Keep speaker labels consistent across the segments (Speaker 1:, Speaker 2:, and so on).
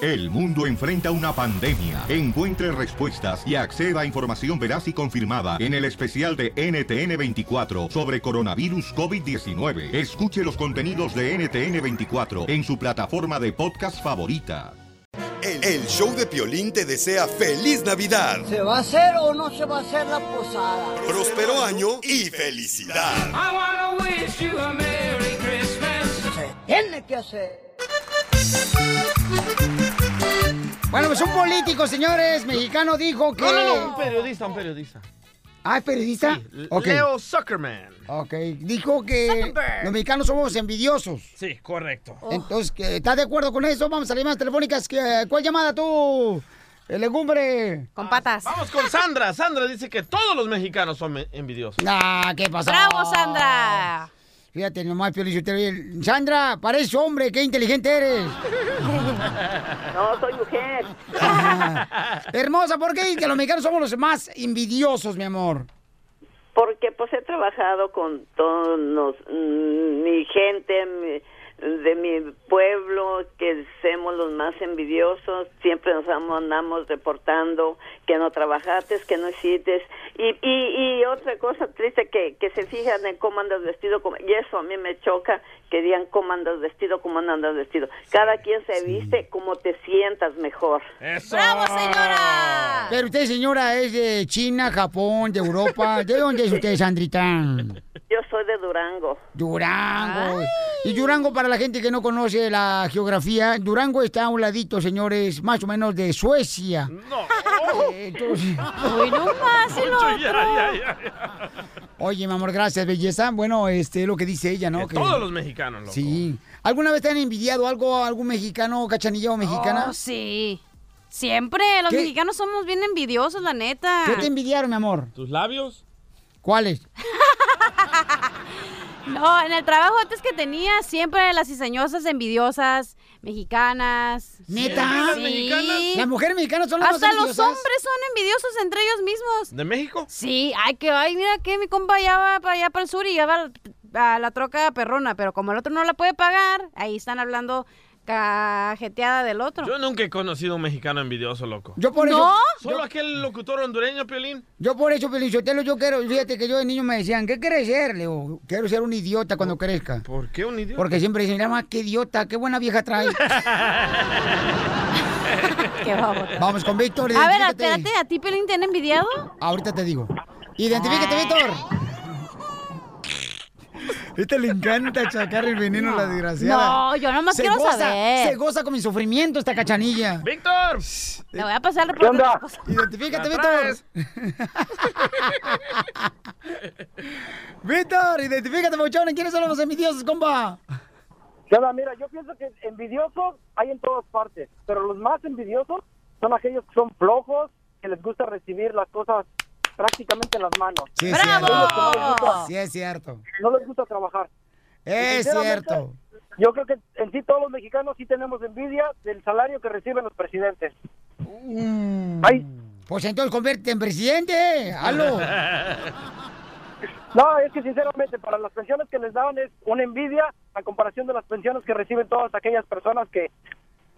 Speaker 1: El mundo enfrenta una pandemia. Encuentre respuestas y acceda a información veraz y confirmada en el especial de NTN24 sobre coronavirus COVID-19. Escuche los contenidos de NTN24 en su plataforma de podcast favorita.
Speaker 2: El, el show de Piolín te desea feliz Navidad,
Speaker 3: ¿Se va a hacer o no se va a hacer la posada?
Speaker 2: próspero año y felicidad.
Speaker 4: I wanna wish you a Merry Christmas.
Speaker 3: Se tiene que hacer.
Speaker 5: Bueno, pues un político, señores, mexicano dijo que.
Speaker 6: No, no, no, un periodista, un periodista.
Speaker 5: Ah, ¿es periodista.
Speaker 6: L-
Speaker 5: Ok.
Speaker 6: Leo Zuckerman.
Speaker 5: Ok, dijo que
Speaker 6: Zuckerberg. Oh.
Speaker 5: los mexicanos somos envidiosos.
Speaker 6: Sí, correcto.
Speaker 5: Entonces, ¿qué- ¿estás de acuerdo con eso? Vamos a salir más telefónicas. ¿Qué- ¿Cuál llamada tú, eh, legumbre?
Speaker 7: Con patas.
Speaker 6: Vamos con Sandra. Sandra dice que todos los mexicanos son me- envidiosos.
Speaker 5: Nah, ¿qué pasó?
Speaker 7: ¡Bravo, Sandra!
Speaker 5: Fíjate nomás, Piolín, yo te vi- Sandra, pareces hombre, qué inteligente eres.
Speaker 8: No, soy mujer.
Speaker 5: Hermosa, ¿por qué dices que los mexicanos somos los más envidiosos, mi amor?
Speaker 8: Porque pues he trabajado con todos los- mm, mi gente mi- de mi pueblo, que somos los más envidiosos, siempre nos am- andamos reportando que no trabajaste, que no hiciste. Y, y, y otra cosa triste que, que se fijan en cómo andas vestido, como- y eso a mí me choca, que digan cómo andas vestido, cómo andas vestido. Cada quien se viste como te sientas mejor.
Speaker 6: Eso.
Speaker 7: ¡Bravo, señora!
Speaker 5: Pero usted, señora, es de China, Japón, de Europa. ¿De dónde es usted, Sandrita?
Speaker 8: Yo soy de Durango.
Speaker 5: Durango. Y Durango, para la gente que no conoce la geografía, Durango está a un ladito, señores, más o menos de Suecia.
Speaker 6: No.
Speaker 5: Entonces,
Speaker 7: ¡Uy, no más! el
Speaker 6: Ya,
Speaker 7: otro!
Speaker 6: ya, ya, ya.
Speaker 5: oye, mi amor, gracias, belleza. Bueno, este es lo que dice ella, ¿no?
Speaker 6: Que Todos los mexicanos, loco.
Speaker 5: Sí. ¿Alguna vez te han envidiado algo a algún mexicano, cachanilla o mexicana?
Speaker 7: Oh, sí. Siempre, los
Speaker 5: ¿Qué?
Speaker 7: mexicanos somos bien envidiosos, la neta.
Speaker 5: ¿Qué te envidiaron, mi amor?
Speaker 6: ¿Tus labios?
Speaker 5: ¿Cuáles?
Speaker 7: No, en el trabajo antes que tenía, siempre las cizañosas envidiosas, mexicanas.
Speaker 5: ¿Neta?
Speaker 7: Sí.
Speaker 6: ¿Mexicanas?
Speaker 5: Las mujeres mexicanas son las
Speaker 7: Hasta
Speaker 5: más
Speaker 7: los
Speaker 5: envidiosas?
Speaker 7: hombres son envidiosos entre ellos mismos.
Speaker 6: ¿De México?
Speaker 7: Sí, ay, que, ay, mira que mi compa ya va para allá para el sur y ya va a la troca perrona, pero como el otro no la puede pagar, ahí están hablando cajeteada del otro.
Speaker 6: Yo nunca he conocido un mexicano envidioso, loco.
Speaker 5: Yo por
Speaker 7: ¿No?
Speaker 5: eso,
Speaker 6: Solo aquel locutor hondureño, Piolín.
Speaker 5: yo por eso, Pelizotelo, yo quiero, fíjate que yo de niño me decían, ¿qué quieres ser? Le digo, quiero ser un idiota cuando crezca.
Speaker 6: ¿Por qué un idiota?
Speaker 5: Porque siempre dicen, mira más, qué idiota, qué buena vieja trae.
Speaker 7: Qué bárbaro.
Speaker 5: Vamos con Víctor,
Speaker 7: A ver,
Speaker 5: identifícate.
Speaker 7: espérate, ¿a ti Pelín te han envidiado?
Speaker 5: Ahorita te digo.
Speaker 7: Ah.
Speaker 5: Identifícate, Víctor. Este le encanta chacar el veneno a la desgraciada.
Speaker 7: No, yo nomás quiero
Speaker 5: goza,
Speaker 7: saber.
Speaker 5: Se goza con mi sufrimiento esta cachanilla.
Speaker 6: ¡Víctor!
Speaker 7: Le voy a pasar el reporte.
Speaker 9: onda?
Speaker 5: Identifícate,
Speaker 6: La
Speaker 5: Víctor. Víctor, identifícate, mochón. ¿Quiénes son los envidiosos, compa?
Speaker 9: Nada, mira, yo pienso que envidiosos hay en todas partes, pero los más envidiosos son aquellos que son flojos, que les gusta recibir las cosas prácticamente en las manos.
Speaker 5: Sí, es
Speaker 7: ¡Bravo!
Speaker 5: cierto. Sí, es cierto.
Speaker 9: No les gusta trabajar. Y
Speaker 5: Es
Speaker 9: sinceramente,
Speaker 5: cierto.
Speaker 9: Yo creo que en sí todos los mexicanos sí tenemos envidia del salario que reciben los presidentes. Ay,
Speaker 5: Pues entonces convierte en presidente. Halo.
Speaker 9: no, es que sinceramente para las pensiones que les daban es una envidia a comparación de las pensiones que reciben todas aquellas personas que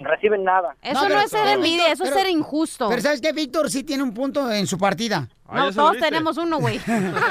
Speaker 9: reciben nada.
Speaker 7: Eso
Speaker 5: No,
Speaker 7: no,
Speaker 5: pero-
Speaker 7: es ser
Speaker 5: pero-
Speaker 7: envidia, eso es
Speaker 5: pero-
Speaker 7: ser injusto.
Speaker 5: Pero ¿sabes qué? Víctor sí tiene un punto en su partida.
Speaker 6: Ah,
Speaker 7: No,
Speaker 6: ya se
Speaker 7: todos
Speaker 6: lo diste.
Speaker 7: tenemos uno, güey.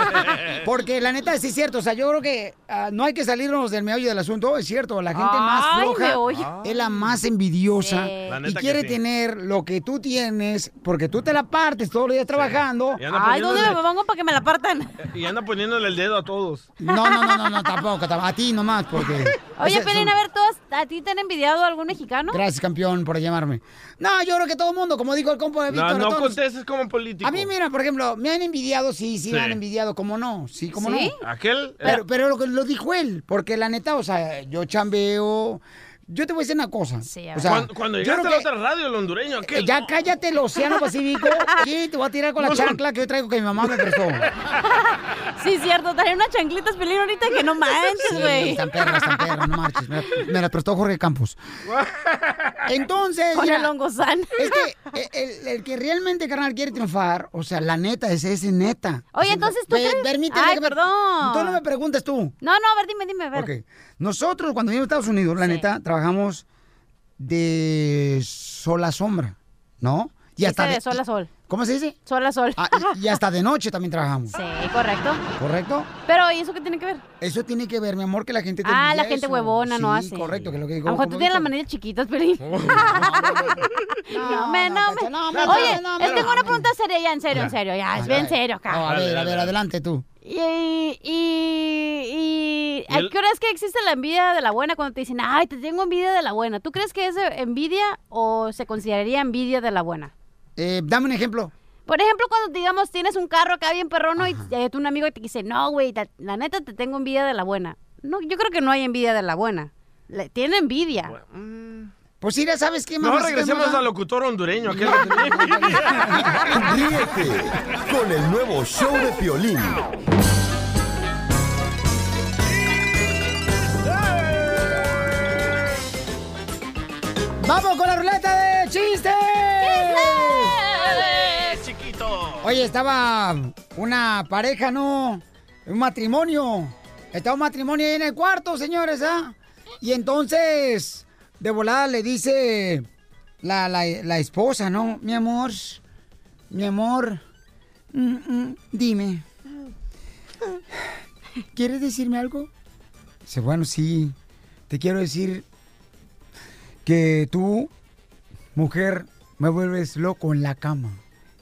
Speaker 5: Porque la neta sí es cierto, o sea, yo creo que ah, no hay que salirnos del meollo del asunto, es cierto, la gente más
Speaker 7: Ay,
Speaker 5: floja
Speaker 7: meollo.
Speaker 5: es la más envidiosa
Speaker 7: Sí. La
Speaker 5: y
Speaker 6: neta que
Speaker 5: quiere
Speaker 6: sí.
Speaker 5: tener lo que tú tienes porque tú te la partes todos los días trabajando.
Speaker 6: Y anda
Speaker 7: Ay, ¿dónde me
Speaker 6: poniéndole-
Speaker 7: pongo para que me la partan?
Speaker 6: Y anda poniéndole el dedo a todos.
Speaker 5: No, no, no, no, no, tampoco, tam- a ti nomás porque
Speaker 7: Oye,
Speaker 5: ese-
Speaker 7: Pelín, a ver, ¿todos a ti te han envidiado algún mexicano?
Speaker 5: Gracias, campeón, por llamarme. No, yo creo que todo el mundo, como dijo el compa de
Speaker 6: No,
Speaker 5: Víctor,
Speaker 6: no
Speaker 5: todos-
Speaker 6: contestes como político.
Speaker 5: a mí mira, por ejemplo, me han envidiado, sí, sí, me
Speaker 6: Sí.
Speaker 5: han envidiado, cómo no, sí, cómo
Speaker 7: ¿Sí?
Speaker 5: no.
Speaker 6: Aquel. eh,
Speaker 5: Pero, pero lo, que- lo dijo él, porque la neta, o sea, yo chambeo. Yo te voy a decir una cosa.
Speaker 7: Sí, a
Speaker 5: o
Speaker 7: ver.
Speaker 5: sea,
Speaker 6: cuando, cuando
Speaker 5: yo
Speaker 6: llegaste a
Speaker 5: creo
Speaker 6: la
Speaker 5: que-
Speaker 6: otra radio, el hondureño,
Speaker 5: eh,
Speaker 6: aquel.
Speaker 5: Ya
Speaker 6: no.
Speaker 5: cállate el Océano Pacífico. Aquí te voy a tirar con la chancla que yo traigo que mi mamá me prestó.
Speaker 7: Sí, cierto, trae unas chanclitas Pelín ahorita que no manches,
Speaker 5: Sí,
Speaker 7: güey.
Speaker 5: tan perra, tan perra, no marches. Me, la- me la prestó Jorge Campos. Entonces,
Speaker 7: Con
Speaker 5: mira,
Speaker 7: el hongozán.
Speaker 5: es que eh, el, el que realmente, carnal, quiere triunfar, o sea, la neta, ese es neta.
Speaker 7: Oye,
Speaker 5: O sea,
Speaker 7: entonces tú crees-
Speaker 5: Permíteme.
Speaker 7: Ay,
Speaker 5: déjame-
Speaker 7: perdón.
Speaker 5: Tú no me preguntas tú.
Speaker 7: No, no, a ver, dime, dime, a ver. Este
Speaker 5: Ok. Nosotros, cuando vivimos a Estados Unidos, la
Speaker 7: Sí.
Speaker 5: neta, trabajamos de sol a sombra, ¿no? Y
Speaker 7: Dice de sol a sol.
Speaker 5: ¿Cómo se dice?
Speaker 7: Sol a sol.
Speaker 5: Ah, y, y hasta de noche también trabajamos.
Speaker 7: Sí, correcto.
Speaker 5: ¿Correcto?
Speaker 7: Pero, ¿y eso qué tiene que ver?
Speaker 5: Eso tiene que ver, mi amor, que la gente te
Speaker 7: Ah,
Speaker 5: envidia
Speaker 7: la gente
Speaker 5: eso.
Speaker 7: huevona no
Speaker 5: Sí,
Speaker 7: hace.
Speaker 5: correcto, que es lo que
Speaker 7: A
Speaker 5: digo.
Speaker 7: lo mejor tú tienes las manillas chiquitas, Pelín. No, me, no, me. Oye, les tengo una pregunta seria ya, en serio, en serio. Ya, es bien serio acá.
Speaker 5: a ver, a ver, adelante tú.
Speaker 7: Y, y, y,
Speaker 6: ¿Y
Speaker 7: ¿a
Speaker 6: el-
Speaker 7: qué hora es que existe la envidia de la buena cuando te dicen, ay, te tengo envidia de la buena? ¿Tú crees que es eh, envidia o se consideraría envidia de la buena?
Speaker 5: Eh, dame un ejemplo.
Speaker 7: Por ejemplo, cuando digamos tienes un carro acá bien perrono y eh, tu un amigo te dice, no, güey, la, la neta te tengo envidia de la buena. No, yo creo que no hay envidia de la buena. Le- tiene envidia.
Speaker 6: Mm.
Speaker 5: Pues mira, ¿sabes qué,
Speaker 6: No,
Speaker 5: mamacita
Speaker 6: regresemos
Speaker 5: hermosa?
Speaker 6: al locutor hondureño. Aquel que tenía.
Speaker 1: Ríete con el nuevo show de Piolín.
Speaker 5: ¡Vamos con la ruleta de chistes!
Speaker 6: ¡Eh, chiquito!
Speaker 5: Oye, estaba una pareja, ¿no? Un matrimonio. Estaba un matrimonio ahí en el cuarto, señores, ¿ah? Y entonces, de volada le dice la, la- la esposa, ¿no? Mi amor, mi amor, mm, mm, dime. ¿Quieres decirme algo? Dice, bueno, sí, te quiero decir que tú, mujer, me vuelves loco en la cama.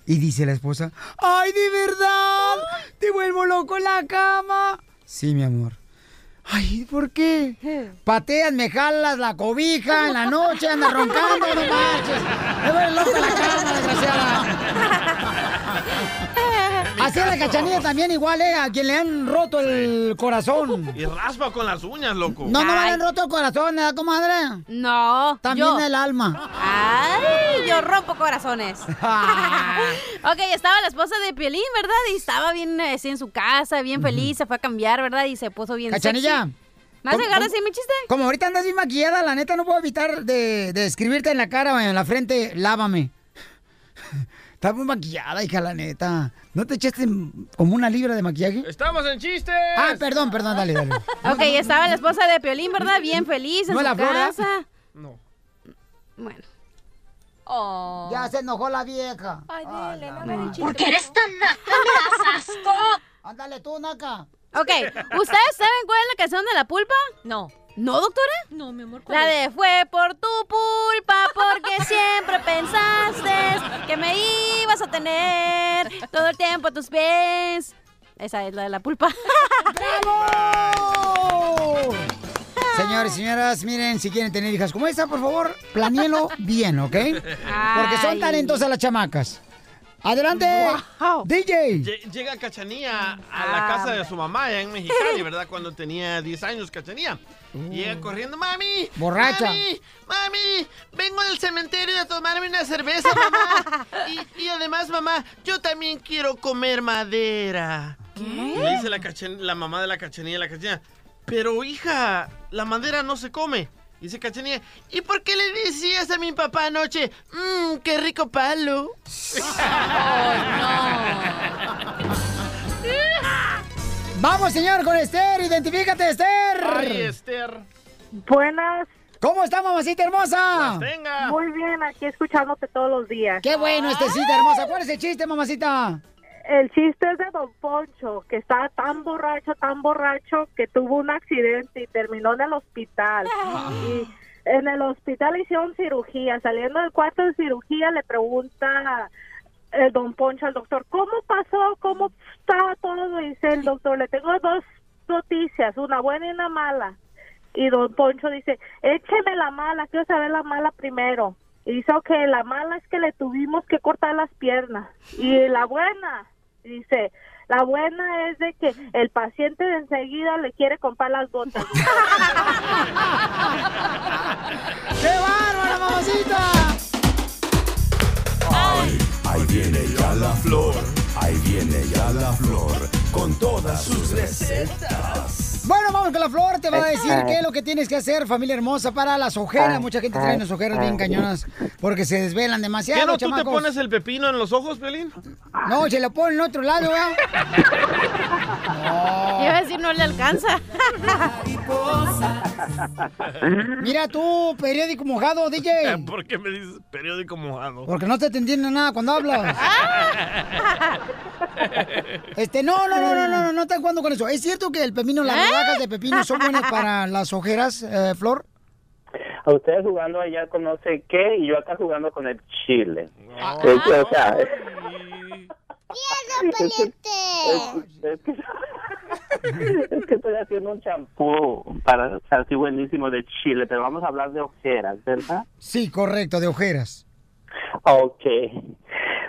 Speaker 5: Y dice la esposa, ¡ay, de verdad! ¡Te vuelvo loco en la cama! Sí, mi amor. Ay, ¿por qué? Pateas, me jalas la cobija en la noche, andas roncando, no marches. Me vuelves loco en la cama, desgraciada. Así es la cachanilla también igual, ¿eh? A quien le han roto el corazón.
Speaker 6: Y raspa con las uñas, loco.
Speaker 5: No, no me le han
Speaker 7: Ay.
Speaker 5: roto el corazón, ¿verdad, comadre?
Speaker 7: No.
Speaker 5: También
Speaker 7: yo-
Speaker 5: el alma.
Speaker 7: Ay, yo rompo corazones. ok, estaba la esposa de Piolín, ¿verdad? Y estaba bien eh, así en su casa, bien feliz, se fue a cambiar, ¿verdad? Y se puso bien
Speaker 5: Cachanilla.
Speaker 7: sexy. ¿Me vas a
Speaker 5: ¿Cómo-
Speaker 7: dejar
Speaker 5: cómo-
Speaker 7: así mi chiste?
Speaker 5: Como ahorita andas bien maquillada, la neta no puedo evitar de, de escribirte en la cara o en la frente, lávame. Estás muy maquillada, hija, la neta. ¿No te echaste como una libra de maquillaje?
Speaker 6: ¡Estamos en chistes!
Speaker 5: Ah, perdón, perdón, dale, dale.
Speaker 7: Ok, estaba la esposa de Piolín, ¿verdad? Bien feliz en
Speaker 5: No,
Speaker 7: su
Speaker 5: la flora.
Speaker 7: casa.
Speaker 6: No.
Speaker 7: Bueno. Oh.
Speaker 5: Ya se enojó la vieja.
Speaker 7: Ay, dile, no me di chiste.
Speaker 5: Ándale tú, Naca.
Speaker 7: Ok, ¿ustedes saben cuál es la canción de la pulpa?
Speaker 10: No.
Speaker 7: ¿No, doctora?
Speaker 10: No, mi amor.
Speaker 7: La de fue por tu pulpa porque siempre pensaste que me ibas a tener todo el tiempo a tus pies. Esa es la de la pulpa.
Speaker 5: Señores, señoras, miren, si quieren tener hijas como esa, por favor, planéenlo bien, ¿ok? Porque son
Speaker 7: Ay.
Speaker 5: talentosas las chamacas. Adelante, DJ.
Speaker 6: Lle- Llega Cachanía a
Speaker 5: Ah,
Speaker 6: la casa de su mamá allá en Mexicali, ¿verdad? Cuando tenía 10 años, Cachanía. Llega corriendo, mami.
Speaker 5: Borracha.
Speaker 6: Mami, mami, vengo del cementerio a tomarme una cerveza, mamá. Y, y además, mamá, yo también quiero comer madera. Y le dice la, Cachan- la mamá de la Cachanía, la Cachanía, pero hija, la madera no se come. Y Dice Cachanía, ¿y por qué le decías a mi papá anoche, mmm, qué rico palo?
Speaker 5: Vamos, señor, con Esther. Identifícate, Esther.
Speaker 6: Ay, Esther,
Speaker 11: Buenas,
Speaker 5: ¿Cómo está, mamacita hermosa?
Speaker 6: tenga.
Speaker 11: muy bien, aquí escuchándote todos los días.
Speaker 5: Qué bueno, Estecita hermosa. ¿Cuál es el chiste, mamacita?
Speaker 11: El chiste es de Don Poncho, que estaba tan borracho, tan borracho, que tuvo un accidente y terminó en el hospital.
Speaker 5: Ah.
Speaker 11: Y en el hospital hicieron cirugía. Saliendo del cuarto de cirugía, le pregunta el eh, Don Poncho al doctor, ¿cómo pasó? ¿Cómo está todo? Dice el doctor, le tengo dos noticias, una buena y una mala. Y don Poncho dice, écheme la mala, quiero saber la mala primero. Y dice, ok, la mala es que le tuvimos que cortar las piernas. Y la buena, dice, la buena es de que el paciente de enseguida le quiere comprar las botas.
Speaker 5: ¡Qué bárbara, mamacita!
Speaker 1: Ahí viene ya la flor, ahí viene ya la flor, con todas sus recetas.
Speaker 5: Bueno, vamos con la flor. Te va a decir qué es lo que tienes que hacer, familia hermosa, para las ojeras. Mucha gente trae unas ojeras bien cañonas porque se desvelan demasiado,
Speaker 6: ¿Qué no tú te
Speaker 5: chamacos.
Speaker 6: pones el pepino en los ojos, Pelín?
Speaker 5: No, se lo ponen en otro lado, ¿eh? ¿verdad?
Speaker 7: Yo iba a decir, no le alcanza.
Speaker 5: Mira tú, periódico mojado, DJ.
Speaker 6: ¿Por qué me dices periódico mojado?
Speaker 5: Porque no se te entiende nada cuando hablas. Este, no, no, no, no, no, no, no están jugando con eso. ¿Es cierto que el pepino, las
Speaker 12: ¿Eh?
Speaker 5: rodajas de pepino son buenas para las ojeras, eh, Flor?
Speaker 13: A ustedes jugando allá con no sé qué y yo acá jugando con el chile.
Speaker 6: Ah.
Speaker 13: Es que, o
Speaker 7: Ah.
Speaker 13: sea, es- es que-
Speaker 5: Eh.
Speaker 13: es que- es que estoy haciendo un champú para estar así buenísimo de chile, pero vamos a hablar de ojeras, ¿verdad?
Speaker 5: Sí, correcto, de ojeras.
Speaker 13: Ok.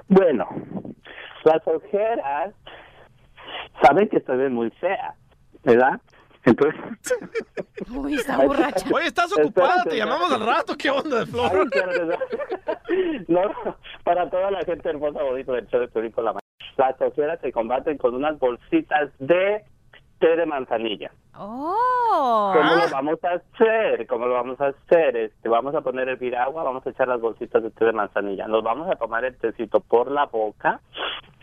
Speaker 13: Bueno, las ojeras saben que se ven muy feas, ¿verdad? Entonces...
Speaker 7: Uy, está
Speaker 13: borracha.
Speaker 6: Oye, estás
Speaker 13: Espérate,
Speaker 6: ocupada, te
Speaker 13: espérate.
Speaker 6: llamamos al rato. ¿Qué onda, Flor?
Speaker 13: Ay, espérate, No, para toda la gente hermosa, bonito del show de Piolín por la mañana. Las ojeras se combaten con unas bolsitas de té de manzanilla.
Speaker 7: ¡Oh!
Speaker 13: ¿Cómo
Speaker 3: Ah.
Speaker 13: lo vamos a hacer? ¿Cómo lo vamos a hacer? Este, vamos a poner el agua, vamos a echar las bolsitas de té de manzanilla. Nos vamos a tomar el tecito por la boca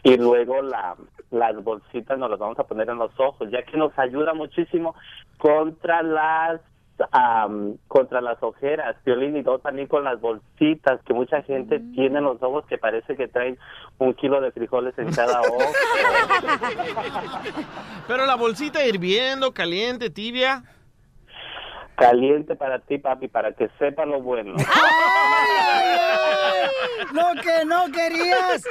Speaker 13: y luego la, las bolsitas nos las vamos a poner en los ojos, ya que nos ayuda muchísimo contra las am, contra las ojeras, violín y todo también con las bolsitas que mucha gente tiene en los ojos que parece que traen un kilo de frijoles en cada ojo.
Speaker 6: Pero la bolsita hirviendo, caliente, tibia.
Speaker 13: Caliente para ti, papi, para que sepa lo bueno.
Speaker 5: Lo que no querías.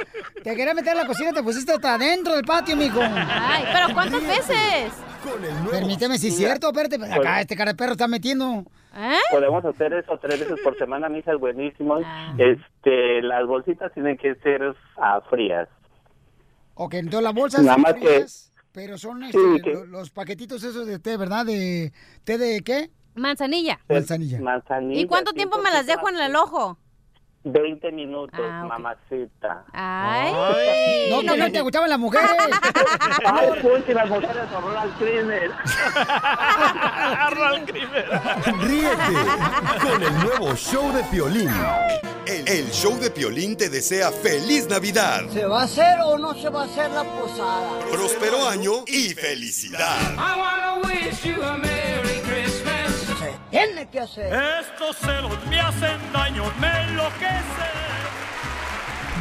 Speaker 5: Te quería meter en la cocina, te pusiste hasta adentro del patio, mijo.
Speaker 7: Ay, pero ¿cuántas veces?
Speaker 5: Permíteme, si es cierto, espérate. Acá este cara de perro está metiendo.
Speaker 7: ¿Eh?
Speaker 13: Podemos hacer eso tres veces por semana, misa es buenísimo.
Speaker 7: Ah.
Speaker 13: Este, las bolsitas tienen que ser ah, frías.
Speaker 5: Ok, entonces las bolsas
Speaker 13: Nada
Speaker 5: son
Speaker 13: más que-
Speaker 5: frías, pero son este,
Speaker 13: Sí, que-
Speaker 5: lo- los paquetitos esos de té, ¿verdad? De té de qué?
Speaker 7: Manzanilla.
Speaker 5: Manzanilla.
Speaker 13: Manzanilla.
Speaker 7: ¿Y cuánto tiempo me las dejo en el ojo?
Speaker 13: 20 minutos,
Speaker 7: Ah,
Speaker 13: mamacita.
Speaker 7: Ay.
Speaker 5: No, que no te gustaban las mujeres.
Speaker 13: Ay, Pulsi, las mujeres horror al crimen.
Speaker 1: Ríete con el nuevo show de Piolín. El, el show de Piolín te desea feliz Navidad,
Speaker 14: ¿Se va a hacer o no se va a hacer la posada?
Speaker 1: próspero año y felicidad.
Speaker 3: I wanna wish you a Merry Christmas.
Speaker 14: Tiene que hacer.
Speaker 3: Estos celos me hacen daño, me enloquecen.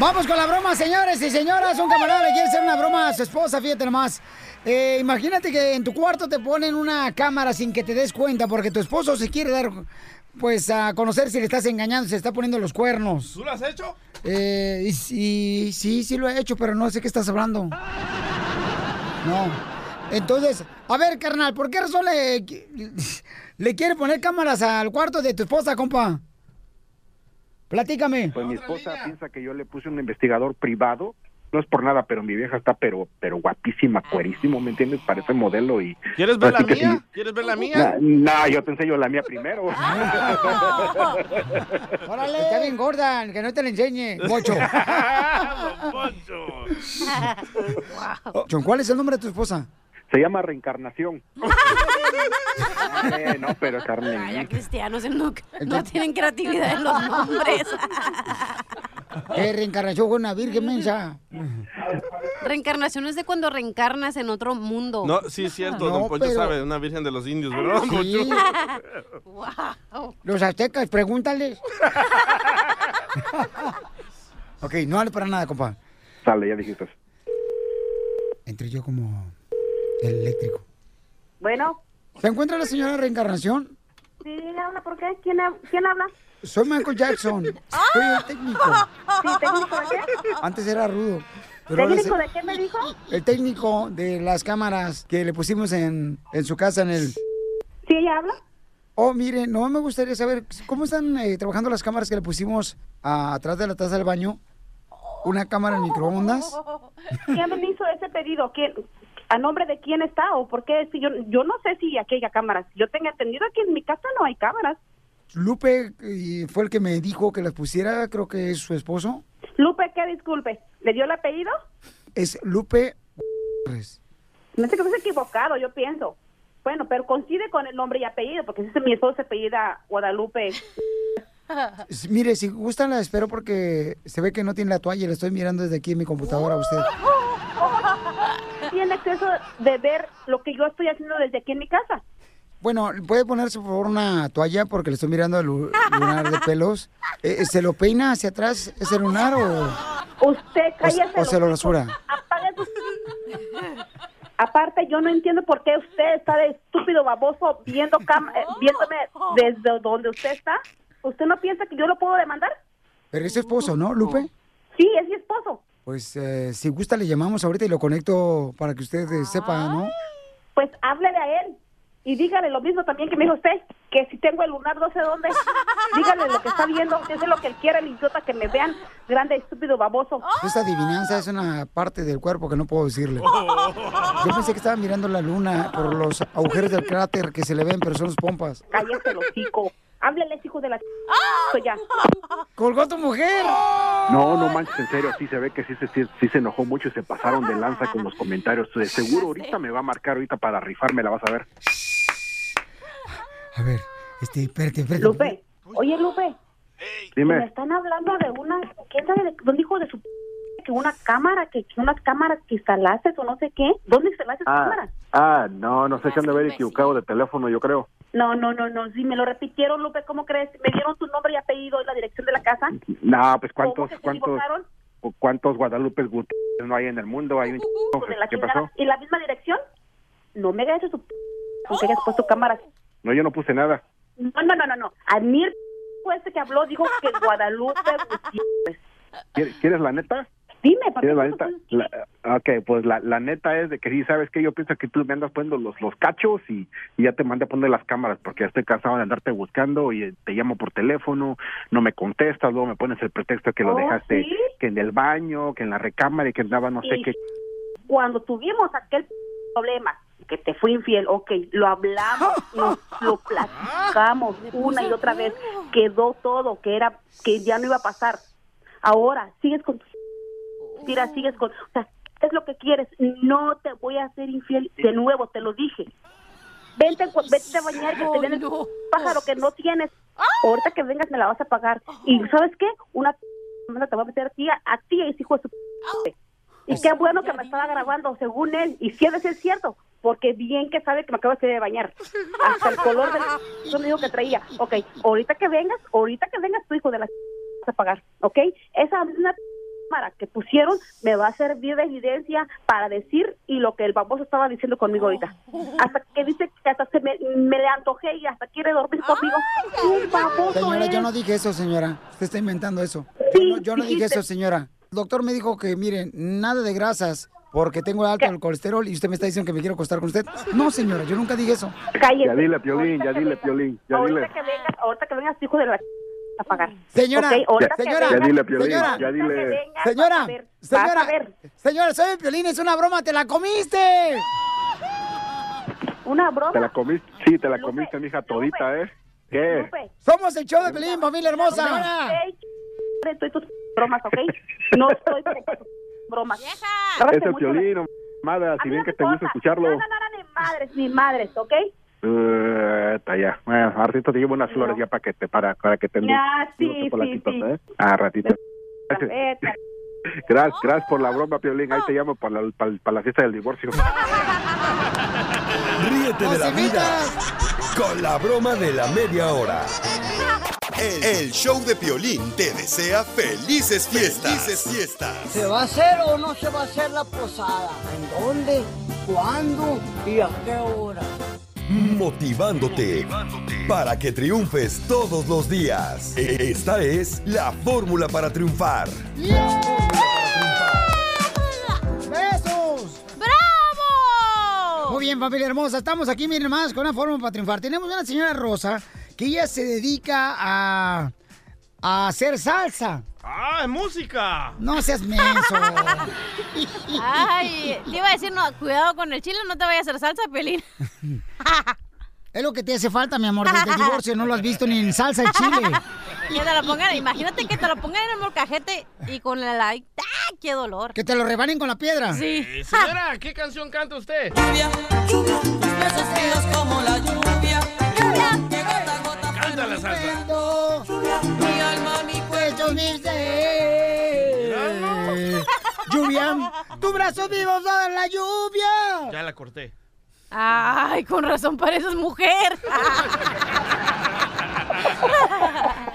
Speaker 5: Vamos con la broma, señores y señoras. Un camarada le quiere hacer una broma a su esposa, fíjate nomás. Eh, imagínate que en tu cuarto te ponen una cámara sin que te des cuenta porque tu esposo se quiere dar, pues, a conocer si le estás engañando, se está poniendo los cuernos.
Speaker 6: ¿Tú lo has hecho?
Speaker 5: Eh, y sí, sí, sí lo he hecho, pero no sé qué estás hablando. No. Entonces, a ver, carnal, ¿por qué razón le, le quiere poner cámaras al cuarto de tu esposa, compa? Platícame.
Speaker 15: Pues mi esposa piensa que yo le puse un investigador privado. No es por nada, pero mi vieja está pero pero guapísima, cuerísimo, ¿me entiendes? Parece modelo y...
Speaker 6: ¿Quieres ver la
Speaker 15: Así que
Speaker 6: mía?
Speaker 15: sí.
Speaker 6: ¿Quieres ver la
Speaker 15: Na-
Speaker 6: mía?
Speaker 15: No, yo te enseño la mía primero.
Speaker 16: Ah.
Speaker 5: Órale. Está bien gorda, que no te la enseñe. Mocho. John, ¿cuál es el nombre de tu esposa?
Speaker 15: Se llama reencarnación. Eh, no, pero
Speaker 7: Ay,
Speaker 15: Carmen.
Speaker 7: ya cristianos no, no tienen creatividad en los nombres.
Speaker 5: Eh, reencarnación con una virgen mensa.
Speaker 7: Reencarnación es de cuando reencarnas en otro mundo.
Speaker 6: No, sí, es cierto,
Speaker 5: No,
Speaker 6: don Poncho
Speaker 5: pero-
Speaker 6: sabe, una virgen de los indios, ¿verdad, don
Speaker 5: Sí.
Speaker 6: Poncho?
Speaker 7: Wow.
Speaker 5: Los aztecas, pregúntales. ok, no vale para nada, compa.
Speaker 15: Sale, ya dijiste.
Speaker 5: Entré yo como el eléctrico.
Speaker 17: Bueno,
Speaker 5: ¿Se encuentra la señora Reencarnación?
Speaker 17: sí, habla, ¿por qué? ¿Quién, hab- quién habla?
Speaker 5: Soy Michael Jackson. Soy el técnico.
Speaker 17: Sí, técnico de qué?
Speaker 5: Antes era rudo. pero ahora
Speaker 17: ¿Técnico
Speaker 5: se-
Speaker 17: de qué me dijo?
Speaker 5: El técnico de las cámaras que le pusimos en, en su casa en el...
Speaker 17: ¿Sí ella habla?
Speaker 5: Oh, mire, no me gustaría saber cómo están eh, trabajando las cámaras que le pusimos a- atrás de la taza del baño. Una cámara en microondas.
Speaker 17: ¿Quién me hizo ese pedido? ¿Quién, ¿A nombre de quién está o por qué? Si yo, yo no sé si aquella cámara. Yo tengo entendido que en mi casa no hay cámaras.
Speaker 5: Lupe eh, fue el que me dijo que las pusiera, creo que es su esposo.
Speaker 17: Lupe, ¿qué? Disculpe, ¿le dio el apellido?
Speaker 5: Es Lupe.
Speaker 17: Me sé que estás equivocado, yo pienso. Bueno, pero coincide con el nombre y apellido, porque si mi esposo se apellida Guadalupe.
Speaker 5: S- Mire, si gusta la espero porque se ve que no tiene la toalla. La estoy mirando desde aquí en mi computadora a usted.
Speaker 17: Tiene acceso de ver lo que yo estoy haciendo desde aquí en mi casa.
Speaker 5: Bueno, ¿puede ponerse por favor una toalla? Porque le estoy mirando el lu- lunar de pelos. Eh, ¿Se lo peina hacia atrás ese lunar o,
Speaker 17: Usted cállese.
Speaker 5: o, o se lo
Speaker 17: los-
Speaker 5: rasura?
Speaker 17: apague sus- Aparte, yo no entiendo por qué usted está de estúpido baboso viendo cam- eh, viéndome desde donde usted está. ¿Usted no piensa que yo lo puedo demandar?
Speaker 5: Pero es su esposo, ¿no, Lupe?
Speaker 17: Sí, es mi esposo.
Speaker 5: Pues eh, si gusta le llamamos ahorita y lo conecto para que usted eh, sepa, ¿no?
Speaker 17: Pues háblele a él y dígale lo mismo también que me dijo usted, que si tengo el lunar no sé dónde, dígale lo que está viendo, que es lo que él quiera, el idiota, que me vean grande, estúpido, baboso.
Speaker 5: Esta adivinanza es una parte del cuerpo que no puedo decirle. Yo pensé que estaba mirando la luna por los agujeros del cráter que se le ven, pero son los pompas.
Speaker 17: Cállese el hocico. Hábleles, hijo de la... Soy ya.
Speaker 5: ¡Colgó tu mujer!
Speaker 15: No, no manches, en serio, sí se ve que sí se, sí- sí se enojó mucho y se pasaron de lanza con los comentarios. De seguro ahorita me va a marcar ahorita para rifarme, la vas a ver.
Speaker 5: A ver, este, espérate, espérate.
Speaker 17: Lupe, oye Lupe, me
Speaker 15: Dime,
Speaker 17: están hablando de una, ¿quién sabe de dónde hijo de su p- que una cámara, que, que una cámara que instalaste o no sé qué? ¿Dónde instalaste esa
Speaker 16: Ah,
Speaker 17: cámara?
Speaker 16: ah, no, no sé si han de haber equivocado de teléfono, yo creo.
Speaker 17: No, no, no, no, sí, me lo repitieron, Lupe, ¿cómo crees? Me dieron tu nombre y apellido y la dirección de la casa.
Speaker 15: no, pues
Speaker 17: ¿Cómo
Speaker 15: cuántos,
Speaker 17: que se
Speaker 15: cuántos,
Speaker 17: equivocaron?
Speaker 15: cuántos Guadalupe Gutiérrez no hay en el mundo, hay un
Speaker 17: Hijo pues, de la
Speaker 15: ¿Qué
Speaker 17: chingada.
Speaker 15: pasó?
Speaker 17: ¿Y la misma dirección? No me hagas eso, p- con que hayas puesto cámaras.
Speaker 15: No, yo no puse nada.
Speaker 17: No, no, no, no, no. A mí el p- este que habló dijo que Guadalupe Gutiérrez.
Speaker 15: ¿Quieres, quieres la neta?
Speaker 17: Dime, ¿para
Speaker 15: ¿Quieres
Speaker 17: qué
Speaker 15: la
Speaker 17: tanto
Speaker 15: neta? La- ok, pues la, la neta es de que sí, ¿sabes que Yo pienso que tú me andas poniendo los, los cachos y, y ya te mandé a poner las cámaras porque ya estoy cansado de andarte buscando y eh, te llamo por teléfono, no me contestas, luego me pones el pretexto que lo
Speaker 17: Oh,
Speaker 15: dejaste
Speaker 17: ¿sí?
Speaker 15: que en el baño, que en la recámara y que andaba no sé
Speaker 17: Y-
Speaker 15: qué.
Speaker 17: cuando tuvimos aquel problema que te fui infiel, ok, lo hablamos, nos lo platicamos una y otra vez, quedó Ah, todo, que era, que ya no iba a pasar. Ahora, sigues con tus mira, sigues con, o sea, ¿qué es lo que quieres, no te voy a hacer infiel de nuevo, te lo dije. Vente, cu- vete a bañar que te viene el pájaro que no Ah. tienes. Ahorita que vengas me la vas a pagar. Y ¿sabes qué? Una semana te voy a meter a ti, a, a ti, ese hijo de su Ah. y qué bueno que me estaba grabando, según él. Y si es cierto, porque bien que sabe que me acabas de bañar. Hasta el color del yo le digo que traía. Ok, ahorita que vengas, ahorita que vengas tu hijo de la vas a pagar, ¿ok? Esa misma cámara que pusieron me va a servir de evidencia para decir y lo que el baboso estaba diciendo conmigo ahorita.
Speaker 5: Oh.
Speaker 17: Hasta que dice que hasta se me, me le antojé y hasta quiere dormir conmigo. Un baboso
Speaker 5: Señora, yo
Speaker 17: eres.
Speaker 5: no dije eso, señora. Usted está inventando eso. Yo no, yo no dije
Speaker 17: dijiste.
Speaker 5: eso, señora. El doctor me dijo que, miren, nada de grasas porque tengo alto el colesterol y usted me está diciendo que me quiero acostar con usted. No, señora, yo nunca dije eso.
Speaker 17: Cállese.
Speaker 15: Ya dile, Piolín, ya dile, Piolín, ya dile.
Speaker 17: Ahorita que vengas, ahorita que vengas tu hijo de la a pagar.
Speaker 5: Señora,
Speaker 17: Ok, ahorita que
Speaker 5: señora,
Speaker 15: ya
Speaker 17: vengas-
Speaker 15: dile, Piolín,
Speaker 5: señora,
Speaker 15: ya dile.
Speaker 5: señora,
Speaker 17: vas a ver,
Speaker 5: señora,
Speaker 17: vas a ver.
Speaker 5: señora, soy el Piolín, es una broma, te la comiste.
Speaker 17: Una
Speaker 15: Te
Speaker 17: broma.
Speaker 15: la comiste, sí, te la comiste, mija, todita, ¿eh? ¿Qué?
Speaker 17: Lupe.
Speaker 5: Somos el show de Pelín, familia hermosa.
Speaker 17: Ok, Estoy tus bromas, ¿ok? No estoy por tus bromas.
Speaker 15: Es
Speaker 17: Agárrate
Speaker 15: el
Speaker 17: mucho la-
Speaker 15: Piolín, madre, si bien que te gusta escucharlo.
Speaker 17: No, no, no, ni madres, ni madres, ¿ok?
Speaker 15: Eh, está ya. Bueno, al ratito te llevo unas flores ya para que te para, para que te
Speaker 17: Ah, sí,
Speaker 15: unos
Speaker 17: sí,
Speaker 15: chocolatitos,
Speaker 17: sí.
Speaker 15: ¿eh? Ah, ratito.
Speaker 17: Vete.
Speaker 15: Gracias, gracias por la broma, Piolín. Ahí te llamo para la, para- para la fiesta del divorcio.
Speaker 1: Ríete de la vida con la broma de la media hora.
Speaker 18: El, el show de Piolín te desea felices fiestas. Felices fiestas.
Speaker 3: ¿Se va a hacer o no se va a hacer la posada? ¿En dónde? ¿Cuándo? ¿Y a qué hora?
Speaker 1: Motivándote para que triunfes todos los días. E- Esta es la fórmula para triunfar.
Speaker 5: ¡Besos!
Speaker 7: ¡Bravo!
Speaker 5: Muy bien, familia hermosa. Estamos aquí, miren más, con una forma para triunfar. Tenemos una señora Rosa que ella se dedica a, a hacer salsa.
Speaker 6: ¡Ah, es música!
Speaker 5: No seas menso.
Speaker 7: Ay, te iba a decir, no, cuidado con el chile, no te vayas a hacer salsa, Pelín.
Speaker 5: es lo que te hace falta, mi amor, desde el divorcio. No lo has visto ni en salsa de chile.
Speaker 7: Que te lo pongan, imagínate que te lo pongan en el molcajete y con la like, ¡ah, qué dolor!
Speaker 5: Que te lo rebanen con la piedra.
Speaker 7: Sí.
Speaker 6: Eh, señora, ¿qué canción canta usted?
Speaker 19: como la lluvia.
Speaker 6: Canta la salsa.
Speaker 19: Mi alma, mi
Speaker 5: cuello, mi Eh. ser. Lluvia, tu brazo vivo sobre la lluvia.
Speaker 6: Ya la corté.
Speaker 7: Ay, con razón pareces mujer.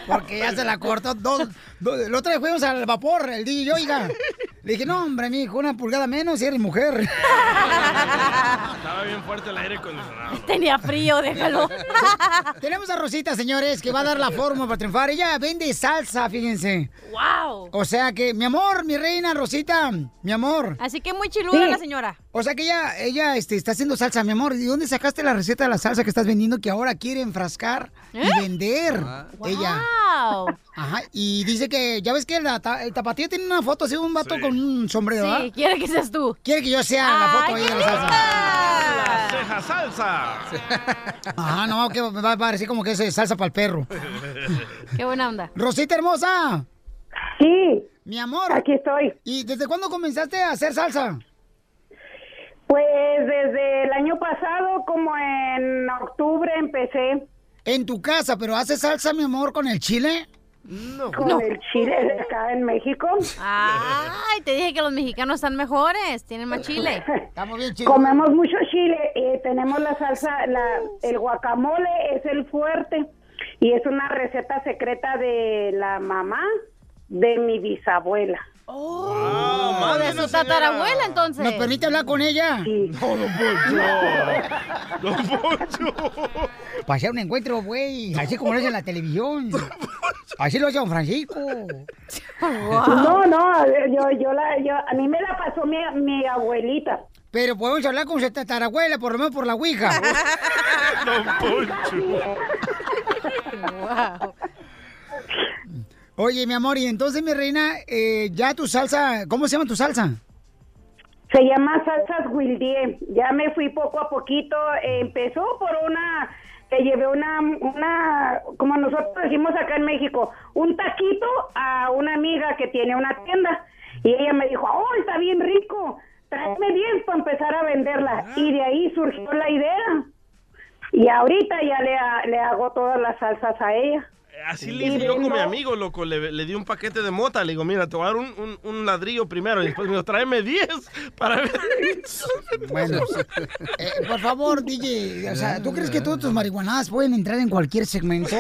Speaker 5: Porque ya se la cortó dos. dos- el otro día fuimos al vapor, el DJ oiga. Le dije, no, hombre, mijo, una pulgada menos y eres mujer.
Speaker 6: Estaba bien fuerte el aire acondicionado.
Speaker 7: Tenía frío,
Speaker 6: déjalo.
Speaker 5: Tenemos a Rosita, señores, que va a dar la forma para triunfar. Ella vende salsa, fíjense.
Speaker 7: ¡Wow!
Speaker 5: O sea que, mi amor, mi reina, Rosita, mi amor.
Speaker 7: Así que muy chiluda
Speaker 5: Sí.
Speaker 7: la señora.
Speaker 5: O sea que ella, ella este, está haciendo salsa, mi amor. ¿De dónde sacaste la receta de la salsa que estás vendiendo que ahora quiere enfrascar
Speaker 7: ¿Eh?
Speaker 5: y vender?
Speaker 7: Ah.
Speaker 5: Ella.
Speaker 7: ¡Wow!
Speaker 5: Ajá, y dice que, ya ves que la ta- el tapatío tiene una foto así de un vato con un sombrero,
Speaker 7: Sí,
Speaker 5: ¿verdad?
Speaker 7: quiere que seas tú.
Speaker 5: Quiere que yo sea la foto
Speaker 7: ¡Ay,
Speaker 5: ahí
Speaker 7: qué
Speaker 5: de la salsa.
Speaker 6: La ceja salsa.
Speaker 5: Ajá, no, que me va a parecer como que es eh, salsa para el perro.
Speaker 7: Qué buena onda.
Speaker 5: Rosita hermosa.
Speaker 17: Sí.
Speaker 5: Mi amor.
Speaker 17: Aquí estoy.
Speaker 5: ¿Y desde cuándo comenzaste a hacer salsa?
Speaker 17: Pues desde el año pasado, como en octubre, empecé.
Speaker 5: En tu casa, pero haces salsa, mi amor, con el chile.
Speaker 17: Con
Speaker 5: No.
Speaker 17: el chile de acá en México.
Speaker 7: Ah. Ay, te dije que los mexicanos están mejores, tienen más chile.
Speaker 5: Estamos bien
Speaker 17: Comemos mucho chile, eh, tenemos la salsa, la, el guacamole es el fuerte y es una receta secreta de la mamá de mi bisabuela.
Speaker 7: Oh, de su tatarabuela, entonces.
Speaker 5: ¿Nos permite hablar con ella?
Speaker 17: Sí.
Speaker 5: No, don Poncho. Don Poncho. Para hacer un encuentro, güey. Así como lo hace en la televisión. Así lo hace don Francisco.
Speaker 17: No, no, yo, yo la, yo, a mí me la pasó mi, mi abuelita.
Speaker 5: Pero podemos hablar con su tatarabuela, por lo menos por la ouija.
Speaker 17: Don
Speaker 5: Oye, mi amor, y entonces, mi reina, eh, ya tu salsa, ¿cómo se llama tu salsa?
Speaker 17: Se llama Salsas Wildie. Ya me fui poco a poquito. Eh, empezó por una, le llevé una, una, como nosotros decimos acá en México, un taquito a una amiga que tiene una tienda. Y ella me dijo, oh, está bien rico. Tráeme 10 para empezar a venderla. Y de ahí surgió la idea. Y ahorita ya le, ha- le hago todas las salsas a ella.
Speaker 6: Así
Speaker 17: Y
Speaker 6: le hice yo con
Speaker 17: vendo-
Speaker 6: mi amigo, loco. Le, le di un paquete de mota. Le digo, mira, te voy a dar un, un- un ladrillo primero. Y después me dijo, tráeme 10 para ver.
Speaker 5: Bueno, eh, por favor, DJ, o sea, ¿tú crees que todas tus marihuanadas pueden entrar en cualquier segmento?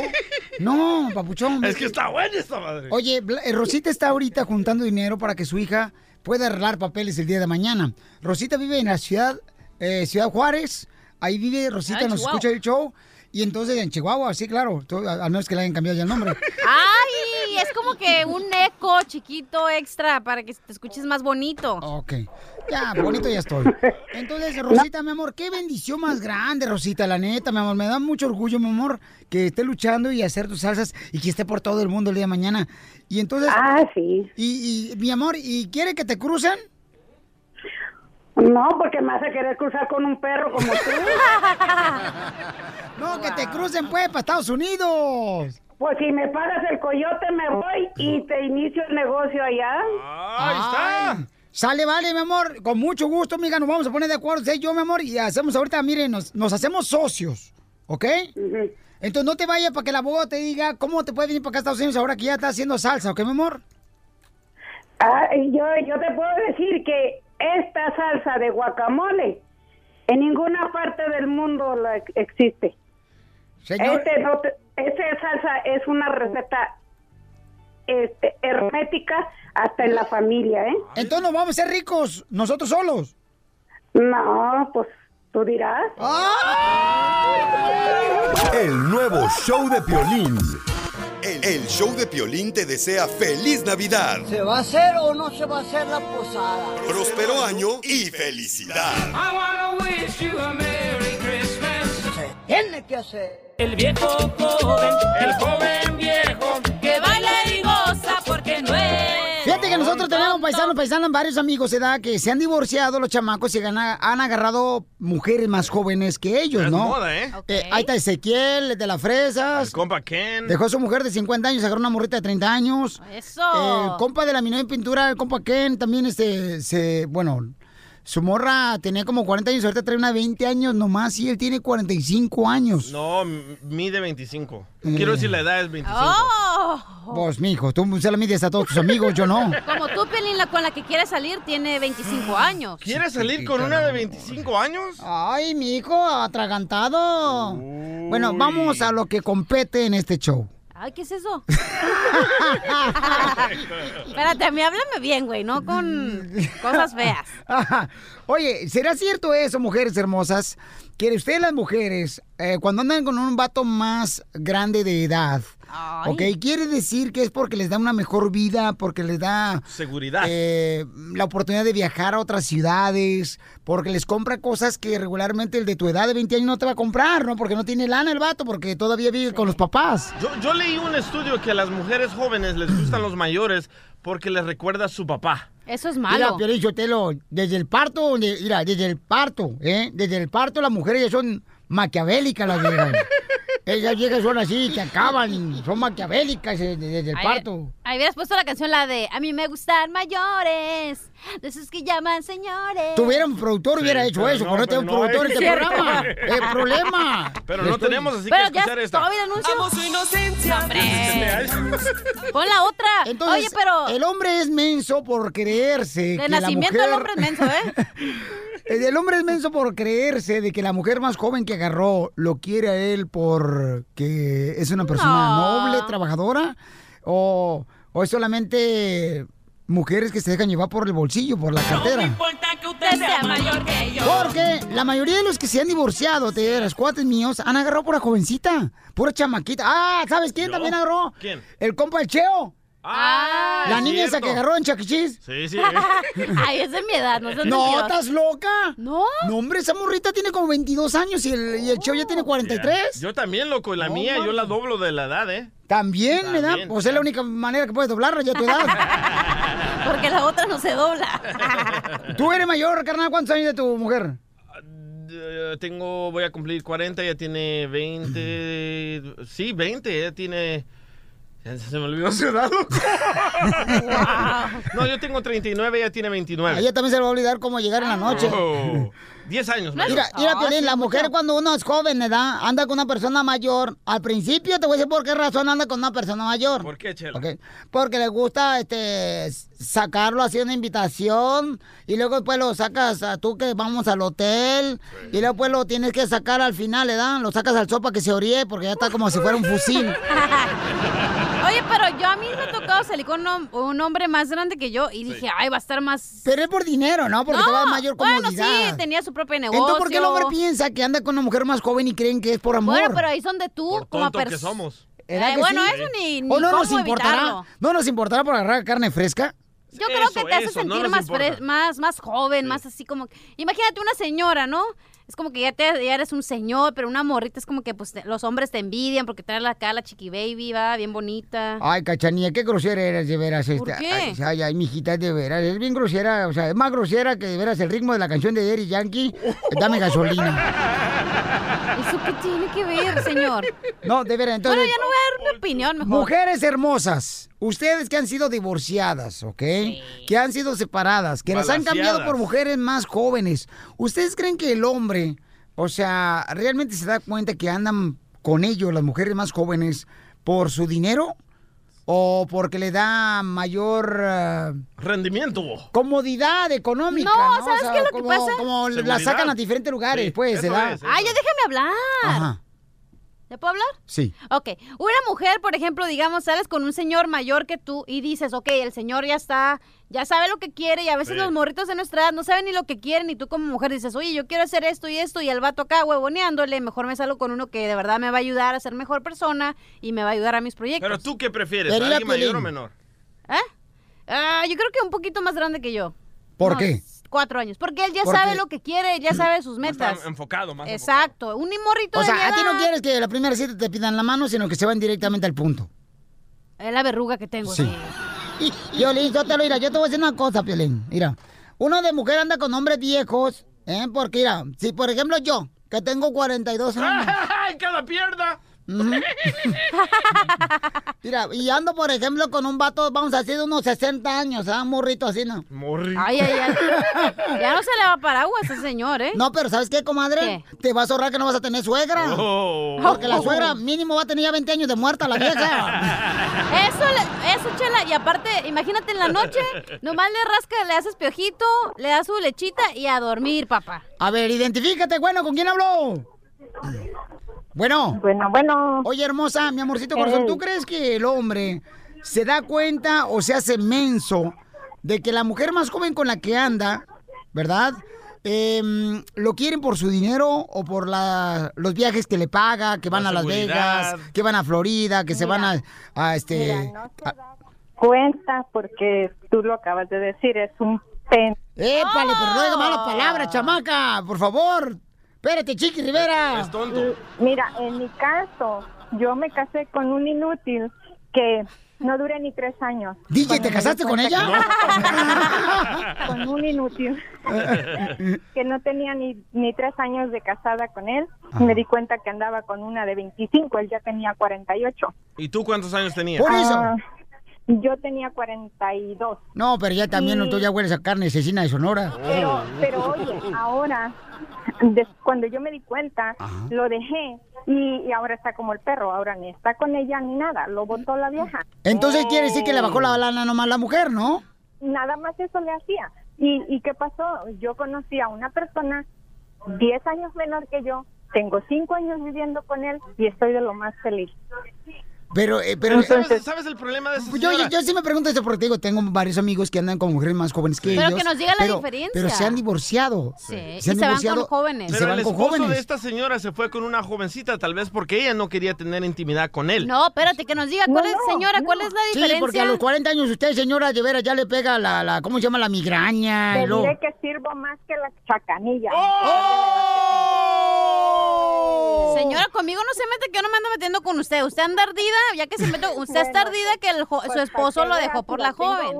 Speaker 5: No, papuchón.
Speaker 6: Es que está buena esta madre.
Speaker 5: Oye, Bla- eh, Rosita está ahorita juntando dinero para que su hija pueda arreglar papeles el día de mañana. Rosita vive en la ciudad, eh, Ciudad Juárez. Ahí vive Rosita,
Speaker 7: Ah,
Speaker 5: nos
Speaker 7: Chihuahua.
Speaker 5: escucha el show. Y entonces en Chihuahua, sí, claro. to- a- Al menos que le hayan cambiado ya el nombre.
Speaker 7: Ay, es como que un eco chiquito extra para que te escuches más bonito.
Speaker 5: Ok. Ya, Ah, bonito ya estoy. Entonces, Rosita, mi amor, qué bendición más grande, Rosita, la neta, mi amor. Me da mucho orgullo, mi amor, que esté luchando y hacer tus salsas y que esté por todo el mundo el día de mañana. Y entonces.
Speaker 17: Ah, sí.
Speaker 5: Y, y, mi amor, ¿y quiere que te crucen?
Speaker 17: No, porque me hace querer cruzar con un perro como tú.
Speaker 5: No, que te crucen pues para Estados Unidos. Oh.
Speaker 17: Pues si me pagas el coyote me voy y te inicio el negocio allá.
Speaker 5: Ay, Ah, Sale, vale, mi amor. Con mucho gusto, mija, nos vamos a poner de acuerdo. Usted y yo, mi amor, y hacemos ahorita, miren, nos, nos hacemos socios, ¿ok? Entonces no te vayas para que la abogado te diga cómo te puede venir para acá a Estados Unidos ahora que ya está haciendo salsa, ¿ok, mi amor?
Speaker 17: Ah, y yo, yo te puedo decir que esta salsa de guacamole en ninguna parte del mundo la ex- existe.
Speaker 5: Señor-
Speaker 17: Este no te- esta salsa es una receta este, hermética hasta en la familia,
Speaker 7: Ah.
Speaker 17: ¿eh?
Speaker 5: Entonces nos vamos a ser ricos, nosotros solos.
Speaker 17: No, pues tú dirás.
Speaker 5: Ah,
Speaker 20: El nuevo show de Piolín.
Speaker 1: El, el show de Piolín te desea feliz Navidad,
Speaker 21: ¿Se va a hacer o no se va a hacer la posada?
Speaker 1: próspero año y felicidad.
Speaker 3: I wanna wish you a Merry Christmas.
Speaker 21: Tiene que hacer.
Speaker 3: El viejo joven, el joven viejo, que baila y goza porque no es.
Speaker 5: Fíjate que nosotros tenemos paisanos, paisanas, varios amigos de edad que se han divorciado los chamacos y han, han agarrado mujeres más jóvenes que ellos,
Speaker 6: Es
Speaker 5: ¿no?
Speaker 6: moda, ¿eh?
Speaker 5: Eh, Ahí está Ezequiel, el de las fresas.
Speaker 6: Compa Ken.
Speaker 5: Dejó a su mujer de 50 años, agarró una morrita de 30 años.
Speaker 7: Eso.
Speaker 5: El compa de la mina de pintura, el compa Ken, también este, se, bueno, Su morra tenía como 40 años, ahorita trae una 20 años nomás y él tiene 45 años.
Speaker 6: No, m- mide 25.
Speaker 5: Eh.
Speaker 6: Quiero decir, la edad es 25.
Speaker 7: Oh.
Speaker 5: Vos, Pues, mijo, tú se la mides a todos tus amigos, yo no.
Speaker 7: Como tú, Pelín, la con la que quieres salir tiene 25 años.
Speaker 6: ¿Quieres salir con una de 25 años?
Speaker 5: Ay, mijo, atragantado. Bueno, vamos a lo que compete en este show.
Speaker 7: Ay, ¿qué es eso? Espérate, a mí háblame bien, güey, no con cosas feas.
Speaker 5: Ajá. Oye, ¿será cierto eso, mujeres hermosas? Que ustedes las mujeres, eh, cuando andan con un vato más grande de edad,
Speaker 7: Ay.
Speaker 5: ¿ok? Quiere decir que es porque les da una mejor vida, porque les da...
Speaker 6: Seguridad.
Speaker 5: eh, la oportunidad de viajar a otras ciudades, porque les compra cosas que regularmente el de tu edad de 20 años no te va a comprar, ¿no? Porque no tiene lana el vato, porque todavía vive con los papás.
Speaker 6: Yo, yo leí un estudio que a las mujeres jóvenes les gustan los mayores porque les recuerda a su papá.
Speaker 7: Eso es
Speaker 5: Mira,
Speaker 7: malo.
Speaker 5: Piolín Sotelo, desde el parto, de- mira, desde el parto, ¿eh? Desde el parto las mujeres ya son maquiavélicas las viejas. Ellas viejas son así, te acaban, y son maquiavélicas eh, desde, el
Speaker 7: Ahí-
Speaker 5: parto.
Speaker 7: Ahí hubieras puesto la canción, la de A mí me gustan mayores, de esos que llaman señores.
Speaker 5: Tuviera un productor, hubiera hecho
Speaker 6: pero
Speaker 5: eso,
Speaker 6: no,
Speaker 5: pero no
Speaker 6: pero
Speaker 5: tengo un
Speaker 6: no hay.
Speaker 5: productor en este
Speaker 6: Cierto.
Speaker 5: programa. ¡El problema!
Speaker 6: Pero
Speaker 5: Le
Speaker 6: no
Speaker 5: estoy-
Speaker 6: tenemos, así
Speaker 7: Pero
Speaker 6: que escuchar
Speaker 7: ya
Speaker 6: esta.
Speaker 7: todavía anuncio.
Speaker 3: Amo su inocencia.
Speaker 7: Pon la otra.
Speaker 5: Entonces,
Speaker 7: Oye, pero.
Speaker 5: El hombre es menso por creerse.
Speaker 7: De
Speaker 5: que
Speaker 7: nacimiento
Speaker 5: la mujer...
Speaker 7: el hombre es menso, ¿eh?
Speaker 5: El el hombre es menso por creerse de que la mujer más joven que agarró lo quiere a él porque es una persona
Speaker 7: No.
Speaker 5: noble, trabajadora, o, o es solamente mujeres que se dejan llevar por el bolsillo, por la cartera.
Speaker 3: importa que usted sea mayor que yo.
Speaker 5: Porque la mayoría de los que se han divorciado, te verás, cuates míos, han agarrado por la jovencita, pura chamaquita. Ah, ¿sabes quién también agarró?
Speaker 3: ¿Quién?
Speaker 5: El compa el Cheo.
Speaker 6: Ah,
Speaker 5: la
Speaker 6: es
Speaker 5: niña esa
Speaker 6: cierto.
Speaker 5: que agarró en Chaquichis.
Speaker 6: Sí, sí.
Speaker 7: Ay, es de mi edad, no seas
Speaker 5: No,
Speaker 7: mentiroso.
Speaker 5: estás loca.
Speaker 7: No.
Speaker 5: No, hombre, esa morrita tiene como 22 años y el, y el Cheo ya
Speaker 7: Oh.
Speaker 5: tiene 43.
Speaker 6: Yo también, loco. Y la mía, yo la doblo de la edad, ¿eh?
Speaker 5: También, ¿verdad? Pues es la única manera que puedes doblarla ya a tu edad.
Speaker 7: Porque la otra no se dobla.
Speaker 5: Tú eres mayor, carnal. ¿Cuántos años de tu mujer?
Speaker 6: Eh, tengo, voy a cumplir 40, ella tiene 20. Sí, 20, ella tiene. ya Se me olvidó su edad, loco. No, yo tengo 39, ella tiene 29.
Speaker 5: A ella Ah, también se le va a olvidar cómo llegar en la noche.
Speaker 6: Oh, 10 años, mayor.
Speaker 5: Mira, mira,
Speaker 7: Ah,
Speaker 5: Piolín, la mujer cuando uno es joven, ¿verdad? Anda con una persona mayor. Al principio te voy a decir por qué razón anda con una persona mayor.
Speaker 6: ¿Por qué, Chela?
Speaker 5: Ok. Porque le gusta este s- sacarlo así una invitación y luego después lo sacas a tú que vamos al hotel y luego pues lo tienes que sacar al final, ¿verdad? Lo sacas al sopa que se oríe porque ya está como si fuera un fusil.
Speaker 7: Oye, pero yo a mí me ha tocado salir con un, hom- un hombre más grande que yo y dije, ay, va a estar más.
Speaker 5: Pero es por dinero, ¿no? Porque te va a dar mayor
Speaker 7: Bueno,
Speaker 5: comodidad.
Speaker 7: sí, tenía su propio negocio.
Speaker 5: Entonces, ¿por qué el hombre piensa que anda con una mujer más joven y creen que es por amor?
Speaker 7: Bueno, pero ahí son de tú, como
Speaker 6: Tontos que
Speaker 7: persona.
Speaker 6: somos.
Speaker 5: ¿Verdad
Speaker 7: Eh,
Speaker 5: que
Speaker 7: bueno,
Speaker 5: sí?
Speaker 7: eso ni, ni
Speaker 5: ¿O no
Speaker 7: cómo
Speaker 5: nos importará?
Speaker 7: evitarlo.
Speaker 5: ¿No nos importará por agarrar carne fresca?
Speaker 7: Yo creo
Speaker 6: Eso,
Speaker 7: que te hace
Speaker 6: eso, no
Speaker 7: sentir
Speaker 6: nos
Speaker 7: más,
Speaker 6: importa.
Speaker 7: fres- más, más joven, más así como... Imagínate una señora, ¿no? Es como que ya, te, ya eres un señor, pero una morrita es como que pues, te- los hombres te envidian porque trae la cara, la chiqui baby, va, bien bonita.
Speaker 5: Ay, cachanilla, qué grosera eres de veras.
Speaker 7: ¿Por
Speaker 5: esta-
Speaker 7: qué?
Speaker 5: Ay, ay, ay, mijita, de veras. Es bien grosera, o sea, es más grosera que de veras el ritmo de la canción de Derry Yankee. Dame gasolina.
Speaker 7: ¿Eso qué tiene que ver, señor?
Speaker 5: No, de veras, entonces.
Speaker 7: bueno, yo no voy a dar mi opinión mejor.
Speaker 5: Mujeres hermosas, ustedes que han sido divorciadas, ¿ok? Que han sido separadas, que las han
Speaker 3: Balaseadas.
Speaker 5: cambiado por mujeres más jóvenes. ¿Ustedes creen que el hombre, o sea, realmente se da cuenta que andan con ellos las mujeres más jóvenes por su dinero? ¿O porque le da mayor eh,
Speaker 6: Rendimiento.
Speaker 5: comodidad económica?
Speaker 7: No, ¿sabes qué es lo que
Speaker 5: como,
Speaker 7: pasa?
Speaker 5: Como la
Speaker 6: Seguridad.
Speaker 5: sacan a diferentes lugares,
Speaker 6: Sí,
Speaker 5: pues,
Speaker 6: eso
Speaker 5: ¿verdad?
Speaker 6: es,
Speaker 7: Ay, ya déjame hablar.
Speaker 5: Ajá,
Speaker 7: ¿Ya puedo hablar?
Speaker 5: sí.
Speaker 7: Ok, una mujer, por ejemplo, digamos, sales con un señor mayor que tú y dices, ok, el señor ya está, ya sabe lo que quiere y a veces
Speaker 3: Sí.
Speaker 7: los morritos de nuestra edad no saben ni lo que quieren y tú como mujer dices, oye, yo quiero hacer esto y esto y el vato acá huevoneándole, mejor me salgo con uno que de verdad me va a ayudar a ser mejor persona y me va a ayudar a mis proyectos.
Speaker 6: Pero tú qué prefieres,
Speaker 7: Querida
Speaker 6: alguien mayor o
Speaker 7: Piolín.
Speaker 6: menor?
Speaker 7: ¿Eh? Ah, yo creo que un poquito más grande que yo,
Speaker 5: ¿Por
Speaker 7: No,
Speaker 5: qué?
Speaker 7: cuatro años, porque él ya
Speaker 5: Porque-
Speaker 7: sabe lo que quiere, él ya sabe sus metas.
Speaker 6: Está enfocado más.
Speaker 7: Exacto, un morrito
Speaker 5: O
Speaker 7: de mi
Speaker 5: sea, a ti no
Speaker 7: edad,
Speaker 5: quieres que la primera cita te pidan la mano, sino que se van directamente al punto.
Speaker 7: Es la verruga que tengo.
Speaker 5: Sí. Violín, yo te lo mira, yo te voy a decir una cosa, Violín. Mira, uno de mujer anda con hombres viejos, ¿eh? Porque, mira, si por ejemplo yo, que tengo 42 años,
Speaker 6: ¡Ay, cada pierna!
Speaker 5: Mira, y ando, por ejemplo, con un vato, vamos a decir, de unos 60 años, ¿ah? Un morrito así, ¿no?
Speaker 6: Morrito.
Speaker 7: Ay, ay, ay. Ya no se le va paraguas a ese señor, ¿eh?
Speaker 5: No, pero ¿sabes qué, comadre? Te vas a ahorrar que no vas a tener suegra. Porque
Speaker 7: Oh.
Speaker 5: la suegra mínimo va a tener ya 20 años de muerta la vieja.
Speaker 7: Eso, le- eso, chela. Y aparte, imagínate en la noche, nomás le rasca, le haces piojito, le das su lechita y a dormir, papá.
Speaker 5: A ver, identifícate, bueno, ¿con quién habló? Bueno. Bueno, bueno. Oye, hermosa, mi amorcito corazón, ¿tú crees que el hombre se da cuenta o se hace menso de que la mujer más joven con la que anda, ¿verdad? Em, lo quieren por su dinero o por la- los viajes que le paga, que van
Speaker 11: La
Speaker 5: a Las
Speaker 11: seguridad.
Speaker 5: Vegas, que van a Florida, que se van a, a este... a-
Speaker 11: Cuenta, porque tú lo acabas de decir, es un pen.
Speaker 5: ¡Épale, pero no diga
Speaker 11: Oh.
Speaker 5: malas palabras, chamaca! ¡Por favor! ¡Espérate, Chiqui Rivera!
Speaker 11: Es tonto. Mira, en mi caso, yo me casé con un inútil que no duré ni tres años.
Speaker 5: DJ, ¿te
Speaker 11: Cuando me di
Speaker 5: casaste con
Speaker 11: cuenta
Speaker 5: ella?
Speaker 11: que- Con un inútil que no tenía ni, ni tres años de casada con él. Me di cuenta que andaba con una de 25, él ya tenía 48.
Speaker 6: ¿Y tú cuántos años tenías?
Speaker 11: Ah, yo tenía 42.
Speaker 5: No, pero ya también
Speaker 11: Y-
Speaker 5: tú ya hueles a carne asesina de Sonora.
Speaker 11: Pero, pero oye, ahora, des- cuando yo me di cuenta, lo dejé y, y ahora está como el perro, ahora ni está con ella ni nada, lo botó la vieja. Eh.
Speaker 5: Entonces quiere decir que le bajó la lana nomás la mujer, ¿no?
Speaker 11: Nada más eso le hacía. ¿Y, ¿Y qué pasó? Yo conocí a una persona 10 años menor que yo, tengo 5 años viviendo con él y estoy de lo más feliz.
Speaker 5: Pero, eh, pero...
Speaker 6: ¿Sabes, sabes el problema de esa
Speaker 5: Pues Yo,
Speaker 6: señora?
Speaker 5: yo, yo sí me pregunto esto porque te digo, tengo varios amigos que andan con mujeres más jóvenes que
Speaker 7: Pero
Speaker 5: ellos.
Speaker 7: que nos diga la
Speaker 5: pero-
Speaker 7: diferencia.
Speaker 5: Pero se han divorciado.
Speaker 7: Sí,
Speaker 5: han
Speaker 7: y se van
Speaker 5: divorciado
Speaker 7: con jóvenes.
Speaker 5: Y
Speaker 6: Pero
Speaker 5: se
Speaker 6: el
Speaker 5: van con
Speaker 6: esposo de
Speaker 5: jóvenes.
Speaker 6: esta señora se fue con una jovencita, tal vez porque ella no quería tener intimidad con él.
Speaker 7: No, espérate, que nos diga cuál es, señora, cuál es la diferencia.
Speaker 5: Sí, porque a los 40 años usted, señora, de veras ya le pega la, la ¿cómo se llama? La migraña.
Speaker 11: Te
Speaker 5: y luego-
Speaker 11: diré que sirvo más que la chacanilla.
Speaker 5: ¡Oh!
Speaker 7: Señora, conmigo no se mete, que yo no me ando metiendo con usted. Usted anda ardida, ya que se mete, usted está
Speaker 11: pues,
Speaker 7: ardida que el jo- su esposo lo dejó por la joven.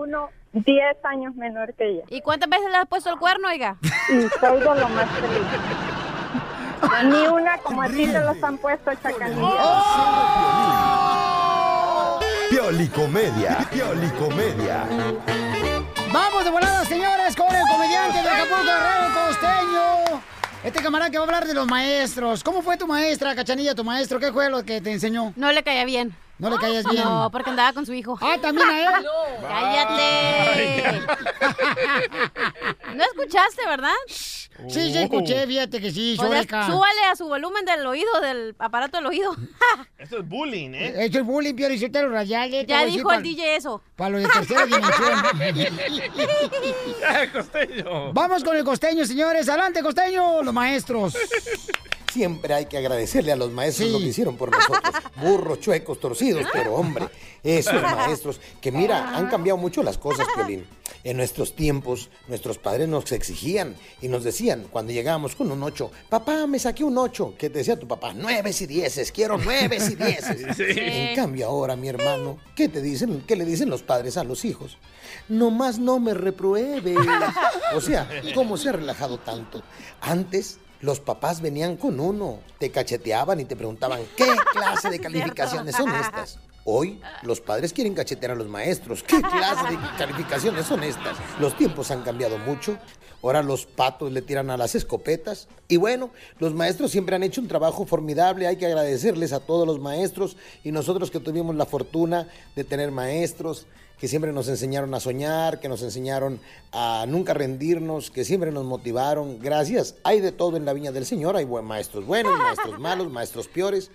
Speaker 11: 10 años menor que ella.
Speaker 7: ¿Y cuántas veces le has puesto el cuerno, oiga?
Speaker 11: Y soy de lo más feliz. Ni una como a ti te los han puesto,
Speaker 5: ¡Oh!
Speaker 11: chacanilla.
Speaker 1: Piolicomedia. Piolicomedia.
Speaker 5: Vamos de volada, señores, con el comediante de Acapulco Guerrero Costeño. Este camarada que va a hablar de los maestros. ¿Cómo fue tu maestra, Cachanilla, tu maestro? ¿Qué fue lo que te enseñó?
Speaker 7: No le caía bien.
Speaker 5: No le caías bien.
Speaker 7: No, porque andaba con su hijo.
Speaker 5: Ah, también a él.
Speaker 7: Cállate. no escuchaste, ¿verdad?
Speaker 5: Sí,
Speaker 6: Oh.
Speaker 5: sí, escuché, fíjate que sí,
Speaker 7: Podrías-
Speaker 5: sobreca.
Speaker 7: súbale a su volumen del oído, del aparato del oído.
Speaker 6: Esto es bullying, ¿eh?
Speaker 5: Hecho el bullying, Pio Lizotero, rayale.
Speaker 7: ya dijo el DJ eso.
Speaker 5: Para los de tercera dimensión.
Speaker 6: costeño.
Speaker 5: Vamos con el costeño, señores. Adelante, costeño, los maestros.
Speaker 22: Siempre hay que agradecerle a los maestros lo que hicieron por nosotros. Burros, chuecos, torcidos, pero hombre, esos maestros que mira, han cambiado mucho las cosas, Piolín. En nuestros tiempos, nuestros padres nos exigían y nos decían cuando llegábamos con un 8, papá, me saqué un 8. ¿Qué te decía tu papá? Nueves y dieces, quiero nueves y dieces.
Speaker 10: Sí.
Speaker 22: En cambio ahora, mi hermano, ¿qué te dicen? ¿Qué le dicen los padres a los hijos? Nomás no me repruebes. O sea, ¿cómo se ha relajado tanto? Antes los papás venían con uno, te cacheteaban y te preguntaban, ¿qué clase de calificaciones son estas? Hoy los padres quieren cachetear a los maestros. ¿Qué clase de calificaciones son estas? Los tiempos han cambiado mucho. Ahora los patos le tiran a las escopetas. Y bueno, los maestros siempre han hecho un trabajo formidable. Hay que agradecerles a todos los maestros y nosotros que tuvimos la fortuna de tener maestros que siempre nos enseñaron a soñar, que nos enseñaron a nunca rendirnos, que siempre nos motivaron. Gracias. Hay de todo en la viña del Señor. Hay buen- maestros buenos, maestros malos, maestros peores.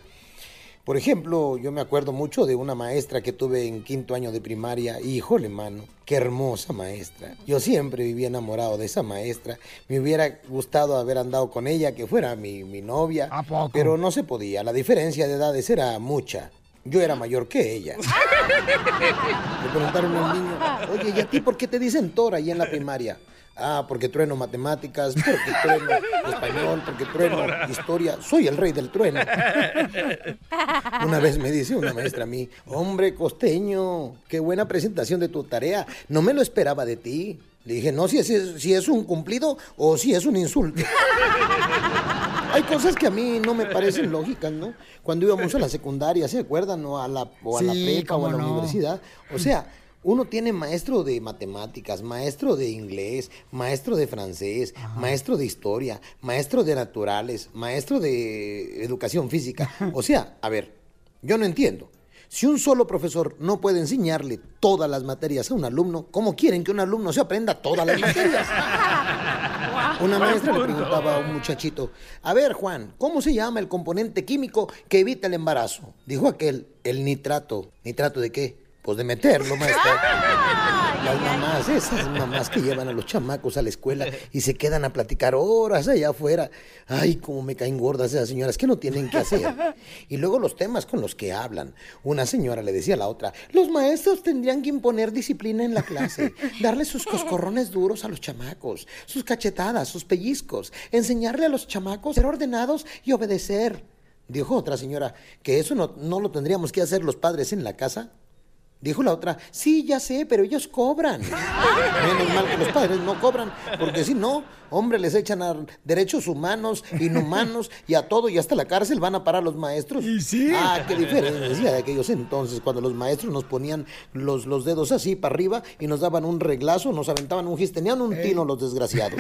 Speaker 22: Por ejemplo, yo me acuerdo mucho de una maestra que tuve en quinto año de primaria. Híjole, mano, qué hermosa maestra. Yo siempre viví enamorado de esa maestra. Me hubiera gustado haber andado con ella, que fuera mi, mi novia. Pero no se podía. La diferencia de edades era mucha. Yo era mayor que ella. Le preguntaron a un niño, oye, ¿y a ti por qué te dicen Tora ahí en la primaria? Ah, porque trueno matemáticas, porque trueno español, porque trueno historia. Soy el rey del trueno. Una vez me dice una maestra a mí, hombre costeño, qué buena presentación de tu tarea. No me lo esperaba de ti. Le dije, no, si es, si es un cumplido o si es un insulto. Hay cosas que a mí no me parecen lógicas, ¿no? Cuando íbamos a la secundaria, ¿se acuerdan? O a la, o a la
Speaker 5: Sí,
Speaker 22: prepa o a la
Speaker 5: cómo no.
Speaker 22: universidad. O sea, uno tiene maestro de matemáticas, maestro de inglés, maestro de francés, maestro de historia, maestro de naturales, maestro de educación física. O sea, a ver, yo no entiendo. Si un solo profesor no puede enseñarle todas las materias a un alumno, ¿cómo quieren que un alumno se aprenda todas las materias? Una maestra le preguntaba a un muchachito, a ver Juan, ¿cómo se llama el componente químico que evita el embarazo? Dijo aquel, el nitrato. ¿Nitrato de qué? Pues de meterlo, maestra. Las mamás, esas mamás que llevan a los chamacos a la escuela y se quedan a platicar horas allá afuera. Ay, cómo me caen gordas esas señoras que no tienen que hacer. Y luego los temas con los que hablan. Una señora le decía a la otra, los maestros tendrían que imponer disciplina en la clase, darle sus coscorrones duros a los chamacos, sus cachetadas, sus pellizcos, enseñarle a los chamacos a ser ordenados y obedecer. Dijo otra señora, que eso no, no lo tendríamos que hacer los padres en la casa. Dijo la otra, sí, ya sé, pero ellos cobran. Menos mal que los padres no cobran, porque si no, hombre, les echan a derechos humanos, inhumanos y a todo, y hasta la cárcel van a parar los maestros. ¿Y sí? Ah, qué diferencia de aquellos entonces, cuando los maestros nos ponían los, los dedos así para arriba y nos daban un reglazo, nos aventaban un gis, tenían un tino los desgraciados.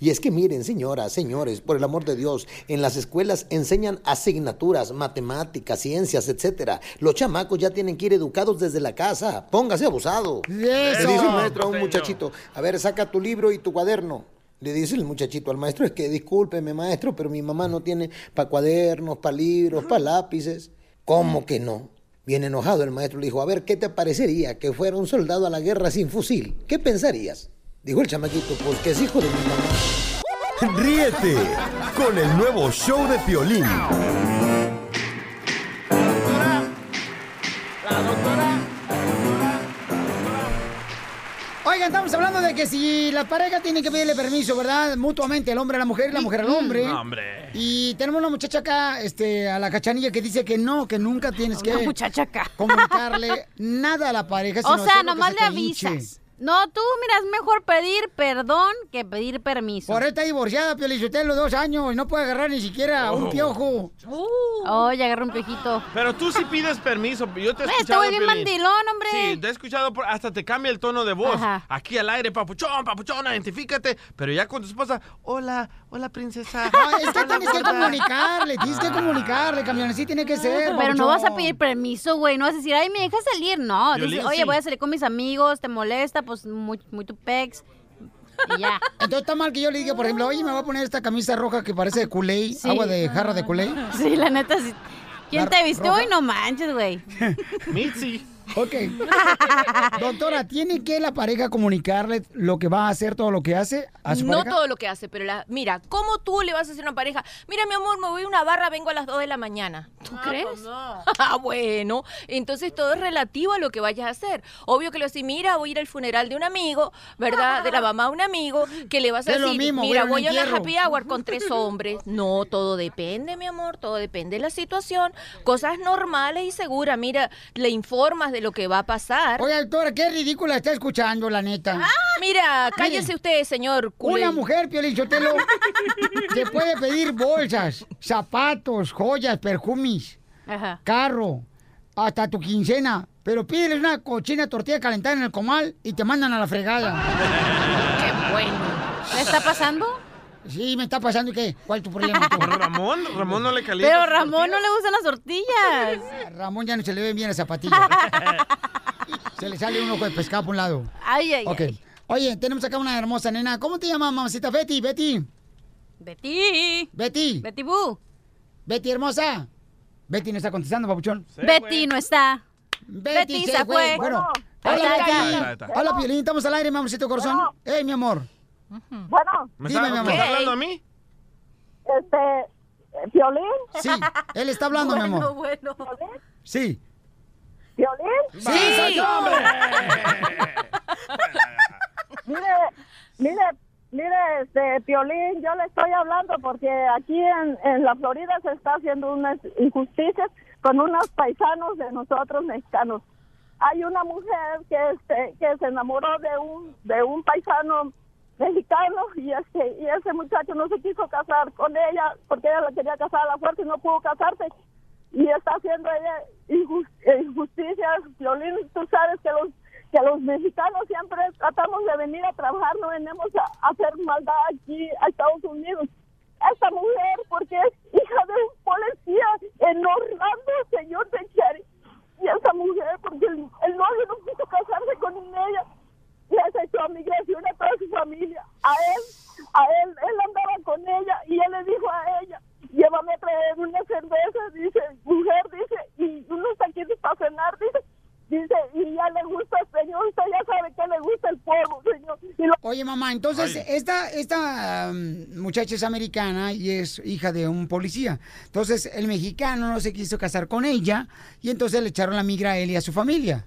Speaker 22: Y es que miren, señoras, señores, por el amor de Dios, en las escuelas enseñan asignaturas, matemáticas, ciencias, etcétera. Los chamacos ya tienen que ir educados desde la casa. Póngase abusado. Le dice el maestro a un muchachito, a ver, saca tu libro y tu cuaderno. Le dice el muchachito al maestro, es que discúlpeme maestro, pero mi mamá no tiene para cuadernos, para libros, para lápices. ¿Cómo que no? Bien enojado el maestro le dijo, a ver, ¿qué te parecería que fuera un soldado a la guerra sin fusil? ¿Qué pensarías? Dijo el chamaquito, pues que es hijo de mi mamá.
Speaker 1: Ríete con el nuevo show de Piolín.
Speaker 5: Oigan, estamos hablando de que si la pareja tiene que pedirle permiso, ¿verdad? Mutuamente, el hombre a la mujer y la
Speaker 7: Mm,
Speaker 5: mujer al hombre.
Speaker 6: No, hombre.
Speaker 5: Y tenemos una muchacha acá, este, a la cachanilla, que dice que no, que nunca tienes que
Speaker 7: muchacha acá.
Speaker 5: comunicarle nada a la pareja.
Speaker 7: O
Speaker 5: sino
Speaker 7: sea,
Speaker 5: hacer lo que
Speaker 7: nomás
Speaker 5: se
Speaker 7: le
Speaker 5: te
Speaker 7: avisas.
Speaker 5: hinche.
Speaker 7: No, tú, mira, es mejor pedir perdón que pedir permiso.
Speaker 5: Por él está divorciada, Piolichotel, los dos años, y no puede agarrar ni siquiera un
Speaker 6: Oh.
Speaker 5: piojo.
Speaker 10: Uh.
Speaker 7: Oh, ya agarró un piojito.
Speaker 6: Pero tú sí pides permiso. Yo te he
Speaker 7: Este
Speaker 6: escuchado.
Speaker 7: güey bien
Speaker 6: Piolín.
Speaker 7: mandilón, hombre.
Speaker 6: Sí, te he escuchado. por- hasta te cambia el tono de voz.
Speaker 7: Ajá.
Speaker 6: Aquí al aire, papuchón, papuchona, identifícate. Pero ya con tu esposa. Hola, hola, princesa.
Speaker 5: No, es que
Speaker 6: Hola,
Speaker 5: tienes que
Speaker 6: gorda.
Speaker 5: comunicarle, tienes que comunicarle, campeón, así tiene que ser.
Speaker 7: Pero no vas a
Speaker 5: babuchón.
Speaker 7: pedir permiso, güey. No vas a decir, ay, me deja salir. No, dices,
Speaker 5: Violín,
Speaker 7: oye,
Speaker 5: sí.
Speaker 7: voy a salir con mis amigos, te molesta, pues muy, muy tu pex. Y ya.
Speaker 5: Entonces está mal que yo le diga, por ejemplo, oye, me voy a poner esta camisa roja que parece de culé,
Speaker 7: Sí.
Speaker 5: agua de jarra de culé.
Speaker 7: Sí, la neta, sí. ¿Quién
Speaker 5: La
Speaker 7: te vistió?
Speaker 5: roja.
Speaker 7: Y no manches, güey.
Speaker 6: Mitzi.
Speaker 5: Ok. Doctora, ¿tiene que la pareja comunicarle lo que va a hacer, todo lo que hace a su
Speaker 10: No
Speaker 5: pareja?
Speaker 10: todo lo que hace, pero la, mira, ¿cómo tú le vas a decir a una pareja? Mira, mi amor, me voy a una barra, vengo a las 2 de la mañana. ¿Tú crees? Ah, bueno, entonces todo es relativo a lo que vayas a hacer. Obvio que le vas a decir, mira, voy a ir al funeral de un amigo, ¿verdad? De la mamá de un amigo, que le vas a
Speaker 7: Es lo
Speaker 10: decir,
Speaker 7: mismo, voy
Speaker 10: mira,
Speaker 7: a un
Speaker 10: voy a una
Speaker 7: entierro".
Speaker 10: happy hour con tres hombres. No, todo depende, mi amor, todo depende de la situación. Cosas normales y seguras. Mira, le informas de lo que va a pasar. Ah,
Speaker 5: Oye, doctora, qué ridícula está escuchando, la neta.
Speaker 10: Mira, cállese usted, señor. culé.
Speaker 5: Una mujer, Piolín Sotelo, que puede pedir bolsas, zapatos, joyas, perfumes,
Speaker 7: Ajá.
Speaker 5: carro, hasta tu quincena. Pero pídeles una cochina tortilla calentada en el comal y te mandan a la fregada.
Speaker 7: Qué bueno. ¿Le está pasando?
Speaker 5: Sí, me está pasando. ¿Y qué? ¿Cuál es tu problema? tú?
Speaker 6: Ramón, Ramón no le calienta.
Speaker 7: Pero a Ramón no le gustan las tortillas.
Speaker 5: A Ramón ya no se le ven bien las zapatillas. se le sale un ojo de pescado por un lado.
Speaker 7: Ay, ay,
Speaker 5: Ok.
Speaker 7: ay.
Speaker 5: Oye, tenemos acá una hermosa nena. ¿Cómo te llamas, mamacita? Betty, Betty.
Speaker 7: Betty.
Speaker 5: Betty.
Speaker 7: Betty Boo.
Speaker 5: Betty, hermosa. Betty no está contestando, papuchón.
Speaker 7: Betty no está. Betty se fue.
Speaker 5: Bueno.
Speaker 7: Ahí
Speaker 5: Hola,
Speaker 7: está,
Speaker 5: Betty.
Speaker 7: ahí está, ahí está.
Speaker 5: Hola, Piolín. Estamos al aire, mamacito corazón. Ey, mi amor.
Speaker 23: Bueno.
Speaker 6: ¿Me está- me está hablando a mí?
Speaker 23: Este, ¿Violín?
Speaker 5: Sí, él está hablando, mi amor.
Speaker 7: Bueno,
Speaker 5: Sí.
Speaker 23: ¿Violín?
Speaker 5: Sí, Sí. soy yo, hombre.
Speaker 23: mire, mire, mire, este, Piolín, yo le estoy hablando porque aquí en, en la Florida se está haciendo unas injusticias con unos paisanos de nosotros mexicanos. hay una mujer que este, que se enamoró de un de un paisano mexicano y este y ese muchacho no se quiso casar con ella porque ella la quería casar a la fuerza y no pudo casarse y está haciendo ella injus- eh, injusticias violín tú sabes que los que los mexicanos siempre tratamos de venir a trabajar no venimos a, a hacer maldad aquí a Estados Unidos esta mujer porque es hija de un policía en Orlando señor de Cherry y esa mujer, porque el, el novio no quiso casarse con ella, y se echó a Miguel y una toda su familia. A él, a él, él andaba con ella y él le dijo a ella, llévame a traer una cerveza, dice, mujer, dice, y unos taquitos para cenar, dice, dice, y ya le gusta, señor, usted ya sabe que le gusta el fuego, señor. Y lo-
Speaker 5: Oye, mamá, entonces
Speaker 23: Ay.
Speaker 5: esta, esta mm, muchacha es americana y es hija de un policía. Entonces el mexicano no se quiso casar con ella y entonces le echaron la migra a él y a su familia.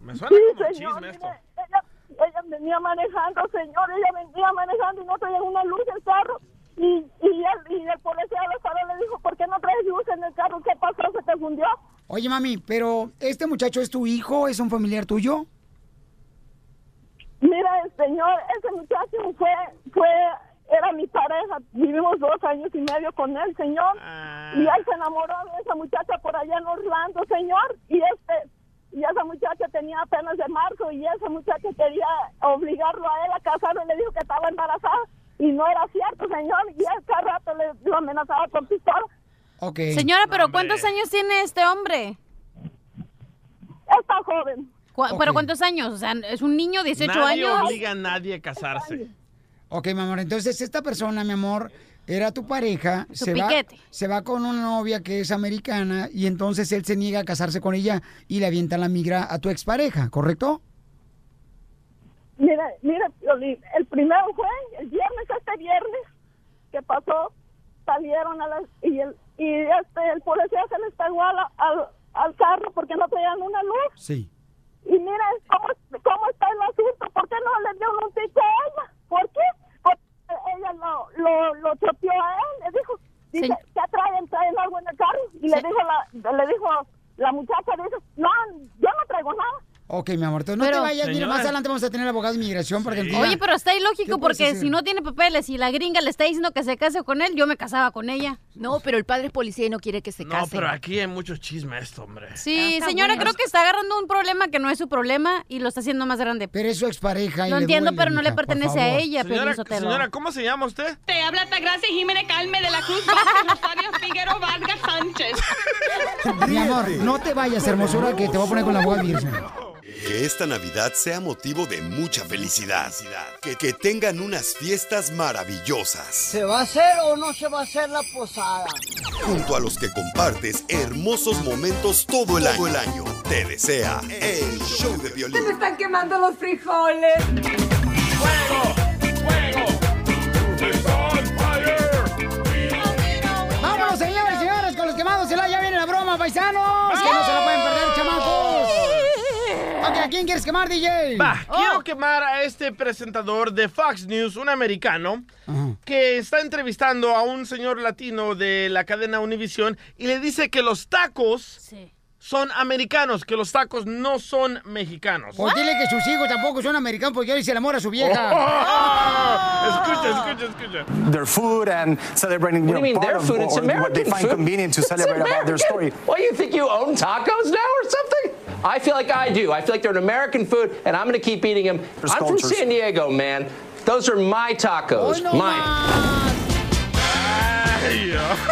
Speaker 6: Me suena como
Speaker 23: Sí, señor,
Speaker 6: chisme esto.
Speaker 23: ella, ella venía manejando, señor, ella venía manejando y no traía una luz el carro. Y, y, el, y el policía de Faro le dijo, ¿por qué no traes luz en el carro? ¿Qué pasó? ¿Se te fundió?
Speaker 5: Oye, mami, pero ¿este muchacho es tu hijo? ¿Es un familiar tuyo?
Speaker 23: Mira, este, el señor, ese muchacho fue, fue, era mi pareja, vivimos dos años y medio con él, señor, y él se enamoró de esa muchacha por allá en Orlando, señor, y este, y esa muchacha tenía apenas de marzo, y esa muchacha quería obligarlo a él a casarlo, y le dijo que estaba embarazada, y no era cierto, señor, y él cada rato le, lo amenazaba con pistola.
Speaker 5: Ok.
Speaker 7: Señora, pero ¿cuántos años tiene este hombre?
Speaker 23: Está joven.
Speaker 7: ¿Pero cuántos años? O sea, ¿es un niño, 18
Speaker 6: nadie
Speaker 7: años?
Speaker 6: obliga a nadie a casarse.
Speaker 5: Ok, mi amor, entonces esta persona, mi amor, era tu pareja.
Speaker 6: Su
Speaker 5: se, va,
Speaker 6: piquete.
Speaker 5: se va con una novia que es americana y entonces él se niega a casarse con ella y le avienta la migra a tu expareja, ¿correcto?
Speaker 23: Mira, mira, Piolín, el primero fue el viernes, este viernes que pasó, salieron a las, y el, y este, el policía se les pegó a la- al, al carro porque no traían una luz.
Speaker 5: Sí.
Speaker 23: Y mira cómo, cómo está el asunto, ¿por qué no le dio un ticket a ella? ¿Por qué? Porque ella lo, lo, lo chopeó a él, le dijo, dice,
Speaker 7: Señor-
Speaker 23: ya traen, traen algo en el carro, y le
Speaker 7: Se-
Speaker 23: dijo la, le dijo la muchacha, dice, no, yo no traigo nada.
Speaker 5: Ok, mi amor, entonces no te
Speaker 7: Pero-
Speaker 5: vayas, mira,
Speaker 7: Señora.
Speaker 5: más adelante vamos a tener abogado de inmigración porque
Speaker 7: Oye, pero está
Speaker 5: ¿Qué
Speaker 7: ilógico
Speaker 5: puedes
Speaker 7: porque
Speaker 5: hacer?
Speaker 7: si no tiene papeles y la gringa le está diciendo que se case con él, yo me casaba con ella.
Speaker 10: No, pero el padre es policía y no quiere que se
Speaker 6: No,
Speaker 10: case.
Speaker 6: pero aquí hay mucho chisme esto, hombre.
Speaker 5: Ah,
Speaker 7: Sí, señora, creo que está agarrando un problema que no es su problema y lo está haciendo más grande.
Speaker 5: Pero es su expareja.
Speaker 7: Lo entiendo, pero no le pertenece a ella, pues,
Speaker 6: señora,
Speaker 7: Piolín Sotelo.
Speaker 6: señora, ¿cómo se llama usted?
Speaker 9: Te habla Tagracia Jiménez Calme de la Cruz Vázquez Rosario Figueroa Vargas Sánchez.
Speaker 5: Mi amor, no te vayas, hermosura, que te voy a poner con la abogada de inmigración.
Speaker 24: Que esta Navidad sea motivo de mucha felicidad. Que, que tengan unas fiestas maravillosas.
Speaker 3: ¿Se va a hacer o no se va a hacer la posada?
Speaker 24: Junto a los que compartes hermosos momentos todo el año. Todo el año. Te desea el show de violín.
Speaker 18: Me están quemando los frijoles.
Speaker 5: ¡Vámonos, señores y señores, con los quemados! se la- ¡Ya viene la broma, paisanos! ¡Que no se la pueden perder, chamacos! Ok, ¿a quién quieres quemar, Oh. DJ?
Speaker 6: Va, quiero quemar a este presentador de Fox News, un americano, que está entrevistando a un señor latino de la cadena Univision y le dice que los tacos son americanos, que los tacos no son mexicanos.
Speaker 5: Pues dile que sus hijos tampoco son americanos porque hoy se enamora a su vieja.
Speaker 6: Escucha, escucha, escucha.
Speaker 25: their food and celebrating
Speaker 26: What do
Speaker 25: you know,
Speaker 26: you mean
Speaker 25: part
Speaker 26: their
Speaker 25: of
Speaker 26: food? It's
Speaker 25: or what they
Speaker 26: American
Speaker 25: find
Speaker 26: food.
Speaker 25: convenient to
Speaker 26: It's
Speaker 25: celebrate about their story.
Speaker 26: American. What, you think you own tacos now or something? I feel like I do. I feel like they're an American food, and I'm going to keep eating them.
Speaker 25: There's
Speaker 26: I'm
Speaker 25: cultures.
Speaker 26: from San Diego, man. Those are my tacos.
Speaker 5: Hoy no
Speaker 26: Mine.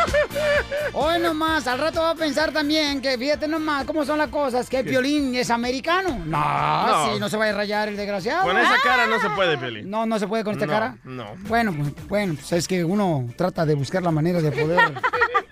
Speaker 5: Hoy nomás, al rato va a pensar también que fíjate nomás cómo son las cosas, que el
Speaker 6: ¿Qué? Ah.
Speaker 5: violín es americano. No,
Speaker 6: No.
Speaker 5: sí, no se va a rayar el desgraciado.
Speaker 6: Con esa cara no se puede, Peli.
Speaker 5: No, no se puede con esta
Speaker 6: No,
Speaker 5: cara.
Speaker 6: no.
Speaker 5: Bueno, pues, bueno, pues es que uno trata de buscar la manera de poder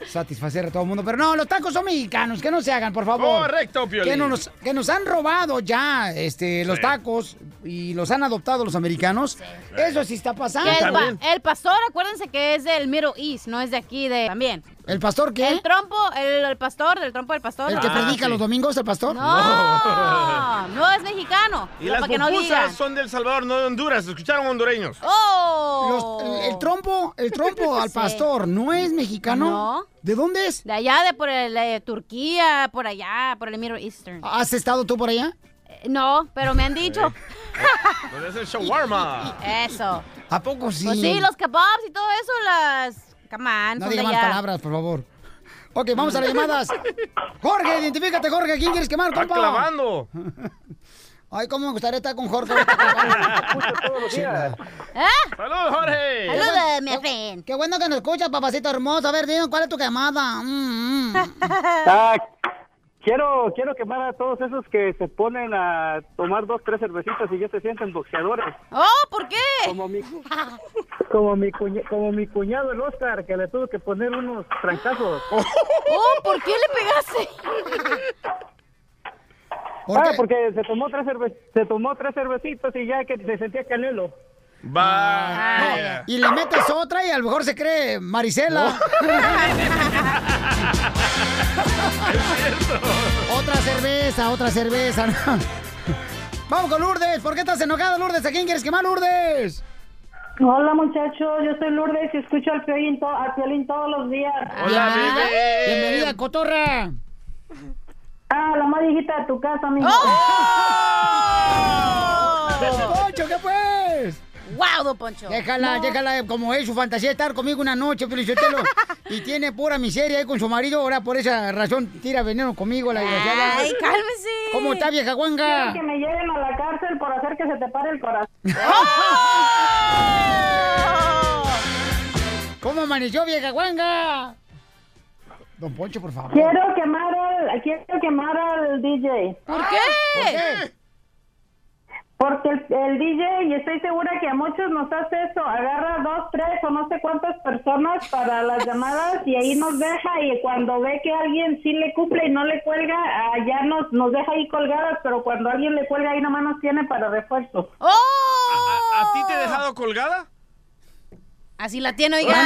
Speaker 5: satisfacer a todo el mundo. Pero no, los tacos son mexicanos, que no se hagan, por favor.
Speaker 6: Correcto, Piolín.
Speaker 5: Que no nos, que nos han robado ya este, los
Speaker 6: Sí.
Speaker 5: tacos y los han adoptado los americanos. Eso sí está
Speaker 7: Que
Speaker 5: pasando.
Speaker 7: El, pa- el pastor, acuérdense que es del Middle East, no es de aquí, de también.
Speaker 5: ¿El pastor qué?
Speaker 7: El trompo, el, el pastor, del trompo del pastor. Ah,
Speaker 5: ¿El que
Speaker 6: Ah,
Speaker 5: predica los domingos, el pastor?
Speaker 7: No, no es mexicano.
Speaker 6: Y
Speaker 7: No,
Speaker 6: las
Speaker 7: para que no
Speaker 6: pupusas
Speaker 7: digan.
Speaker 6: son del Salvador, no de Honduras. ¿Escucharon hondureños?
Speaker 7: ¡Oh!
Speaker 5: Los- el trompo, el trompo al pastor, ¿no es mexicano?
Speaker 7: No.
Speaker 5: ¿De dónde es?
Speaker 7: De allá, de por el, eh, Turquía, por allá, por el Middle Eastern.
Speaker 5: ¿Has estado tú por allá?
Speaker 7: Eh, No, pero me han dicho.
Speaker 6: Donde es el shawarma.
Speaker 7: Eso.
Speaker 5: ¿A poco sí?
Speaker 7: Pues sí, los kebabs y todo eso, las... Come on,
Speaker 5: No
Speaker 7: son
Speaker 5: diga
Speaker 7: de
Speaker 5: más
Speaker 7: allá.
Speaker 5: palabras, por favor. Ok, vamos a las llamadas. Jorge, identifícate, Jorge. ¿Quién quieres quemar,
Speaker 27: Está
Speaker 5: compa?
Speaker 27: clavando.
Speaker 5: Ay, cómo me gustaría estar con Jorge. ahorita clavando.
Speaker 7: ¿Ah?
Speaker 6: ¡Saludos, Jorge!
Speaker 7: Saludos, mi
Speaker 5: Qué- Qué bueno que nos escuchas, papacito hermoso. A ver, dime, ¿cuál es tu quemada? Mm, mm.
Speaker 9: Ah, quiero, quiero quemar a todos esos que se ponen a tomar dos, tres cervecitas y ya se sienten boxeadores.
Speaker 7: ¡Oh, ¿por qué?
Speaker 9: Como mi, como mi, cuña- como mi cuñado el Oscar, que le tuvo que poner unos trancazos.
Speaker 7: ¡Oh, ¿por qué le pegaste?
Speaker 9: Ah, porque se tomó tres cerve- se tomó tres cervecitas y ya que se sentía canelo.
Speaker 6: Vaya.
Speaker 5: Y le metes otra y a lo mejor se cree Marisela. otra cerveza, otra cerveza. Vamos con Lourdes. ¿Por qué estás enojada, Lourdes? ¿A quién quieres quemar, Lourdes?
Speaker 11: Hola muchachos, yo soy Lourdes y escucho al Piolín, to- al Piolín todos los días.
Speaker 5: Hola, bebé. Ah, Bienvenida, cotorra.
Speaker 11: Ah, la más viejita de tu casa, mi
Speaker 5: Oh, Don Poncho, ¿qué pues?
Speaker 7: ¡Wow, Don Poncho!
Speaker 5: Déjala,
Speaker 7: No.
Speaker 5: déjala, como es su fantasía estar conmigo una noche, Felicitelo. y tiene pura miseria ahí con su marido, ahora por esa razón tira veneno conmigo, la desgraciada.
Speaker 11: Ay, cálmese.
Speaker 5: ¿Cómo está, vieja guanga?
Speaker 11: Quiero que me lleven a la cárcel por hacer que se te pare el corazón.
Speaker 5: ¿Cómo amaneció, vieja guanga? Don Poncho, por favor.
Speaker 11: Quiero quemar al, quiero quemar al DJ.
Speaker 7: ¿Por qué?
Speaker 11: Porque el, el DJ, y estoy segura que a muchos nos hace eso, agarra dos, tres o no sé cuántas personas para las llamadas y ahí nos deja y cuando ve que alguien sí le cumple y no le cuelga, allá nos, nos deja ahí colgadas, pero cuando alguien le cuelga ahí nomás nos tiene para refuerzo.
Speaker 7: Oh.
Speaker 6: ¿A, a ti te he dejado colgada?
Speaker 7: Así la tiene, oiga.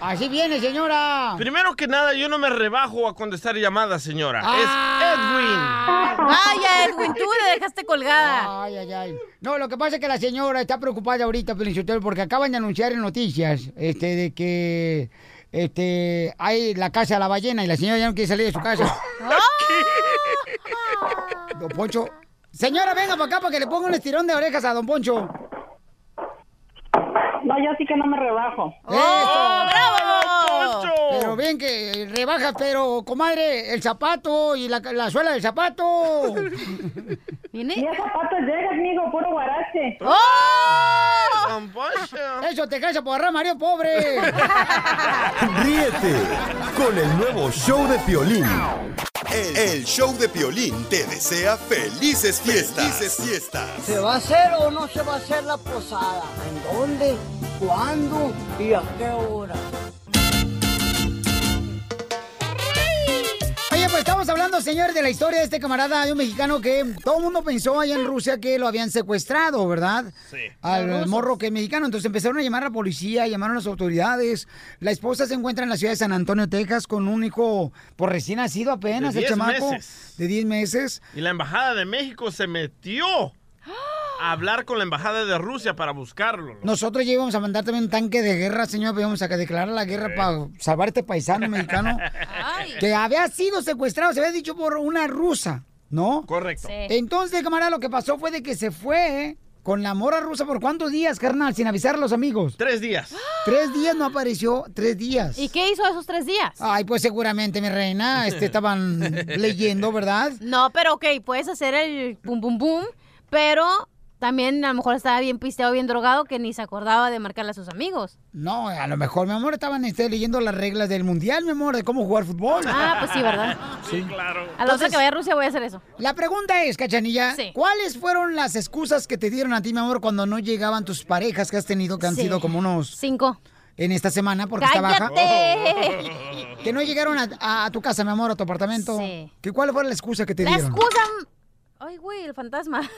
Speaker 5: Así viene, señora.
Speaker 6: Primero que nada, yo no me rebajo a contestar llamadas, señora.
Speaker 5: Ah.
Speaker 7: Vaya, Edwin, tú le dejaste colgada.
Speaker 5: Ay, ay, ay. No, lo que pasa es que la señora está preocupada ahorita, Felicitelo, porque acaban de anunciar en noticias este, de que este, hay la casa de la ballena y la señora ya no quiere salir de su casa. Don Poncho. Señora, venga para acá para que le ponga un estirón de orejas a Don Poncho.
Speaker 11: No, yo sí que no me rebajo.
Speaker 5: ¡Eso! ¡Oh, ¡Bravo! Pero bien que rebajas, pero comadre, el zapato y la, la suela del zapato.
Speaker 11: Y esos zapatos llegan, amigo, puro guarache.
Speaker 5: ¡Oh! Eso te cansa por agarrar, Mario, pobre.
Speaker 1: Ríete con el nuevo show de Piolín. El, el show de Piolín te desea felices fiestas. Felices fiestas.
Speaker 3: ¿Se va a hacer o no se va a hacer la posada? ¿En dónde? ¿Cuándo? ¿Y a qué hora?
Speaker 5: Oye, pues estamos hablando, señores, de la historia de este camarada, de un mexicano que todo el mundo pensó allá en Rusia que lo habían secuestrado, ¿verdad?
Speaker 27: Sí. Los
Speaker 5: Al
Speaker 27: rusos.
Speaker 5: morro que es mexicano. Entonces empezaron a llamar a la policía, llamaron a las autoridades. La esposa se encuentra en la ciudad de San Antonio, Texas, con un hijo por recién nacido apenas,
Speaker 6: De
Speaker 5: el
Speaker 6: 10
Speaker 5: chamaco.
Speaker 6: meses.
Speaker 5: De 10 meses.
Speaker 6: Y la Embajada de México se metió a hablar con la Embajada de Rusia para buscarlo.
Speaker 5: Nosotros ya íbamos a mandar también un tanque de guerra, señor, pero íbamos a declarar la guerra para salvar a este paisano mexicano que había sido secuestrado, se había dicho por una rusa, ¿no?
Speaker 6: Correcto. Sí.
Speaker 5: Entonces, camarada, lo que pasó fue de que se fue con la mora rusa por cuántos días, carnal, sin avisar a los amigos.
Speaker 6: Tres días.
Speaker 5: Tres días no apareció, tres días.
Speaker 7: ¿Y qué hizo esos tres días?
Speaker 5: Ay, pues seguramente, mi reina, este, estaban leyendo, ¿verdad?
Speaker 7: No, pero ok, puedes hacer el boom, boom, boom, pero también a lo mejor estaba bien pisteado, bien drogado, que ni se acordaba de marcarle a sus amigos.
Speaker 5: No, a lo mejor, mi amor, estaban este, leyendo las reglas del mundial, mi amor, de cómo jugar fútbol.
Speaker 7: Ah, pues sí, ¿verdad?
Speaker 6: Sí, claro.
Speaker 7: A la otra que vaya a Rusia voy a hacer eso.
Speaker 5: La pregunta es, Cachanilla, ¿cuáles fueron las excusas que te dieron a ti, mi amor, cuando no llegaban tus parejas que has tenido, que han
Speaker 7: Sí.
Speaker 5: sido como unos...
Speaker 7: Cinco.
Speaker 5: En esta semana, porque está baja.
Speaker 7: ¡Cállate!
Speaker 5: Que no llegaron a, a- a tu casa, mi amor, a tu apartamento. ¿Que ¿Cuál fue la excusa que te
Speaker 7: La
Speaker 5: dieron?
Speaker 7: excusa... Ay, güey, el fantasma.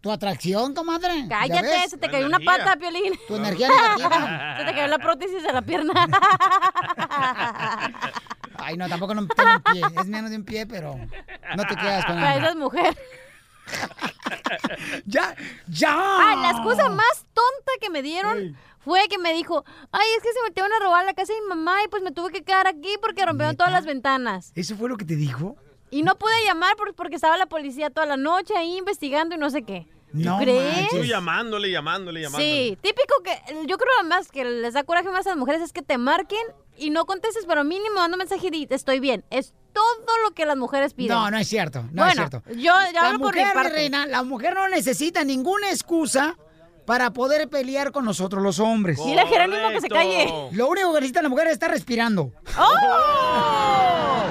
Speaker 5: Tu atracción, comadre. ¿Ya
Speaker 7: Cállate,
Speaker 5: ves?
Speaker 7: se te cayó una pata, Piolín.
Speaker 5: Tu energía negativa.
Speaker 7: Se te cayó la prótesis de la pierna.
Speaker 5: Ay, no, tampoco no tengo un pie. Es menos de un pie, pero no te quedas con
Speaker 7: Para esas
Speaker 5: nada.
Speaker 7: mujeres.
Speaker 5: Ya, ya.
Speaker 7: Ah, la excusa más tonta que me dieron fue que me dijo, ay, es que se metieron a robar la casa de mi mamá y pues me tuve que quedar aquí porque rompieron todas las ventanas.
Speaker 28: ¿Eso fue lo que te dijo?
Speaker 7: Y no pude llamar por- porque estaba la policía toda la noche ahí investigando y no sé qué.
Speaker 6: No
Speaker 7: ¿Tú crees?
Speaker 6: Tú llamándole, llamándole, llamándole.
Speaker 7: Sí, típico que yo creo lo más que les da coraje más a las mujeres es que te marquen y no contestes, pero mínimo manda un mensaje y di, estoy bien. Es todo lo que las mujeres piden.
Speaker 5: No, no es cierto. No
Speaker 7: bueno,
Speaker 5: es cierto.
Speaker 7: Yo ya
Speaker 5: la
Speaker 7: hablo por mi
Speaker 5: mujer, mi
Speaker 7: parte.
Speaker 5: reina, la mujer no necesita ninguna excusa para poder pelear con nosotros los hombres.
Speaker 7: Dile a Jerónimo que se calle.
Speaker 5: Lo único que necesita la mujer es estar respirando.
Speaker 7: ¡Oh!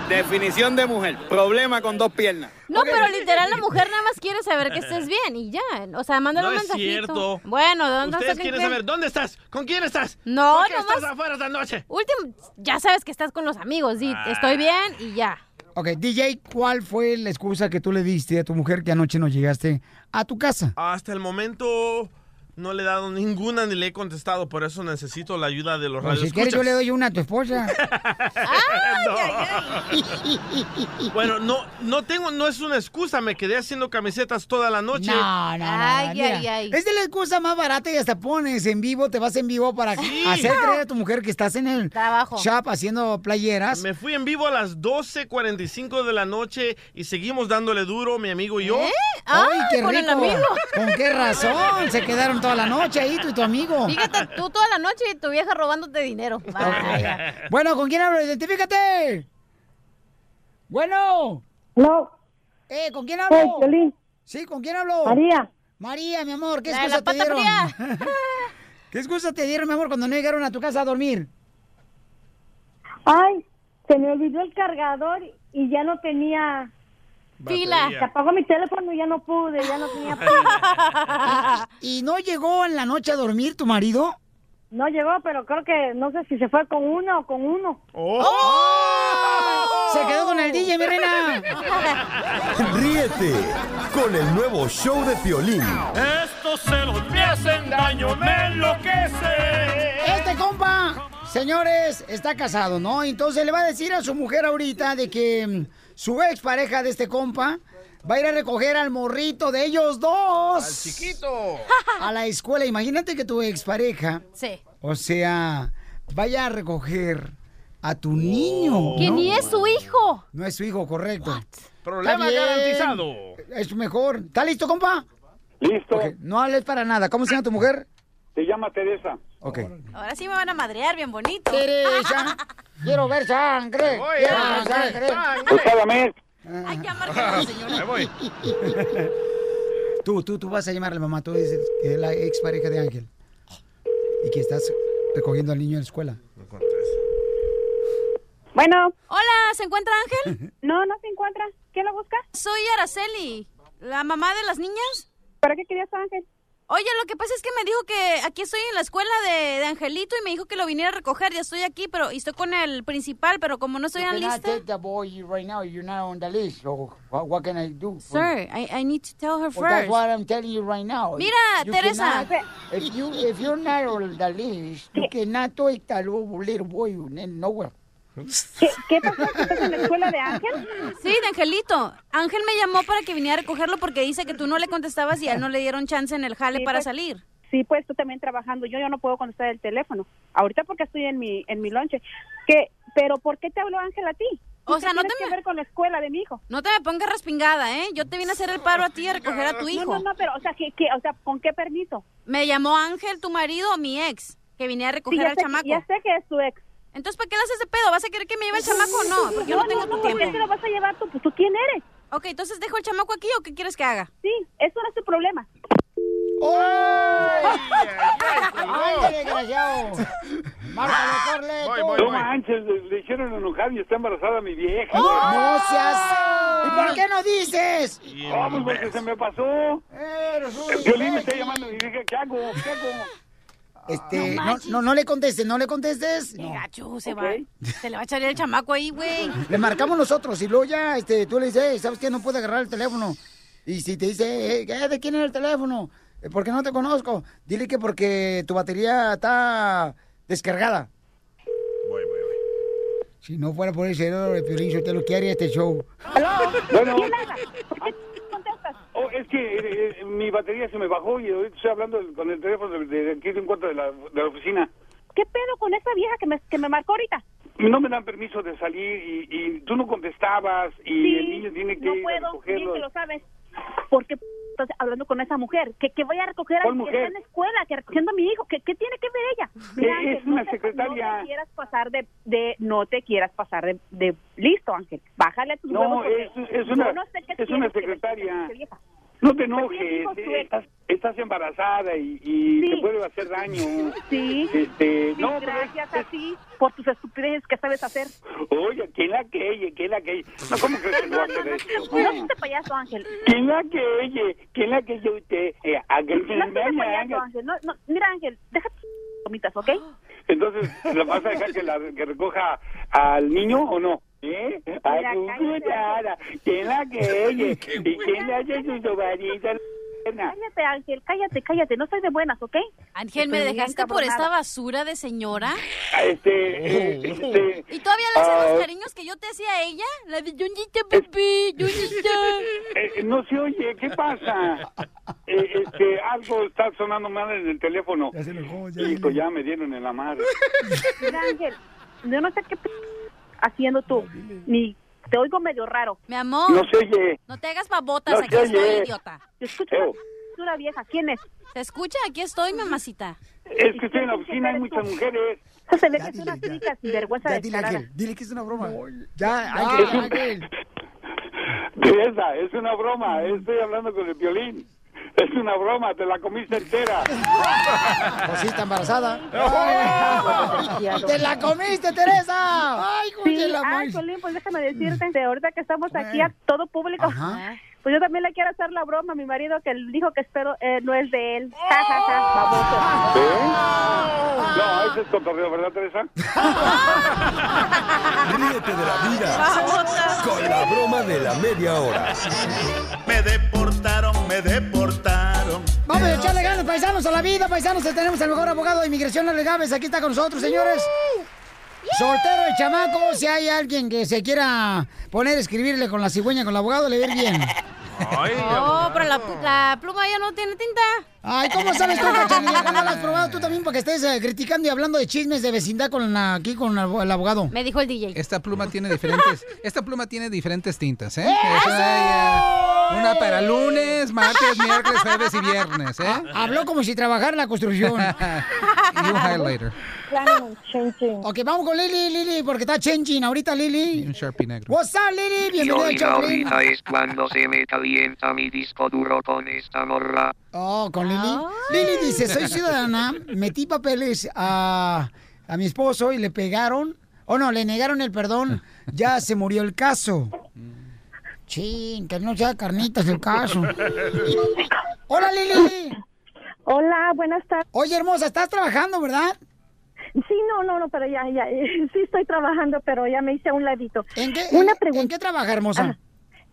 Speaker 29: Definición de mujer. Problema con dos piernas.
Speaker 7: No, pero literal la mujer nada más quiere saber que estés bien y ya. O sea, mándale
Speaker 6: No
Speaker 7: un
Speaker 6: es
Speaker 7: mensajito.
Speaker 6: cierto.
Speaker 7: Bueno, ¿dónde
Speaker 6: Ustedes
Speaker 7: está
Speaker 6: quieren
Speaker 7: Piolín?
Speaker 6: saber, ¿dónde estás? ¿Con quién estás?
Speaker 7: No,
Speaker 6: ¿Por qué
Speaker 7: nomás-
Speaker 6: estás afuera esta noche? Ah.
Speaker 7: Último, ya sabes que estás con los amigos, di, estoy bien y ya.
Speaker 5: Ok, DJ, ¿cuál fue la excusa que tú le diste a tu mujer que anoche no llegaste a tu casa?
Speaker 6: Hasta el momento no le he dado ninguna ni le he contestado, por eso necesito la ayuda de los
Speaker 5: Pues, si quieres, yo le doy una a tu esposa.
Speaker 6: radioescuchas. bueno, no, no tengo, no es una excusa, me quedé haciendo camisetas toda la noche.
Speaker 5: No, no, no, no. mira, Es de la excusa más barata y hasta pones en vivo, te vas en vivo para hacer creer a tu mujer que estás en el shop haciendo playeras.
Speaker 6: Me fui en vivo a las 12.45 de la noche y seguimos dándole duro, mi amigo y yo.
Speaker 5: ¿Eh? ¡Ay, qué rico! ¿Con qué razón? Se quedaron toda la noche ahí, tú y tu amigo.
Speaker 7: Fíjate, tú toda la noche y tu vieja robándote dinero. Ah, Vaya.
Speaker 5: Bueno, ¿con quién hablo? Identifícate. Bueno.
Speaker 17: No.
Speaker 5: Eh, ¿con quién
Speaker 17: Hey,
Speaker 5: hablo?
Speaker 17: Piolín.
Speaker 5: sí, ¿con quién hablo?
Speaker 17: María.
Speaker 5: María, mi amor, ¿qué
Speaker 17: La de
Speaker 5: excusa
Speaker 17: la
Speaker 5: te
Speaker 17: pata
Speaker 5: dieron? ¿Qué excusa te dieron, mi amor, cuando no llegaron a tu casa a dormir?
Speaker 17: Ay, se me olvidó el cargador y ya no tenía
Speaker 5: Pila.
Speaker 17: Se apagó mi teléfono y ya no pude, ya no tenía
Speaker 5: ¿Y no llegó en la noche a dormir tu marido?
Speaker 17: No llegó, pero creo que no sé si se fue con una o con uno.
Speaker 7: Oh.
Speaker 5: Se quedó con el DJ, mi reina.
Speaker 1: Ríete con el nuevo show de Piolín.
Speaker 13: Estos celos me hacen daño, me enloquece.
Speaker 5: Este compa, señores, está casado, ¿no? Entonces le va a decir a su mujer ahorita de que mm, su expareja de este compa va a ir a recoger al morrito de ellos dos. Al
Speaker 6: chiquito.
Speaker 5: A la escuela. Imagínate que tu expareja,
Speaker 7: Sí.
Speaker 5: o sea, vaya a recoger a
Speaker 6: Oh.
Speaker 5: tu niño.
Speaker 7: Que
Speaker 5: ¿no?
Speaker 7: ni es su hijo.
Speaker 5: No es su hijo, correcto.
Speaker 6: Problema
Speaker 5: Está bien.
Speaker 6: garantizado.
Speaker 5: Es mejor. ¿Está listo, compa? Listo. No hables para nada. ¿Cómo se llama tu mujer?
Speaker 17: Se llama Teresa.
Speaker 5: Ok.
Speaker 7: Ahora sí me van a madrear bien bonito. Ah.
Speaker 5: Teresa, quiero ver sangre.
Speaker 7: Voy a
Speaker 5: Quiero
Speaker 7: ver
Speaker 5: ver sangre.
Speaker 17: Pues cada mes.
Speaker 7: Hay que amargar a la señora.
Speaker 5: Tú, tú, tú vas a llamarle, mamá. Tú dices que es la expareja de Ángel. Y que estás recogiendo al niño en la escuela.
Speaker 17: Bueno.
Speaker 7: Hola, ¿se encuentra Ángel?
Speaker 17: No, no se encuentra. ¿Quién lo busca?
Speaker 7: Soy Araceli, la mamá de las niñas.
Speaker 17: ¿Para qué querías a Ángel?
Speaker 7: Oye, lo que pasa es que me dijo que aquí estoy en la escuela de, de Angelito y me dijo que lo viniera a recoger. Ya estoy aquí, pero y estoy con el principal, pero como no estoy en lista.
Speaker 5: the boy right now. You're not on the list. So what, what can I do? for you?
Speaker 7: Sir, I, I need to tell her
Speaker 5: Well, that's
Speaker 7: first.
Speaker 5: what I'm telling you right now.
Speaker 7: Mira, Teresa.
Speaker 5: cannot- if you if you're not on the list, you cannot take that little boy nowhere.
Speaker 17: ¿Qué, qué pasó? ¿Estás en la escuela de Ángel?
Speaker 7: Sí, de Angelito. Ángel me llamó para que viniera a recogerlo porque dice que tú no le contestabas y a él no le dieron chance en el jale
Speaker 17: Sí,
Speaker 7: para
Speaker 17: pues.
Speaker 7: salir.
Speaker 17: Sí, pues tú también trabajando. Yo yo no puedo contestar el teléfono. Ahorita porque estoy en mi en mi lonche. ¿Qué? Pero ¿por qué te habló Ángel a ti?
Speaker 7: O
Speaker 17: ¿Tú
Speaker 7: sea,
Speaker 17: qué
Speaker 7: no
Speaker 17: tienes
Speaker 7: te
Speaker 17: que
Speaker 7: me-
Speaker 17: ver con la escuela de mi hijo.
Speaker 7: No te me pongas respingada, ¿eh? Yo te vine a hacer el paro a ti y a recoger a tu
Speaker 17: No,
Speaker 7: hijo.
Speaker 17: No, no, pero o sea, ¿qué, qué, o sea, ¿con qué permiso?
Speaker 7: Me llamó Ángel, tu marido, o mi ex, que viniera a recoger
Speaker 17: Sí, ya
Speaker 7: al
Speaker 17: sé-
Speaker 7: chamaco.
Speaker 17: ya sé que es tu ex.
Speaker 7: Entonces, ¿para qué le haces de pedo? ¿Vas a querer que me lleve el chamaco o no? Porque yo no, tengo tu
Speaker 17: ¿por qué
Speaker 7: tiempo.
Speaker 17: te lo vas a llevar tú? Pues, ¿Tú quién eres?
Speaker 7: Ok, entonces dejo el chamaco aquí o qué quieres que haga?
Speaker 17: Sí, eso no es tu problema.
Speaker 5: ¡Ay, desgraciado! ¡Márcale, Corle!
Speaker 30: No manches, le, le hicieron enojar y está embarazada mi vieja.
Speaker 17: ¡Oh!
Speaker 5: ¡No seas! ¿Y
Speaker 7: Oh.
Speaker 5: por qué no dices?
Speaker 30: Vamos, porque se me pasó. El violín me está llamando y dije, ¿qué hago? ¿Qué hago?
Speaker 5: Este,
Speaker 7: No
Speaker 5: no,
Speaker 7: manches.
Speaker 5: no, no le contestes, no le contestes. No.
Speaker 7: Gacho, Pues se va. Se le va a echar el chamaco ahí, güey.
Speaker 5: Le marcamos nosotros y luego ya, este, tú le dices, "Ey, ¿sabes qué? No puede agarrar el teléfono. Y si te dice, eh, eh, ¿de quién era el teléfono? Eh, Porque no te conozco. Dile que porque tu batería está descargada. Si no fuera por el cerebro de Piolín Sotelo, ¿qué haría este show?
Speaker 30: Bueno. Oh, es que eh, eh, mi batería se me bajó y ahorita estoy hablando del- con el teléfono de, de aquí de un cuarto de la, de la oficina.
Speaker 17: ¿Qué pedo con esa vieja que me, que me marcó ahorita?
Speaker 30: No me dan permiso de salir y, y tú no contestabas y el niño tiene que
Speaker 17: no
Speaker 30: ir a
Speaker 17: puedo, bien
Speaker 30: recogerlo.
Speaker 17: que lo sabes. Porque p- estás hablando con esa mujer, que, que vaya a recoger a
Speaker 30: ¿Cuál
Speaker 17: alguien que
Speaker 30: mujer?
Speaker 17: está en la escuela, que recogiendo a mi hijo, que, ¿qué tiene que ver ella?
Speaker 30: Eh, es
Speaker 17: Ángel, no
Speaker 30: una
Speaker 17: te-
Speaker 30: secretaria.
Speaker 17: No te quieras pasar de, de, no te quieras pasar de, de- listo, Ángel, bájale a tus
Speaker 30: No,
Speaker 17: huevos. porque
Speaker 30: es- es
Speaker 17: yo
Speaker 30: una-
Speaker 17: no sé qué
Speaker 30: es
Speaker 17: tienes
Speaker 30: una
Speaker 17: que ver con
Speaker 30: secretaria.
Speaker 17: esa vieja.
Speaker 30: No te
Speaker 17: Pues sí,
Speaker 30: enojes,
Speaker 17: hijo, tú
Speaker 30: eh, estás, estás embarazada y, y te puede hacer daño.
Speaker 17: Sí.
Speaker 30: Este,
Speaker 17: Sí,
Speaker 30: no, pero
Speaker 17: gracias a ti por tus estupideces que sabes hacer.
Speaker 30: Oye, ¿quién la que ella? ¿Quién la que ella? No, ¿cómo crees que no, va a hacer eso?
Speaker 17: No seas de payaso, Ángel.
Speaker 30: ¿Quién la que ella? ¿Quién la que ella usted? Eh, a que se
Speaker 17: No seas de
Speaker 30: engaña,
Speaker 17: payaso,
Speaker 30: haga-
Speaker 17: Ángel. No, no, mira, Ángel, deja tus comitas,
Speaker 30: Eh,
Speaker 17: ¿ok?
Speaker 30: Entonces, ¿la vas a dejar que, la, que recoja al niño o no? ¿Eh? Ay,
Speaker 17: Mira,
Speaker 30: tu
Speaker 17: cállate.
Speaker 30: cuchara, ¿Quién la que ella?
Speaker 17: Qué
Speaker 30: ¿Y quién le
Speaker 17: buena.
Speaker 30: hace su sobanita?
Speaker 17: Cállate, Ángel, cállate, cállate. No soy de buenas, ¿ok?
Speaker 7: Ángel, ¿me dejaste por esta basura de señora?
Speaker 30: Este, eh, este...
Speaker 7: ¿Y todavía le haces
Speaker 30: ah,
Speaker 7: los cariños que yo te hacía a ella? La de Yunjita, papi, Yunjita.
Speaker 30: Eh, no se oye, ¿qué pasa? Eh, este, algo está sonando mal en el teléfono. Ya se Hijo, ya me dieron en la madre.
Speaker 17: Mira, Ángel, yo no sé qué p- haciendo tú. Ni te oigo medio raro.
Speaker 7: Mi amor.
Speaker 30: No se oye.
Speaker 7: No te hagas babotas,
Speaker 30: No
Speaker 7: aquí
Speaker 30: se
Speaker 7: estoy,
Speaker 30: oye.
Speaker 7: idiota.
Speaker 17: Te escucho
Speaker 30: Ew.
Speaker 17: basura vieja. ¿Quién es?
Speaker 7: ¿Te escucha? Aquí estoy, mamacita.
Speaker 30: Es que estoy en la oficina, hay muchas mujeres.
Speaker 17: Se ve que es una cínica sinvergüenza
Speaker 30: Ya dile,
Speaker 17: descarada.
Speaker 30: Ángel,
Speaker 5: Dile que es una broma.
Speaker 30: Ya,
Speaker 5: Ángel,
Speaker 30: Teresa, es una broma, estoy hablando con el violín. Es una broma, te la comiste entera.
Speaker 5: Pues sí, está embarazada.
Speaker 17: Desgraciado.
Speaker 5: ¡Te la comiste, Teresa! ¡Ay,
Speaker 17: Sí,
Speaker 5: cógela,
Speaker 17: ay, Colín, pues déjame decirte, de ahorita que estamos aquí a todo público, pues yo también le quiero hacer la broma a mi marido que él dijo que espero eh, no es de él. Ja, ja, ja, baboso.
Speaker 30: ¿Eh? No, ese es cotorreo, ¿verdad, Teresa?
Speaker 1: Ríete de la vida con la broma de la media hora.
Speaker 31: Me deportaron, me deportaron.
Speaker 5: Vamos a echarle ganas, paisanos, a la vida, paisanos. Tenemos al mejor abogado de inmigración, Ale Gávez. Aquí está con nosotros, señores. Soltero el chamaco. Si hay alguien que se quiera poner a escribirle con la cigüeña, con el abogado, le ver bien.
Speaker 7: Oh, pero la, pu- la pluma ya no tiene tinta.
Speaker 5: Ay, ¿cómo sabes tú, Cachanilla, que no lo has probado tú también? Porque estés eh, criticando y hablando de chismes de vecindad con la- aquí con la- el abogado.
Speaker 7: Me dijo el DJ.
Speaker 32: Esta pluma tiene diferentes, esta pluma tiene diferentes tintas, ¿eh? Es una, una para lunes, martes, miércoles, jueves y viernes, ¿eh?
Speaker 5: Ah, Habló como si trabajara en la construcción.
Speaker 32: y un highlighter
Speaker 5: ok, vamos con Lili, Lili, porque está changing ahorita,
Speaker 32: y
Speaker 5: Lili.
Speaker 32: un sharpie negro.
Speaker 5: What's up, Lili? Bienvenida al
Speaker 18: Piolín,
Speaker 5: show, Lili.
Speaker 18: ahorita es cuando se me calienta mi disco duro con esta morra.
Speaker 5: Oh, con Lili. Lili dice, soy ciudadana, metí papeles a, a mi esposo y le pegaron, o no, le negaron el perdón, ya se murió el caso. Chin, que no sea carnitas el caso. Hola, Lili.
Speaker 11: Hola, buenas tardes.
Speaker 5: Oye, hermosa, estás trabajando, ¿verdad?
Speaker 11: Sí, no, no, no, pero ya, ya,
Speaker 17: eh,
Speaker 11: sí estoy trabajando, pero ya me hice a un ladito.
Speaker 5: ¿En qué,
Speaker 11: Una
Speaker 5: ¿En qué trabaja, hermosa?
Speaker 17: Ah,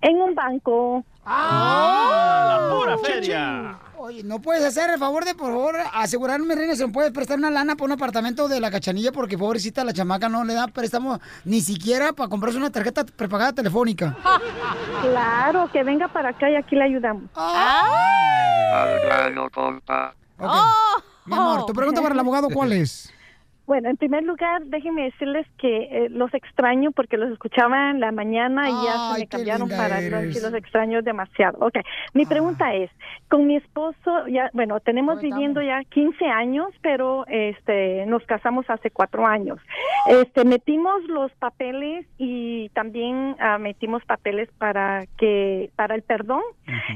Speaker 11: en un banco.
Speaker 5: ¡Ah!
Speaker 11: la pura
Speaker 5: feria! Oye, ¿no puedes hacer el favor de, por favor, asegurarme, Reina, si me puedes prestar una lana para un apartamento de la cachanilla? Porque, pobrecita, la chamaca no le da préstamo ni siquiera para comprarse una tarjeta prepagada telefónica.
Speaker 11: Claro, que venga para acá y aquí le ayudamos.
Speaker 5: Ah.
Speaker 18: Al grano, compa.
Speaker 5: Ok. Mi amor, tu pregunta para el abogado, ¿cuál es?
Speaker 11: Bueno, en primer lugar, déjenme decirles que eh, los extraño porque los escuchaba en la mañana y ya se me cambiaron linda para la eres. noche. Los extraño demasiado. Ok, mi
Speaker 5: Ah.
Speaker 11: pregunta es, con mi esposo, ya, bueno, tenemos viviendo ya 15 años, pero este, nos casamos hace cuatro años. Este, metimos los papeles y también ah, metimos papeles para que, para el perdón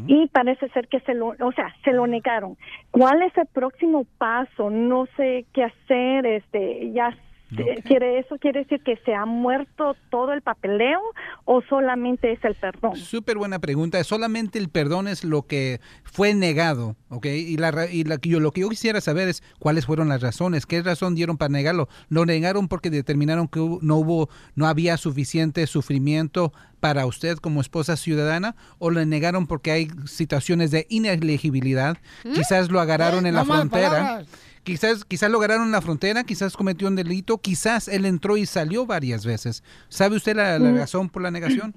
Speaker 11: y parece ser que se lo, o sea, se lo negaron. ¿Cuál es el próximo paso? No sé qué hacer, este, ya
Speaker 17: Eh, ¿Quiere eso quiere decir que se ha muerto todo el papeleo o solamente es el perdón?
Speaker 32: Súper buena pregunta. Solamente el perdón es lo que fue negado, ¿ok? Y, la, ra- y la que yo, lo que yo quisiera saber es cuáles fueron las razones, qué razón dieron para negarlo. Lo negaron porque determinaron que hubo- no hubo, no había suficiente sufrimiento para usted como esposa ciudadana o lo negaron porque hay situaciones de inelegibilidad.
Speaker 5: ¿Mm?
Speaker 32: Quizás lo agarraron
Speaker 5: ¿Eh?
Speaker 32: en la
Speaker 5: No más
Speaker 32: frontera.
Speaker 5: palabras.
Speaker 32: Quizás, quizás lograron la frontera, quizás cometió un delito, quizás él entró y salió varias veces. ¿Sabe usted la, la
Speaker 17: Mm.
Speaker 32: razón por la negación?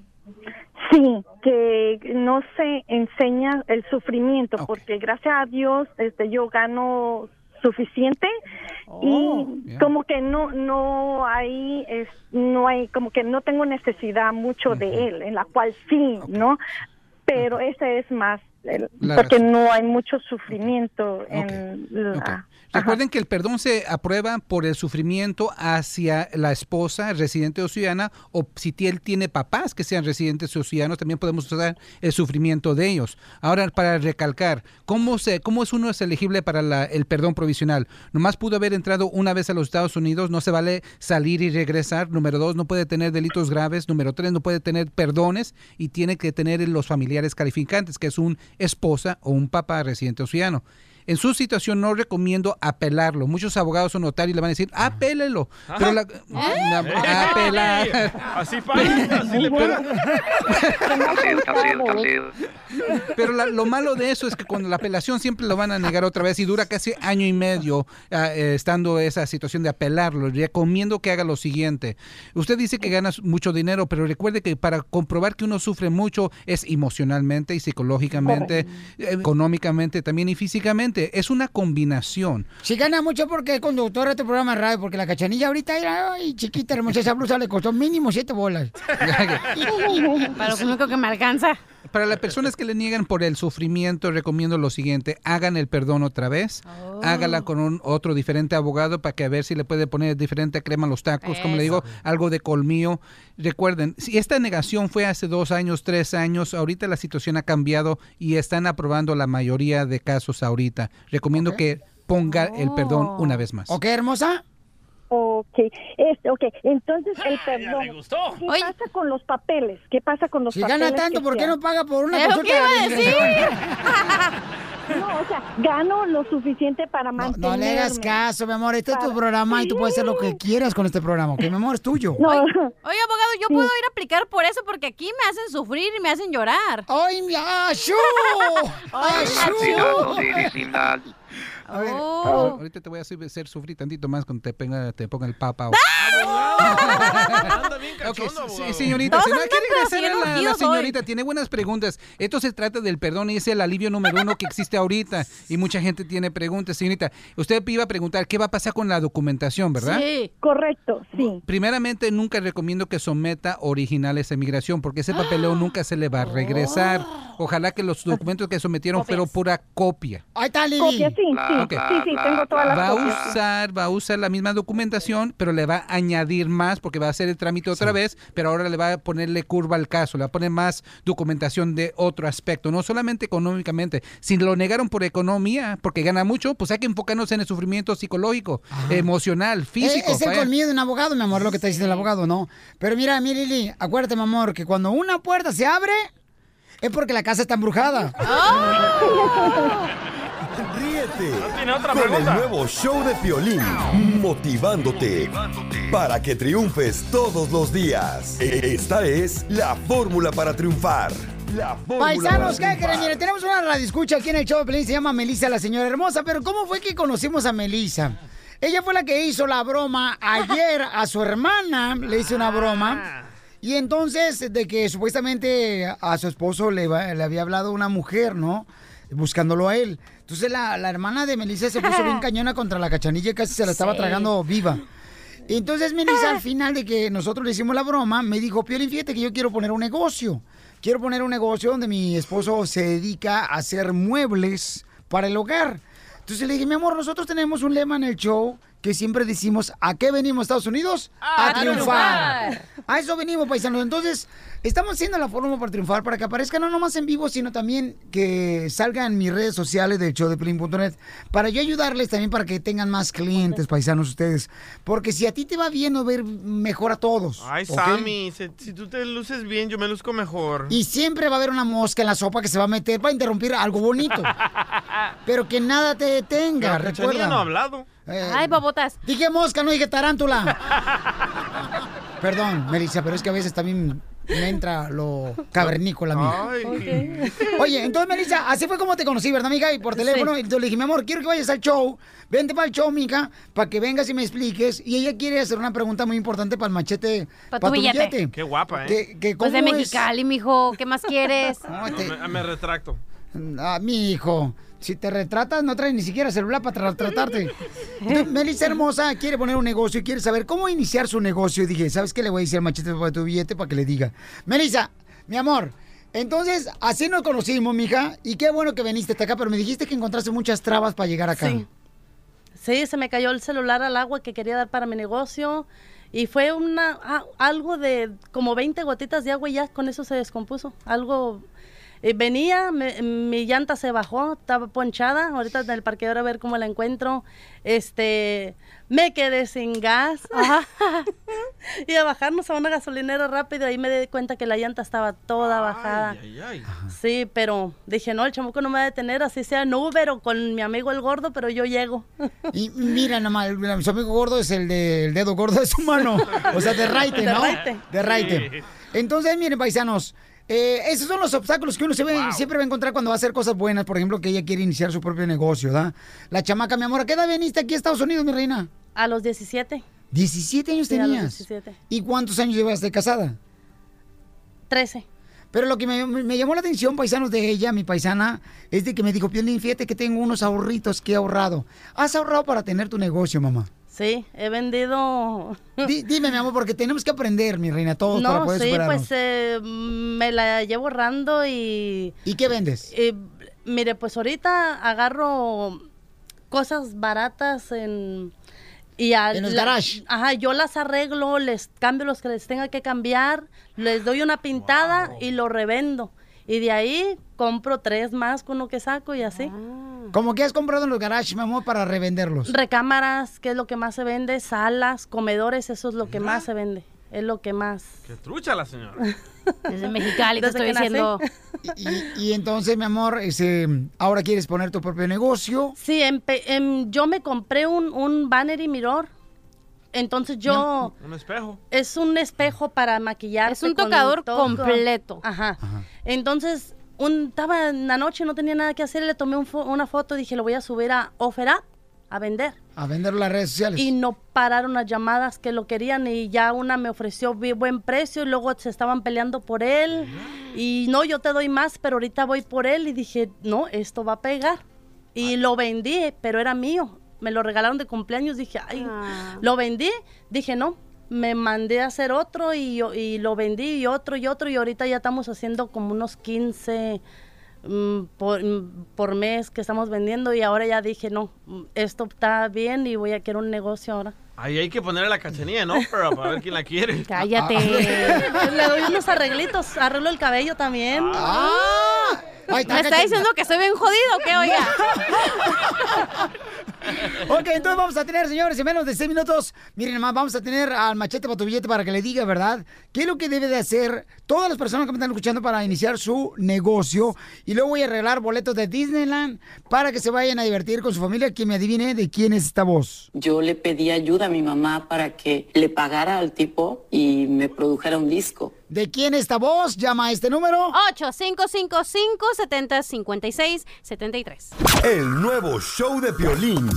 Speaker 17: Sí, que no se enseña el sufrimiento, porque gracias a Dios este, yo gano suficiente
Speaker 32: Oh,
Speaker 17: y
Speaker 23: bien.
Speaker 17: como que no no hay es, no hay como que no tengo necesidad mucho de él en la cual sí no pero ese es más el-
Speaker 32: La
Speaker 17: porque
Speaker 32: razón.
Speaker 17: no hay mucho sufrimiento en la-
Speaker 32: Recuerden que el perdón se aprueba por el sufrimiento hacia la esposa residente o ciudadana o si ti- él tiene papás que sean residentes o ciudadanos, también podemos usar el sufrimiento de ellos. Ahora, para recalcar, ¿cómo, se, cómo es uno es elegible para la- el perdón provisional? Nomás pudo haber entrado una vez a los Estados Unidos, no se vale salir y regresar. Número dos, no puede tener delitos graves. Número tres, no puede tener perdones y tiene que tener los familiares calificantes, que es un esposa o un papá residente o ciudadano. En su situación no recomiendo apelarlo. Muchos abogados o notarios le van a decir, apélelo. Pero la-
Speaker 13: ¿Eh?
Speaker 32: apelar.
Speaker 13: Así pagan, así le pagan.
Speaker 32: Pero la- lo malo de eso es que cuando la apelación siempre lo van a negar otra vez y dura casi año y medio ah, eh, estando esa situación de apelarlo. Recomiendo que haga lo siguiente. Usted dice que ganas mucho dinero, pero recuerde que para comprobar que uno sufre mucho es emocionalmente y psicológicamente, eh, económicamente también y físicamente. Es una combinación.
Speaker 5: Si gana mucho porque es conductora de este programa de radio, porque la cachanilla ahorita era ay, chiquita, hermosa, esa blusa le costó mínimo siete bolas.
Speaker 7: Para lo único que me alcanza.
Speaker 32: Para las personas que le niegan por el sufrimiento, recomiendo lo siguiente: hagan el perdón otra vez,
Speaker 7: Oh.
Speaker 32: hágala con un otro diferente abogado para que a ver si le puede poner diferente crema a los tacos, como le digo, algo de colmillo. Recuerden, si esta negación fue hace dos años, tres años, ahorita la situación ha cambiado y están aprobando la mayoría de casos ahorita. Recomiendo que ponga el perdón
Speaker 7: Oh.
Speaker 32: una vez más.
Speaker 5: ¿Ok, hermosa?
Speaker 17: Ok, este, ok, entonces el perdón. ¿Qué pasa con los papeles? ¿Qué pasa con los
Speaker 5: Si
Speaker 17: papeles?
Speaker 5: gana tanto,
Speaker 17: que
Speaker 5: ¿por qué
Speaker 17: se
Speaker 5: no paga por una
Speaker 17: ¿Pero
Speaker 5: consulta?
Speaker 17: qué iba a
Speaker 5: de-
Speaker 17: hacen? No, o sea, gano lo suficiente para mantener.
Speaker 5: No le hagas caso, mi amor. Este es tu programa y tú puedes hacer lo que quieras con este programa, ¿ok? Mi amor, es tuyo.
Speaker 7: Oye, abogado, yo puedo ir a aplicar por eso porque aquí me hacen sufrir y me hacen llorar.
Speaker 5: ¡Ay, mi ashu!
Speaker 7: ¡Ashu!
Speaker 32: A ver,
Speaker 7: Oh.
Speaker 32: Ahorita te voy a hacer sufrir tantito más cuando te ponga, te ponga el papa. Ok, sí, señorita,
Speaker 13: Todos
Speaker 32: si no
Speaker 13: andan,
Speaker 32: quiere
Speaker 13: pero
Speaker 32: regresar
Speaker 13: bien
Speaker 32: a la- la,
Speaker 13: urgidos hoy.
Speaker 32: señorita, tiene buenas preguntas. Esto se trata del perdón y es el alivio número uno que existe ahorita. Y mucha gente tiene preguntas, señorita. Usted iba a preguntar qué va a pasar con la documentación, ¿verdad?
Speaker 17: Correcto, sí.
Speaker 32: Primeramente, nunca recomiendo que someta originales a migración porque ese
Speaker 17: ¡Ah!
Speaker 32: papeleo nunca se le va a regresar. Ojalá que los documentos que sometieron fueron pura copia.
Speaker 5: Ahí está, Lili.
Speaker 17: Copia, sí, sí,
Speaker 32: Ok.
Speaker 17: sí, sí, tengo todas las
Speaker 32: Va a
Speaker 17: copias.
Speaker 32: usar, va a usar la misma documentación, pero le va a añadir más porque va a hacer el trámite otra vez, pero ahora le va a ponerle curva al caso, le va a poner más documentación de otro aspecto, no solamente económicamente. Si lo negaron por economía, porque gana mucho, pues hay que enfocarnos en el sufrimiento psicológico,
Speaker 5: Ah.
Speaker 32: emocional, físico.
Speaker 5: Es, es el
Speaker 32: vaya.
Speaker 5: colmillo de un abogado, mi amor, lo que te dice el abogado, ¿no? Pero mira, mi Lili, acuérdate, mi amor, que cuando una puerta se abre, es porque la casa está embrujada.
Speaker 1: Ríete
Speaker 13: tiene otra
Speaker 1: con
Speaker 13: pregunta?
Speaker 1: el nuevo show de Piolín, motivándote para que triunfes todos los días. E- Esta es la fórmula para triunfar. La fórmula
Speaker 5: Paisanos,
Speaker 1: para
Speaker 5: ¿qué creen?
Speaker 1: triunfar.
Speaker 5: Mire, tenemos una radioescucha aquí en el show de Pelín, se llama Melissa la señora hermosa, pero ¿cómo fue que conocimos a Melissa? Ella fue la que hizo la broma ayer a su hermana, le hizo una broma. Y entonces, de que supuestamente a su esposo le, va- le había hablado una mujer, ¿no? Buscándolo a él. Entonces la, la hermana de Melissa se puso bien cañona contra la cachanilla y casi se la estaba
Speaker 28: Sí.
Speaker 5: tragando viva. Entonces, Melissa, al final de que nosotros le hicimos la broma, me dijo, Piolín, fíjate que yo quiero poner un negocio. Quiero poner un negocio donde mi esposo se dedica a hacer muebles para el hogar. Entonces le dije, mi amor, nosotros tenemos un lema en el show que siempre decimos, ¿a qué venimos Estados Unidos?
Speaker 3: A
Speaker 5: A, triunfar. A eso venimos, paisanos. Entonces, estamos haciendo la fórmula para triunfar, para que aparezca no nomás en vivo, sino también que salga en mis redes sociales del show de Piolín.net, para yo ayudarles también para que tengan más clientes, paisanos, ustedes. Porque si a ti te va bien, nos va a ir mejor a todos.
Speaker 6: Ay,
Speaker 5: ¿ok?
Speaker 6: Sammy, se- si tú te luces bien, yo me luzco mejor.
Speaker 5: Y siempre va a haber una mosca en la sopa que se va a meter para interrumpir algo bonito. Pero que nada te detenga,
Speaker 6: Pero Cachanilla
Speaker 5: recuerda.
Speaker 6: no ha hablado.
Speaker 5: Ay, babotas. Dije mosca, no dije tarántula. Perdón, Melissa, pero es que a veces también me entra lo cavernícola a mí. Oye, entonces, Melissa, así fue como te conocí, ¿verdad, amiga? Y por teléfono, y yo le dije, mi amor, quiero que vayas al show. Vente para el show, mija, para que vengas y me expliques. Y ella quiere hacer una pregunta muy importante para el machete.
Speaker 7: Pa' tu billete.
Speaker 6: Qué guapa, ¿eh?
Speaker 5: Que- que
Speaker 7: Pues de
Speaker 5: cómo es-
Speaker 7: Mexicali, mijo. ¿Qué más quieres?
Speaker 6: No, me, me retracto.
Speaker 5: Ah, mi hijo, si te retratas, no traes ni siquiera celular para tra- tratarte. Entonces, Melissa hermosa quiere poner un negocio y quiere saber cómo iniciar su negocio. Y dije, ¿sabes qué le voy a decir al machete para tu billete para que le diga? Melissa, mi amor, entonces así nos conocimos, mija. Y qué bueno que viniste hasta acá, pero me dijiste que encontraste muchas trabas para llegar acá.
Speaker 33: Sí. Sí, se me cayó el celular al agua que quería dar para mi negocio y fue una a- algo de como 20 gotitas de agua y ya con eso se descompuso. Algo eh, venía, me- mi llanta se bajó, estaba ponchada, ahorita en el parqueadero a ver cómo la encuentro. Este, me quedé sin gas. y a bajarnos a una gasolinera rápido, ahí me di cuenta que la llanta estaba toda bajada. Sí, pero dije, no, el chamuco no me va a detener, así sea en Uber o con mi amigo el gordo, pero yo llego.
Speaker 5: Y mira nomás, mira, su amigo gordo es el del dedo gordo de su mano. O sea, de raite,
Speaker 33: De
Speaker 5: ¿no?
Speaker 33: raite.
Speaker 5: De raite.
Speaker 33: Sí.
Speaker 5: Entonces, miren, paisanos, eh, esos son los obstáculos que uno se ve- siempre va a encontrar cuando va a hacer cosas buenas. Por ejemplo, que ella quiere iniciar su propio negocio, ¿da? La chamaca, mi amor, ¿a qué edad veniste aquí a Estados Unidos, mi reina?
Speaker 33: A los 17.
Speaker 5: 17 años
Speaker 33: Sí, a los
Speaker 5: tenías.
Speaker 33: 17.
Speaker 5: ¿Y cuántos años llevas de casada?
Speaker 33: 13.
Speaker 5: Pero lo que me, me llamó la atención, paisanos, de ella, mi paisana, es de que me dijo, Piolín, fíjate que tengo unos ahorritos que he ahorrado. ¿Has ahorrado para tener tu negocio, mamá?
Speaker 33: Sí, he vendido...
Speaker 5: Di- dime, mi amor, porque tenemos que aprender, mi reina, todos para
Speaker 33: Mm. No,
Speaker 5: poder
Speaker 33: sí,
Speaker 5: superarnos.
Speaker 33: pues eh, me la llevo ahorrando y...
Speaker 5: ¿Y qué vendes?
Speaker 33: Eh, mire, pues ahorita agarro cosas baratas en... Y a-
Speaker 5: En los
Speaker 33: la-
Speaker 5: garage.
Speaker 33: Ajá, yo las arreglo, les cambio los que les tenga que cambiar, les doy una pintada y lo revendo. Y de ahí compro tres más con lo que saco y así.
Speaker 5: Ah.
Speaker 33: eh.
Speaker 5: Como que has comprado en los garages, mi amor, para
Speaker 7: Pues
Speaker 5: revenderlos.
Speaker 33: Recámaras, que es lo que más se vende, salas, comedores, eso es lo que más se vende. Es lo que más.
Speaker 6: Qué trucha la señora.
Speaker 33: Desde
Speaker 7: Mexicali te estoy diciendo.
Speaker 5: Y, y entonces, mi amor, ese, ahora quieres poner tu propio negocio.
Speaker 33: Sí, empe- em, yo me compré un, un banner y mirror. Entonces yo...
Speaker 6: Un espejo.
Speaker 33: Es un espejo para maquillar.
Speaker 7: Es un tocador completo.
Speaker 33: Ajá. Entonces, un, estaba en la noche, no tenía nada que hacer, le tomé un fo- una foto, dije, lo voy a subir a Offer Up a vender.
Speaker 5: A venderlo en las redes sociales.
Speaker 33: Y no pararon las llamadas que lo querían y ya una me ofreció bi- buen precio y luego se estaban peleando por él. Y no, yo te doy más, pero ahorita voy por él y dije, no, esto va a pegar.
Speaker 7: Ah.
Speaker 33: Y lo vendí, pero era mío. Me lo regalaron de cumpleaños, dije, ay,
Speaker 7: Ah.
Speaker 33: lo vendí, dije, no. Me mandé a hacer otro y, yo- y lo vendí y otro y otro y ahorita ya estamos haciendo como unos 15 mm, por, mm, por mes que estamos vendiendo y ahora ya dije, no, mm, esto está bien y voy a querer un negocio ahora.
Speaker 6: Ahí hay que ponerle la cachanilla, ¿no? Pero para ver quién la quiere.
Speaker 33: Cállate. Ah, Le doy unos arreglitos, arreglo el cabello también.
Speaker 7: ¿Me está diciendo que soy bien jodido o qué, oiga?
Speaker 5: Ok, entonces vamos a tener, señores, en menos de seis minutos, miren más, vamos a tener al machete para tu billete para que le diga, ¿verdad? ¿Qué es lo que debe de hacer todas las personas que me están escuchando para iniciar su negocio? Y luego voy a arreglar boletos de Disneyland para que se vayan a divertir con su familia, que me adivine de quién es esta voz.
Speaker 8: Yo le pedí ayuda a mi mamá para que le pagara al tipo y me produjera un disco.
Speaker 5: ¿De quién es esta voz? Llama a este número.
Speaker 7: 8555-7056-73.
Speaker 1: El nuevo show de Piolín.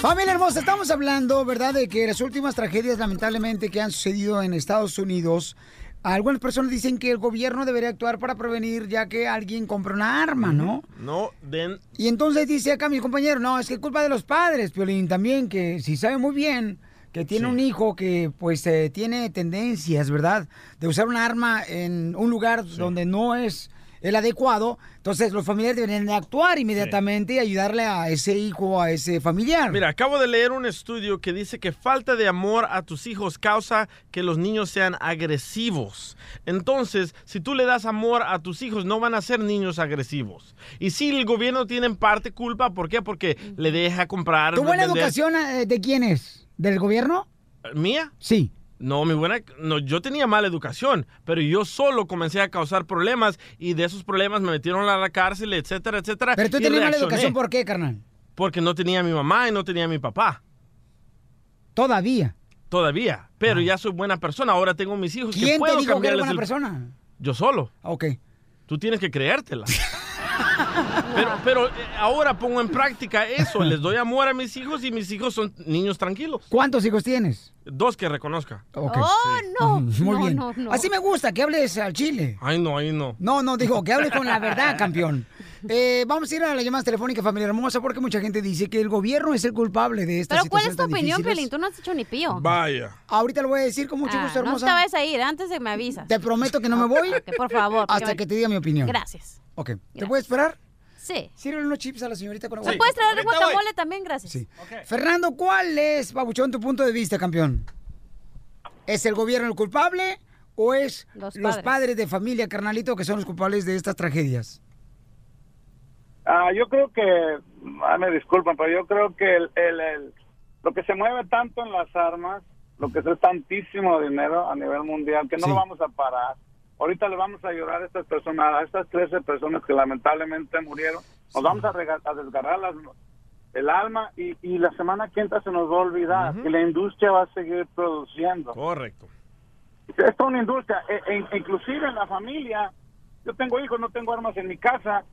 Speaker 5: Familia hermosa, estamos hablando, ¿verdad?, de que las últimas tragedias, lamentablemente, que han sucedido en Estados Unidos, algunas personas dicen que el gobierno debería actuar para prevenir ya que alguien compra una arma, ¿no?
Speaker 6: No den
Speaker 5: Y entonces dice acá mi compañero, no, es que es culpa de los padres, Piolín, también, que si sabe muy bien que tiene un hijo que pues eh, tiene tendencias, ¿verdad?, de usar un arma en un lugar donde no es el adecuado, entonces los familiares deberían de actuar inmediatamente y ayudarle a ese hijo, a ese familiar.
Speaker 6: Mira, acabo de leer un estudio que dice que falta de amor a tus hijos causa que los niños sean agresivos. Entonces, si tú le das amor a tus hijos, no van a ser niños agresivos. Y sí, el gobierno tiene en parte culpa. ¿Por qué? Porque le deja comprar.
Speaker 5: ¿Tu buena
Speaker 6: vender-
Speaker 5: educación eh, de quién es? ¿Del gobierno?
Speaker 6: ¿Mía?
Speaker 5: Sí.
Speaker 6: No, mi buena, no, yo tenía mala educación, pero yo solo comencé a causar problemas y de esos problemas me metieron a la cárcel, etcétera, etcétera.
Speaker 5: Pero tú
Speaker 6: y
Speaker 5: tenías mala
Speaker 6: reaccioné,
Speaker 5: educación, ¿por qué, carnal?
Speaker 6: Porque no tenía a mi mamá y no tenía a mi papá
Speaker 5: Todavía.
Speaker 6: todavía, pero ya soy buena persona, ahora tengo mis hijos. que
Speaker 5: Ah. ¿Quién te
Speaker 6: puedo
Speaker 5: dijo que eres
Speaker 6: cambiarles
Speaker 5: buena
Speaker 6: el-
Speaker 5: persona? Ah,
Speaker 6: Yo solo.
Speaker 5: Ok.
Speaker 6: Tú tienes que creértela. pero, pero eh, ahora pongo en práctica eso, les doy amor a mis hijos y mis hijos son niños tranquilos.
Speaker 5: ¿Cuántos hijos tienes?
Speaker 6: Dos que reconozca.
Speaker 5: Ok.
Speaker 7: Oh, no!
Speaker 5: Muy
Speaker 6: No,
Speaker 5: bien.
Speaker 6: no, no.
Speaker 5: Así me gusta, que hables al chile.
Speaker 6: Ay, no, ay, no.
Speaker 5: No, no, digo, que hables con la verdad, campeón. Eh, vamos a ir a las llamadas telefónicas, familia hermosa, porque mucha gente dice que el gobierno es el culpable de esta
Speaker 7: Pero ¿cuál es tu
Speaker 5: situación tan
Speaker 7: opinión,
Speaker 5: difícil.
Speaker 7: Piolín? Tú no has dicho ni pío.
Speaker 6: Vaya.
Speaker 5: Ahorita lo voy a decir con mucho
Speaker 7: Ah,
Speaker 5: gusto,
Speaker 7: no
Speaker 5: hermosa.
Speaker 7: te vayas a ir, antes de que me avisas.
Speaker 5: Te prometo que no me voy.
Speaker 7: Ok, por favor. porque
Speaker 5: Hasta
Speaker 7: me-
Speaker 5: que te diga mi opinión.
Speaker 7: Gracias.
Speaker 5: Ok. ¿Te puedes esperar?
Speaker 7: Sí.
Speaker 5: Sírvele unos chips a la señorita con
Speaker 7: ¿Me
Speaker 5: agua. Sí.
Speaker 7: puedes traer
Speaker 5: Ahorita
Speaker 7: guacamole también? Gracias.
Speaker 5: Sí. Fernando, ¿cuál es, Babuchón, tu punto de vista, campeón? ¿Es el gobierno el culpable o es los
Speaker 7: Los
Speaker 5: padres,
Speaker 7: padres.
Speaker 5: de familia, carnalito, que son los culpables de estas tragedias?
Speaker 30: Ah, yo creo que, ah, me disculpan, pero yo creo que el, el- el- lo que se mueve tanto en las armas, lo que es tantísimo dinero a nivel mundial, que no
Speaker 10: Sí.
Speaker 30: lo vamos a parar. Ahorita le vamos a ayudar a estas personas, a estas 13 personas que lamentablemente murieron. Nos vamos a, rega- a desgarrar las- el alma y, y la semana que entra se nos va a olvidar que la industria va a seguir produciendo.
Speaker 6: Correcto.
Speaker 30: Esto es una industria, e- e- inclusive en la familia. Yo tengo hijos, no tengo armas en mi casa,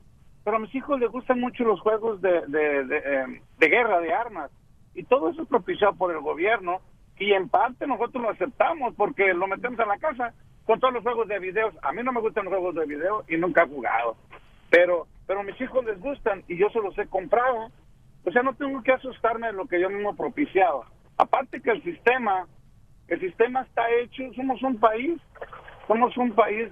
Speaker 30: pero a mis hijos les gustan mucho los juegos de, de- de, eh, de guerra, de armas. Y todo eso es propiciado por el gobierno y en parte nosotros lo aceptamos porque lo metemos a la casa con todos los juegos de videos. A mí no me gustan los juegos de video y nunca he jugado, pero, pero a mis hijos les gustan y yo se los he comprado. O sea, no tengo que asustarme de lo que yo mismo propiciaba. Aparte que el sistema el sistema está hecho, somos un país, somos un país.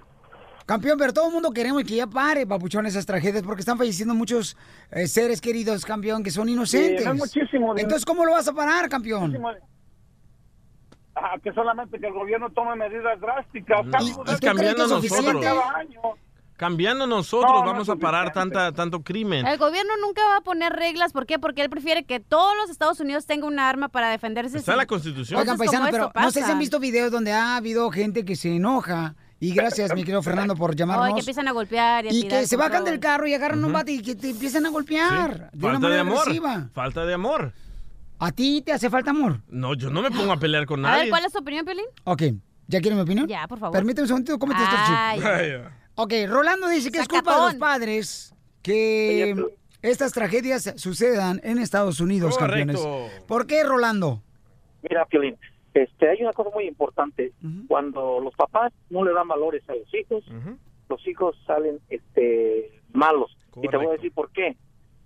Speaker 5: Campeón, pero todo el mundo queremos que ya pare, Babuchón, esas tragedias, porque están falleciendo muchos eh, seres queridos, campeón, que son inocentes.
Speaker 30: Sí, no es muchísimo dinero.
Speaker 5: Entonces, ¿cómo lo vas a parar, campeón?
Speaker 30: ah, que solamente que el gobierno tome medidas drásticas. Estamos-
Speaker 6: Es cambiando nosotros. Cambiando nosotros
Speaker 30: No, no
Speaker 6: vamos
Speaker 30: es
Speaker 6: a parar
Speaker 30: suficiente.
Speaker 6: tanta, tanto crimen.
Speaker 7: El gobierno nunca va a poner reglas. ¿Por qué? Porque él prefiere que todos los Estados Unidos tengan una arma para defenderse.
Speaker 6: Está en
Speaker 7: si-
Speaker 6: la Constitución.
Speaker 5: Oigan,
Speaker 7: Entonces,
Speaker 5: paisanos,
Speaker 7: como
Speaker 5: pero
Speaker 7: esto
Speaker 5: no sé si
Speaker 7: pasa.
Speaker 5: han visto videos donde ha habido gente que se enoja. Y gracias, mi querido Fernando, por llamarnos.
Speaker 7: Ay, que empiezan a golpear y a
Speaker 5: y
Speaker 7: tirar
Speaker 5: que se
Speaker 7: con
Speaker 5: bajan
Speaker 7: todo.
Speaker 5: del carro y agarran un bate y que te empiezan a golpear de
Speaker 6: Falta
Speaker 5: una
Speaker 6: de
Speaker 5: manera
Speaker 6: amor.
Speaker 5: agresiva.
Speaker 6: Falta de amor.
Speaker 5: ¿A ti te hace falta amor?
Speaker 6: No, yo no me pongo a pelear con
Speaker 7: A ver,
Speaker 6: nadie.
Speaker 7: ¿cuál es tu opinión, Piolín?
Speaker 5: Ok, ¿ya quieren mi opinión?
Speaker 7: Ya, por favor.
Speaker 5: Permíteme un segundito, cómete estos
Speaker 7: Ay.
Speaker 5: chips. Ok, Rolando dice que es culpa de los padres que estas tragedias sucedan en Estados Unidos,
Speaker 9: Correcto.
Speaker 5: campeones. ¿Por qué, Rolando?
Speaker 9: Mira, Piolín, este, hay una cosa muy importante. Cuando los papás no le dan valores a los hijos, los hijos salen este, malos. Y te voy a decir por qué.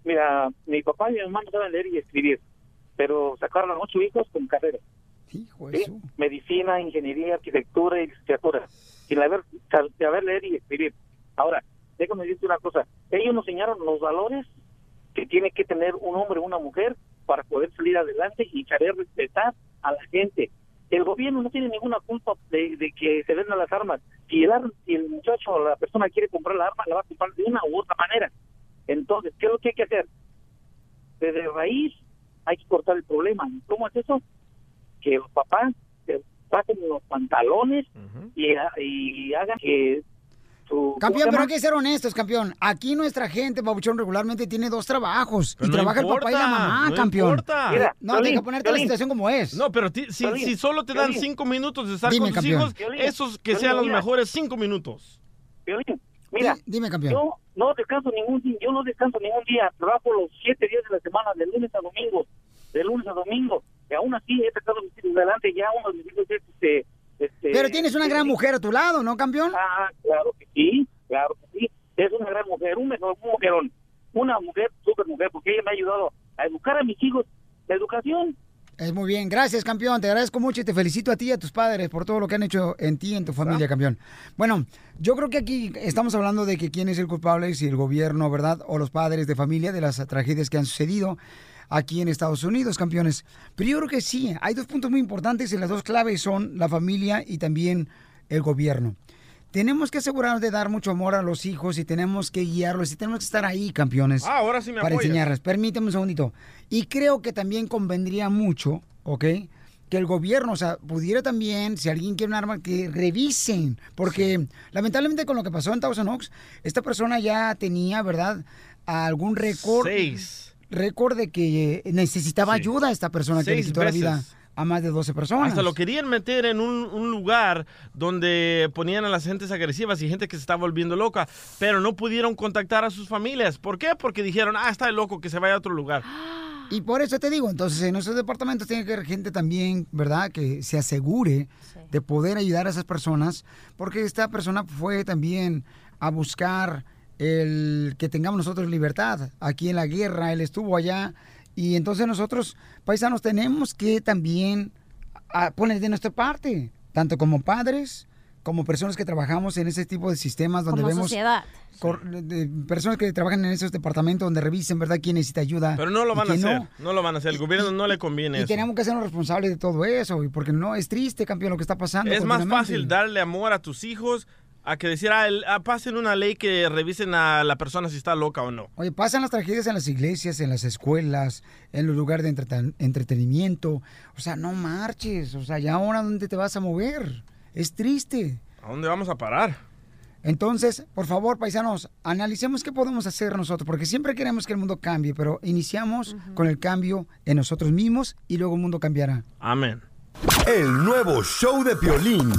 Speaker 9: Mira, mi papá y mi mamá no saben leer y escribir, pero sacaron a ocho hijos con carrera. ¿sí? Medicina, ingeniería, arquitectura y licenciatura, sin haber, saber leer y escribir. Ahora, déjame decirte una cosa. Ellos nos enseñaron los valores que tiene que tener un hombre o una mujer para poder salir adelante y saber respetar a la gente. El gobierno no tiene ninguna culpa de, de que se vendan las armas. Si el, ar- si el muchacho o la persona quiere comprar la arma, la va a comprar de una u otra manera. Entonces, ¿qué es lo que hay que hacer? Desde raíz hay que cortar el problema. ¿Y ¿Cómo es eso? Que los papás se bajen los pantalones y, ha- y hagan que su...
Speaker 5: Campeón, pero eh? hay
Speaker 9: ¿cómo
Speaker 5: que
Speaker 9: se
Speaker 5: ser honestos, campeón. Aquí nuestra gente, Babuchón, regularmente tiene dos trabajos.
Speaker 6: Pero
Speaker 5: y
Speaker 6: no
Speaker 5: trabaja el papá y la
Speaker 6: importa,
Speaker 5: mamá,
Speaker 6: no
Speaker 5: campeón.
Speaker 6: importa. Mira,
Speaker 5: no,
Speaker 6: Piolín,
Speaker 5: deja ponerte la
Speaker 6: Piolín.
Speaker 5: situación como es.
Speaker 6: No, pero ti- si,
Speaker 5: Piolín,
Speaker 6: si solo te dan
Speaker 5: Piolín.
Speaker 6: cinco minutos de estar con
Speaker 5: Dime,
Speaker 6: tus
Speaker 5: campeón.
Speaker 6: hijos,
Speaker 9: Piolín,
Speaker 6: esos que
Speaker 9: Piolín,
Speaker 6: sean los
Speaker 9: mira.
Speaker 6: mejores cinco minutos.
Speaker 9: Piolín, mira,
Speaker 5: dime, campeón.
Speaker 9: yo no descanso ningún día, yo no descanso ningún día, trabajo los siete días de la semana, de lunes a domingo, de lunes a domingo, y aún así he tratado de ir adelante, ya uno de mis hijos es, este, este...
Speaker 5: Pero tienes una gran mujer a tu lado, ¿no, campeón?
Speaker 9: Ah, claro que sí, claro que sí, es una gran mujer, un mejor un mujerón, una mujer, súper mujer, porque ella me ha ayudado a educar a mis hijos, la educación
Speaker 5: Es muy bien, gracias campeón, te agradezco mucho y te felicito a ti y a tus padres por todo lo que han hecho en ti y en tu familia, campeón. Bueno, yo creo que aquí estamos hablando de que quién es el culpable, si el gobierno, ¿verdad? O los padres de familia de las tragedias que han sucedido aquí en Estados Unidos, campeones. Pero yo creo que sí, hay dos puntos muy importantes y las dos claves son la familia y también el gobierno. Tenemos que asegurarnos de dar mucho amor a los hijos y tenemos que guiarlos y tenemos que estar ahí, campeones.
Speaker 6: Ah, ahora sí me
Speaker 5: Para
Speaker 6: apoyas.
Speaker 5: enseñarles. Permíteme un segundito. Y creo que también convendría mucho, ¿ok? Que el gobierno, o sea, pudiera también, si alguien quiere un arma, que revisen. Porque lamentablemente con lo que pasó en Thousand Oaks, esta persona ya tenía, ¿verdad? Algún récord.
Speaker 6: Seis.
Speaker 5: Récord de que eh, necesitaba ayuda a esta persona que le
Speaker 6: Seis
Speaker 5: quitó
Speaker 6: veces.
Speaker 5: la vida a más de 12 personas.
Speaker 6: Hasta lo querían meter en un, un lugar donde ponían a las gentes agresivas y gente que se estaba volviendo loca, pero no pudieron contactar a sus familias. ¿Por qué? Porque dijeron, ah, está el loco, que se vaya a otro lugar.
Speaker 5: Y por eso te digo, entonces en esos departamentos tiene que haber gente también, ¿verdad? Que se asegure de poder ayudar a esas personas, porque esta persona fue también a buscar el que tengamos nosotros libertad. Aquí en la guerra, él estuvo allá, y entonces nosotros, paisanos, tenemos que también a- poner de nuestra parte, tanto como padres, como personas que trabajamos en ese tipo de sistemas donde
Speaker 7: Como
Speaker 5: vemos...
Speaker 7: sociedad.
Speaker 5: cor- de- de personas que trabajan en esos departamentos donde revisen, ¿verdad? ¿Quién necesita ayuda?
Speaker 6: Pero no lo
Speaker 5: y
Speaker 6: van a
Speaker 5: quién no.
Speaker 6: hacer, no, lo van a hacer. El gobierno no le conviene
Speaker 5: Y
Speaker 6: eso.
Speaker 5: tenemos que sernos responsables de todo eso, y porque no es triste, campeón, lo que está pasando.
Speaker 6: Es más
Speaker 5: continuamente.
Speaker 6: fácil darle amor a tus hijos a que decir, ah, el- ah, pasen una ley que revisen a la persona si está loca o no.
Speaker 5: Oye, pasan las tragedias en las iglesias, en las escuelas, en los lugares de entreten- entretenimiento. O sea, no marches. O sea, ya ahora dónde te vas a mover. Es triste.
Speaker 6: ¿A dónde vamos a parar?
Speaker 5: Entonces, por favor, paisanos, analicemos qué podemos hacer nosotros, porque siempre queremos que el mundo cambie, pero iniciamos con el cambio en nosotros mismos y luego el mundo cambiará.
Speaker 6: Amén.
Speaker 1: El nuevo show de Piolín.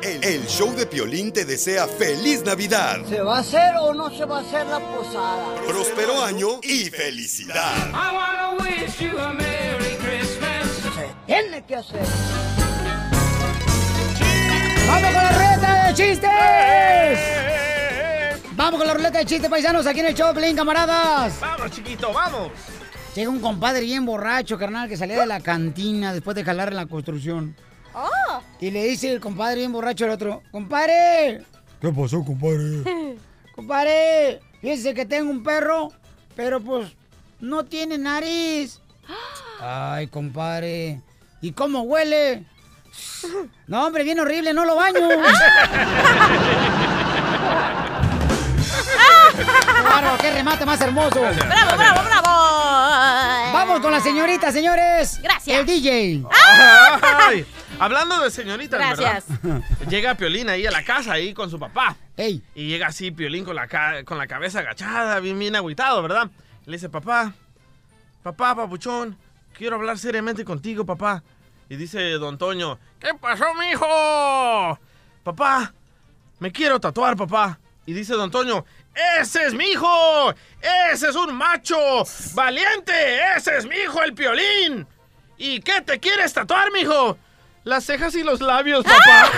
Speaker 1: El, el show de Piolín te desea feliz Navidad,
Speaker 3: ¿Se va a hacer o no se va a hacer la posada?
Speaker 1: próspero año y felicidad.
Speaker 3: Se tiene que hacer.
Speaker 5: ¡Vamos con la ruleta de chistes! ¡Vamos con la ruleta de chistes, paisanos! Aquí en el show, de Pelín, camaradas.
Speaker 6: Vamos, chiquito, vamos.
Speaker 5: Llega un compadre bien borracho, carnal, que salía de la cantina después de jalar en la construcción.
Speaker 7: Oh.
Speaker 5: Y le dice el compadre bien borracho al otro, ¡Compadre! ¿Qué pasó, compadre? ¡Compadre! Fíjese que tengo un perro, pero pues no tiene nariz. Ay, compadre. ¿Y cómo huele? No, hombre, bien horrible, no lo baño. ¡Claro, qué remate más hermoso!
Speaker 7: ¡Bravo, bravo, bravo!
Speaker 5: Vamos con la señorita, señores.
Speaker 7: Gracias. Ah,
Speaker 5: El DJ.
Speaker 6: Ay, hablando de señoritas,
Speaker 7: Gracias.
Speaker 6: ¿verdad? Llega Piolín ahí a la casa, ahí con su papá. Y llega así Piolín con la, ca- con la cabeza agachada, bien, bien agüitado, ¿verdad? Le dice, papá, papá, papuchón, quiero hablar seriamente contigo, papá. Y dice don Toño, ¿qué pasó, mijo? Papá, me quiero tatuar, papá. Y dice don Toño, ¡ese es mi hijo! ¡Ese es un macho! ¡Valiente! ¡Ese es mi hijo, el Piolín! ¿Y qué te quieres tatuar, mijo? Las cejas y los labios, papá.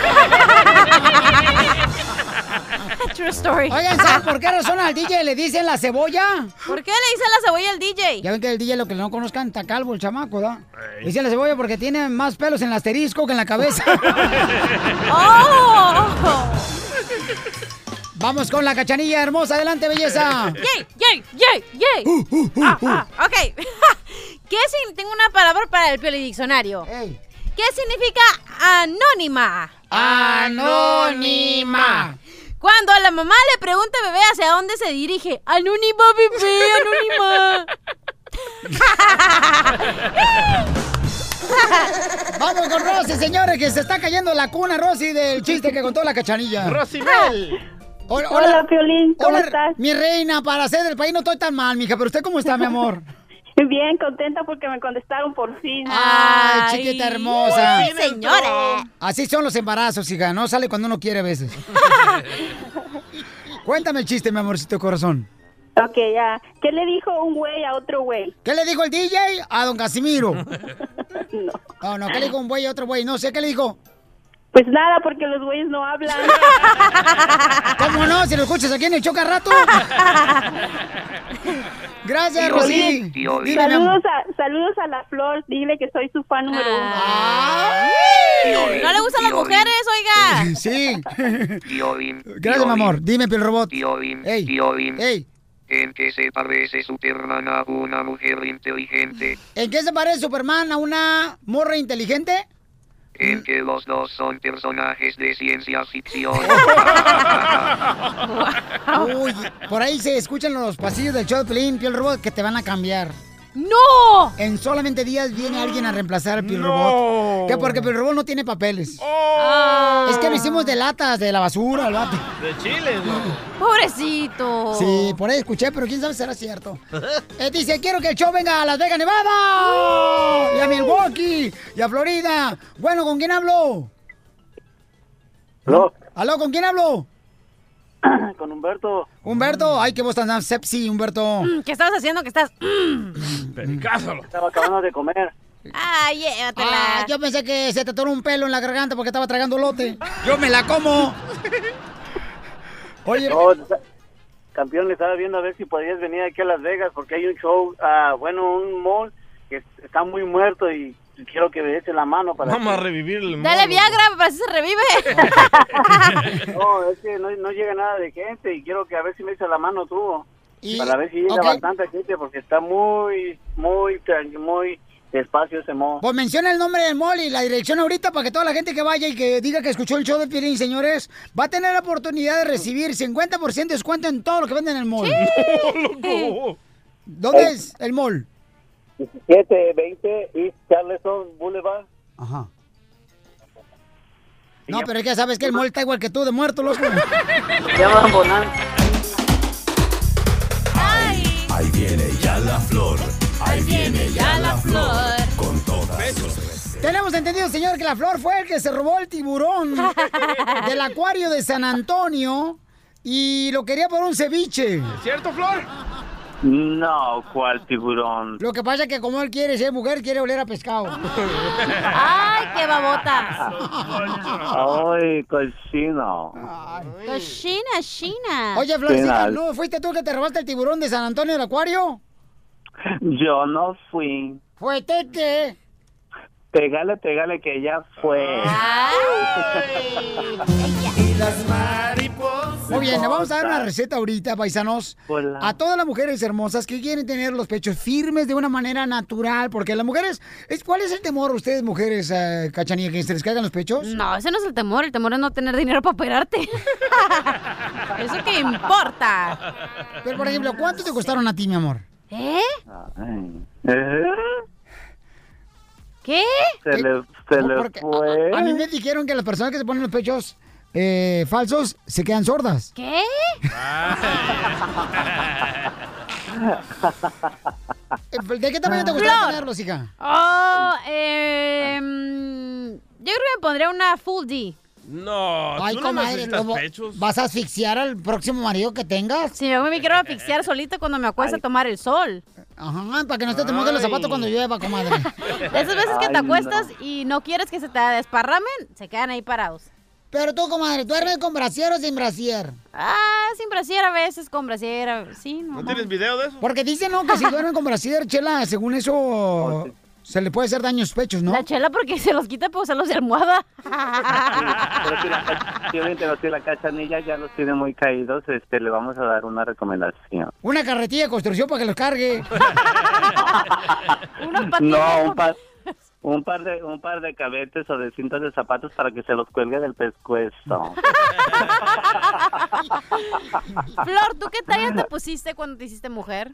Speaker 7: True story.
Speaker 5: Oigan, ¿saben por qué razón al DJ le dicen la cebolla?
Speaker 7: ¿Por qué le dicen la cebolla al DJ?
Speaker 5: Ya ven que el DJ, lo que no conozcan, está calvo el chamaco, ¿verdad? Le Dicen la cebolla porque tiene más pelos en el asterisco que en la cabeza.
Speaker 7: Ah. Oh.
Speaker 5: Vamos con la cachanilla hermosa. Adelante, belleza.
Speaker 7: ¡Yay, yay, yay, yay!
Speaker 5: ¡Uh!
Speaker 7: Ah, ah, ok. ¿Qué sin... Tengo una palabra para el piolidiccionario. ¿Qué significa anónima?
Speaker 5: Anónima.
Speaker 7: Cuando la mamá le pregunta al bebé hacia dónde se dirige, anónima, bebé, anónima. ah.
Speaker 5: Vamos con Rosy, señores, que se está cayendo la cuna, Rosy, del chiste que contó la cachanilla.
Speaker 6: Rosimel.
Speaker 5: Hola,
Speaker 17: Hola, Piolín, ¿cómo
Speaker 5: Hola,
Speaker 17: estás?
Speaker 5: Mi reina, para ser del país no estoy tan mal, mija, pero usted cómo está, mi amor.
Speaker 17: Bien, contenta porque me contestaron por fin.
Speaker 5: Ay, chiquita hermosa.
Speaker 17: Por fin entró.
Speaker 5: Así son los embarazos, hija, no sale cuando uno quiere a veces. Cuéntame el chiste, mi amorcito corazón.
Speaker 17: Ok, ya. ¿Qué le dijo un güey a otro güey?
Speaker 5: ¿Qué le dijo el DJ a don Casimiro? no. No, no, ¿qué le dijo un güey a otro güey? No sé, ¿qué le dijo?
Speaker 17: Pues nada, porque los güeyes no hablan.
Speaker 5: ¿Cómo no? Si lo escuchas aquí en el choca rato. Gracias, Rosy. Dime, mi amor.
Speaker 17: Saludos a, saludos a la Flor, dile que soy su fan número uno.
Speaker 7: Ah. No le gustan las mujeres, oiga.
Speaker 5: Sí.
Speaker 11: Piolín.
Speaker 5: Gracias, mi amor. Dime, el robot.
Speaker 11: Piolín.
Speaker 5: Ey.
Speaker 11: Piolín.
Speaker 5: Ey.
Speaker 11: ¿En qué se parece Superman a una mujer inteligente?
Speaker 5: ¿En qué se parece Superman a una morra inteligente?
Speaker 11: En que los dos son personajes de ciencia ficción.
Speaker 5: Uy, por ahí se escuchan los pasillos del show de Pelín, Piel Robot, que te van a cambiar.
Speaker 7: ¡No!
Speaker 5: En solamente días viene alguien a reemplazar al Piel Robot. ¿Qué? Porque Piel Robot no tiene papeles. Es que lo hicimos de latas, de la basura, el vato.
Speaker 6: De Chile, ¿no?
Speaker 7: Pobrecito.
Speaker 5: Sí, por ahí escuché, pero quién sabe si será cierto. Él dice, quiero que el show venga a Las Vegas, Nevada. Y a Milwaukee. Y a Florida. Bueno, ¿con quién hablo?
Speaker 9: ¿Aló?
Speaker 5: ¿Aló, con quién hablo?
Speaker 9: Con Humberto.
Speaker 5: Humberto, ay, qué voz tan sepsi, Humberto.
Speaker 7: ¿Qué estabas haciendo? ¿Qué estás?
Speaker 9: Pericázalo. Estaba acabando de comer.
Speaker 7: Ah, llévatela.
Speaker 5: Ah, yo pensé que se te atoró un pelo en la garganta porque estaba tragando lote. Yo me la como. Oye.
Speaker 9: No, sa- campeón, le estaba viendo a ver si podías venir aquí a Las Vegas porque hay un show, ah, bueno, un mall que es- está muy muerto y quiero que me eche la mano para...
Speaker 6: Vamos a
Speaker 9: que-
Speaker 6: revivir el
Speaker 7: Dale Viagra, para así se revive.
Speaker 9: No, es que no, no llega nada de gente y quiero que a ver si me echa la mano tú.
Speaker 5: Y-
Speaker 9: Para ver si llega
Speaker 5: ok.
Speaker 9: bastante gente porque está muy, muy, tran- muy despacio ese mall.
Speaker 5: Pues menciona el nombre del mall y la dirección ahorita para que toda la gente que vaya y que diga que escuchó el show de Piolín, señores, va a tener la oportunidad de recibir 50% de descuento en todo lo que venden en el mall. ¿Dónde es el mall?
Speaker 9: 1720 East Charleston Boulevard.
Speaker 5: Ajá. No, pero es que sabes que el mall está igual que tú, de muerto, loco.
Speaker 9: Llaman Bonanza.
Speaker 1: Ahí viene ya la flor. Ahí viene ya la flor. Con todas sus
Speaker 5: Tenemos entendido, señor, que la flor fue el que se robó el tiburón del acuario de San Antonio y lo quería por un ceviche.
Speaker 6: ¿Cierto, Flor?
Speaker 9: No, ¿cuál tiburón?
Speaker 5: Lo que pasa es que como él quiere ser mujer, quiere oler a pescado.
Speaker 7: Ay, qué babotas.
Speaker 9: Ay, cochino.
Speaker 7: Pues China, China.
Speaker 5: Oye, Florcita,
Speaker 9: Penal.
Speaker 5: ¿no fuiste tú que te robaste el tiburón de San Antonio del Acuario?
Speaker 9: Yo no fui.
Speaker 5: ¿Fuiste qué?
Speaker 9: Pégale, pégale que ya fue.
Speaker 7: Ah.
Speaker 5: Y las mariposas. Muy bien, le vamos a dar una receta ahorita, paisanos.
Speaker 9: Hola.
Speaker 5: A todas las mujeres hermosas que quieren tener los pechos firmes de una manera natural, porque las mujeres, es- ¿cuál es el temor ustedes, mujeres, eh, cachanilla, que se les caigan los pechos?
Speaker 7: No, ese no es el temor. El temor es no tener dinero para operarte. Eso que importa.
Speaker 5: Pero, por ejemplo, ¿cuánto te costaron a ti, mi amor?
Speaker 7: ¿Eh?
Speaker 9: ¿Eh?
Speaker 7: ¿Qué?
Speaker 9: Se le, se le
Speaker 5: Porque-
Speaker 9: fue.
Speaker 13: Eh.
Speaker 5: A mí me dijeron que las personas que se ponen los pechos eh, falsos se quedan sordas.
Speaker 7: ¿Qué?
Speaker 5: ¿De qué tamaño te gustaría
Speaker 7: Flor.
Speaker 5: tenerlos, hija?
Speaker 7: Ah. Oh, eh, mm, yo creo que me pondría una full D.
Speaker 6: No,
Speaker 5: Ay,
Speaker 6: Ah, tú no
Speaker 5: comadre,
Speaker 6: necesitas
Speaker 5: ¿cómo
Speaker 6: pechos.
Speaker 5: ¿Vas a asfixiar al próximo marido que tengas?
Speaker 7: Sí, yo me quiero asfixiar solita cuando me acueste a tomar el sol.
Speaker 5: Ajá, para que no se te mojen los zapatos cuando llueva, comadre.
Speaker 7: De esas veces que te acuestas y no quieres que se te desparramen, se quedan ahí parados.
Speaker 5: Pero tú, comadre, ¿duermes con brasier o sin brasier?
Speaker 7: Ah, sin brasier a veces, con brasier. a- Sí, no.
Speaker 6: ¿No tienes video de eso?
Speaker 5: Porque dicen, no, que si duermen con brasier, chela, según eso, se le puede hacer daño a los pechos, ¿no?
Speaker 7: La chela porque se los quita para usarlos de almohada.
Speaker 9: Pero si la, ca- si la- si la cachanilla ya los tiene muy caídos, este, le vamos a dar una recomendación.
Speaker 5: Una carretilla de construcción para que los cargue.
Speaker 9: No, un par, un par de, un par de cabetes o de cintas de zapatos para que se los cuelgue del pescuezo.
Speaker 7: Flor, ¿tú qué talla te pusiste cuando te hiciste mujer?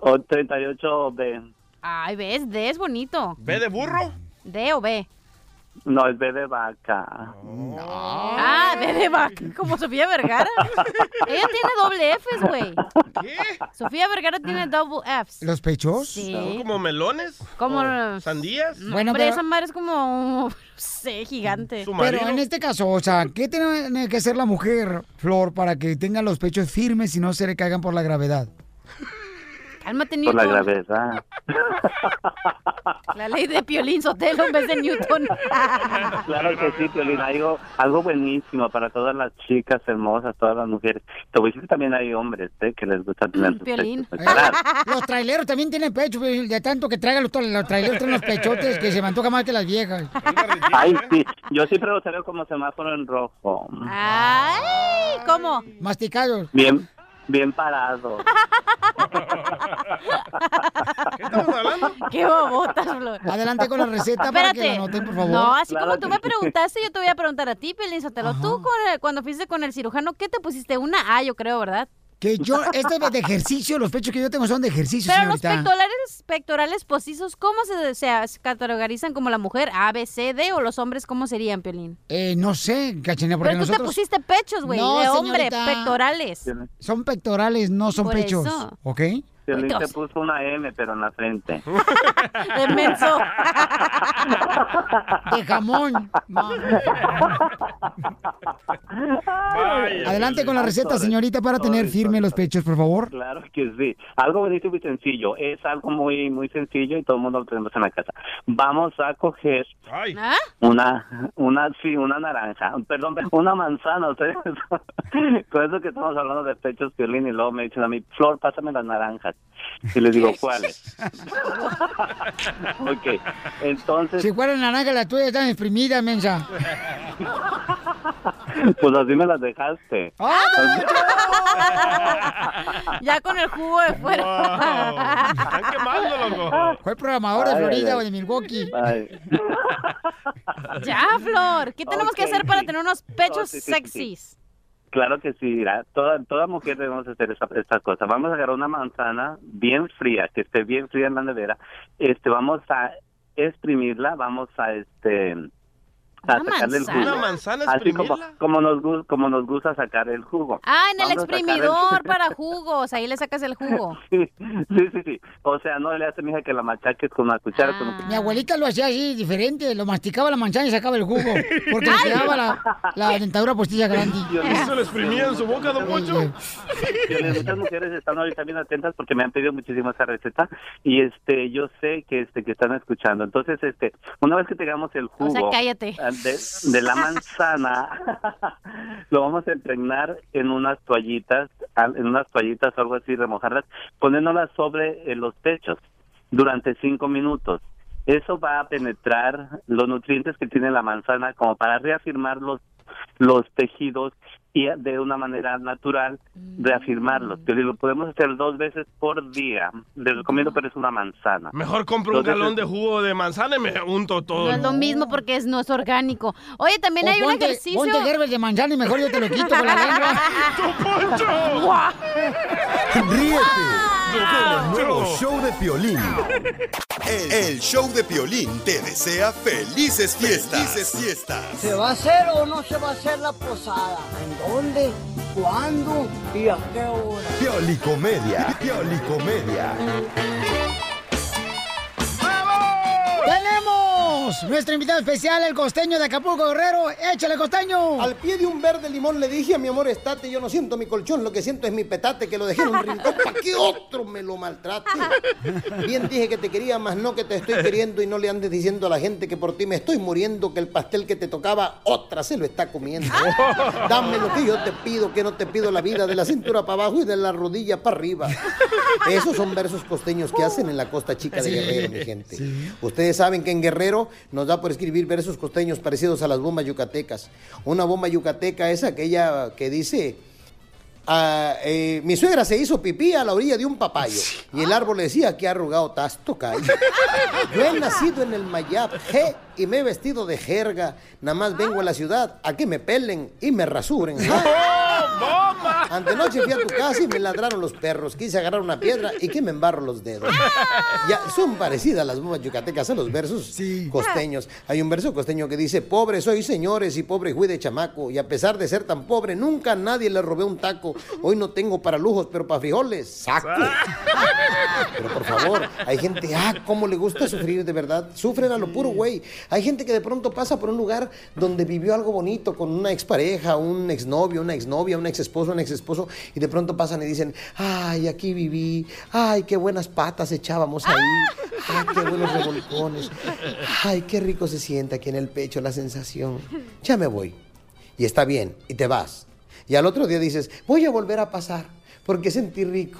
Speaker 9: O 38 B.
Speaker 7: Ay, ves, D es bonito.
Speaker 6: ¿Ve de burro?
Speaker 7: D o B.
Speaker 9: No, es B de vaca.
Speaker 13: Oh.
Speaker 7: Ah, D de vaca, como Sofía Vergara. Ella tiene doble Fs, güey. Sofía Vergara tiene
Speaker 6: Ah.
Speaker 7: double Fs.
Speaker 5: ¿Los pechos?
Speaker 7: Sí.
Speaker 6: ¿Son como melones?
Speaker 7: Como-
Speaker 6: ¿O ¿Sandías?
Speaker 7: No, hombre, esa madre es como, no sé, gigante.
Speaker 5: Pero en este caso, o sea, ¿qué tiene que hacer la mujer, Flor, para que tenga los pechos firmes y no se le caigan por la gravedad?
Speaker 7: Cálmate,
Speaker 13: por la
Speaker 7: Newton.
Speaker 13: gravedad.
Speaker 7: La ley de Piolín Sotelo en vez de Newton.
Speaker 13: Claro que sí, Piolín, algo, algo buenísimo para todas las chicas hermosas, todas las mujeres. Te voy a decir que también hay hombres ¿eh? que les gusta
Speaker 7: Mm,
Speaker 13: tener sus
Speaker 5: Piolín.
Speaker 13: pechos. Claro.
Speaker 5: Los traileros también tienen pecho, Piolín, de tanto que traigan los, los traileros tienen los pechotes que se me antoja más que las viejas.
Speaker 13: Ay, sí, yo siempre lo traigo como semáforo en rojo.
Speaker 7: Ay, ¿cómo?
Speaker 5: Masticados.
Speaker 13: Bien, bien parado.
Speaker 7: Qué bobotas, Flor.
Speaker 5: Adelante con la receta para que la anoten, por favor.
Speaker 7: No, así
Speaker 5: Claro
Speaker 7: como
Speaker 5: que
Speaker 7: tú me
Speaker 5: sí.
Speaker 7: preguntaste, yo te voy a preguntar a ti, Piolín Sotelo. Tú con el- cuando fuiste con el cirujano, ¿qué te pusiste? Una A, yo creo, ¿verdad?
Speaker 5: Que yo, este de ejercicio, los pechos que yo tengo son de ejercicio,
Speaker 7: Pero los
Speaker 5: señorita.
Speaker 7: pectorales, pectorales postizos, ¿cómo se, se categorizan como la mujer? A, B, C, D o los hombres, ¿cómo serían, Piolín?
Speaker 5: Eh, no sé, cachanilla, porque
Speaker 7: Pero tú
Speaker 5: nosotros...
Speaker 7: te pusiste pechos, güey,
Speaker 5: No,
Speaker 7: de hombre,
Speaker 5: señorita.
Speaker 7: pectorales.
Speaker 5: Son pectorales, no son
Speaker 7: Por
Speaker 5: pechos.
Speaker 7: eso.
Speaker 5: ¿Ok?
Speaker 13: Piolín se
Speaker 7: Entonces-
Speaker 13: puso una M, pero en la frente.
Speaker 7: De menso.
Speaker 5: De jamón. No. Adelante con la receta, señorita, para tener firme los pechos, por favor.
Speaker 13: Claro que sí. Algo bonito y muy sencillo. Es algo muy muy sencillo y todo el mundo lo tenemos en la casa. Vamos a coger
Speaker 7: ¿Ah?
Speaker 13: una una sí, una naranja, perdón, una manzana, ustedes. Con eso que estamos hablando de pechos, violín y luego me dicen a mí, "Flor, pásame las naranjas." Y les digo, "¿Cuáles?" ok. Entonces,
Speaker 5: Si fuera naranja, la tuya está exprimida, mensa.
Speaker 13: pues así me las dejaste.
Speaker 7: ya con el jugo de fuera.
Speaker 5: Están
Speaker 7: quemando,
Speaker 5: loco. Fue programador de
Speaker 13: Ay,
Speaker 5: Florida
Speaker 13: ay,
Speaker 5: o de Milwaukee.
Speaker 13: Ay.
Speaker 7: ya, Flor. ¿Qué tenemos que
Speaker 13: Ok.
Speaker 7: hacer para tener unos pechos
Speaker 13: No, sí, sí, sí,
Speaker 7: sexys?
Speaker 13: Claro que sí, mira, toda, toda mujer debemos hacer esta- estas cosas. Vamos a agarrar una manzana bien fría, que esté bien fría en la nevera. Este, vamos a exprimirla, vamos a este a
Speaker 7: ¿Una
Speaker 13: sacarle el
Speaker 7: manzana?
Speaker 13: jugo.
Speaker 7: ¿Una manzana
Speaker 13: Así como,
Speaker 7: exprimirla?
Speaker 13: como nos gu- como nos gusta sacar el jugo.
Speaker 7: Ah, en el
Speaker 13: Vamos a sacar el-
Speaker 7: exprimidor para jugos. Ahí le sacas el jugo.
Speaker 13: Sí, sí, sí, sí. O sea, no le hace mija que la machaques con una cuchara,
Speaker 7: Ah.
Speaker 13: con un
Speaker 5: Mi abuelita lo hacía así, diferente. Lo masticaba la manzana y sacaba el jugo. Porque
Speaker 13: Ay.
Speaker 5: le quedaba la, la dentadura postilla grande.
Speaker 13: Eso
Speaker 34: lo exprimía en su boca, don Poncho?
Speaker 13: Violín, muchas mujeres están ahorita bien atentas porque me han pedido muchísimo esa receta y este yo sé que este que están escuchando entonces este una vez que tengamos el
Speaker 7: O sea,
Speaker 13: jugo
Speaker 7: cállate.
Speaker 13: ah, de, de la manzana lo vamos a impregnar en unas toallitas al- en unas toallitas o algo así remojarlas poniéndolas sobre eh, los pechos durante cinco minutos eso va a penetrar los nutrientes que tiene la manzana como para reafirmar los los tejidos y de una manera natural reafirmarlos. Que lo podemos hacer dos veces por día. Les recomiendo, pero es una manzana.
Speaker 6: Mejor compro un
Speaker 13: Dos veces-
Speaker 6: galón de jugo de manzana y me unto
Speaker 7: No
Speaker 6: todo.
Speaker 7: es lo mismo porque es, no es orgánico. Oye, también
Speaker 5: O
Speaker 7: hay un
Speaker 5: ponte-
Speaker 7: ejercicio.
Speaker 5: Ponte Gerber de manzana y mejor yo te lo quito con la lengua.
Speaker 7: Guau.
Speaker 1: Ríete Ah. con el nuevo show de Piolín. El, el show de Piolín te desea felices fiestas. Felices fiestas.
Speaker 3: ¿Se va a hacer o no se va a hacer la posada? ¿En dónde? ¿Cuándo? ¿Y a qué hora?
Speaker 1: Piolicomedia. Piolicomedia.
Speaker 5: Tenemos nuestro invitado especial, el costeño de Acapulco Guerrero. Échale, costeño.
Speaker 22: Al pie de un verde limón le dije a mi amor, estate, yo no siento mi colchón, lo que siento es mi petate que lo dejé en un rincón para que otro me lo maltrate. Bien dije que te quería, más no que te estoy queriendo y no le andes diciendo a la gente que por ti me estoy muriendo, que el pastel que te tocaba, otra se lo está comiendo. Dame lo que yo te pido, que no te pido la vida de la cintura para abajo y de la rodilla para arriba. Esos son versos costeños que hacen en la costa chica de
Speaker 35: Sí.
Speaker 22: Guerrero, mi gente. Ustedes saben que en Guerrero nos da por escribir versos costeños parecidos a las bombas yucatecas. Una bomba yucateca es aquella que dice, ah, eh, mi suegra se hizo pipí a la orilla de un papayo. Y el árbol le decía, que arrugado tasto cae. Yo he nacido en el Mayab, je, y me he vestido de jerga. Nada más vengo a la ciudad a que me pelen y me rasuren. Antenoche fui a tu casa y me ladraron los perros. Quise agarrar una piedra y que me embarro los dedos. Ya, son parecidas las bombas yucatecas a los versos costeños. Hay un verso costeño que dice, pobre soy señores y pobre fui de chamaco. Y a pesar de ser tan pobre, nunca a nadie le robé un taco. Hoy no tengo para lujos, pero para frijoles, saco. Pero por favor, hay gente, ah, cómo le gusta sufrir de verdad. Sufren a lo puro, güey. Hay gente que de pronto pasa por un lugar donde vivió algo bonito con una expareja, un exnovio, una exnovia, un exesposo, una exesposa esposo, y de pronto pasan y dicen, ay, aquí viví, ay, qué buenas patas echábamos ahí, ay, qué buenos revolcones, ay, qué rico se siente aquí en el pecho la sensación, ya me voy. Y está bien, y te vas. Y al otro día dices, voy a volver a pasar, porque sentí rico.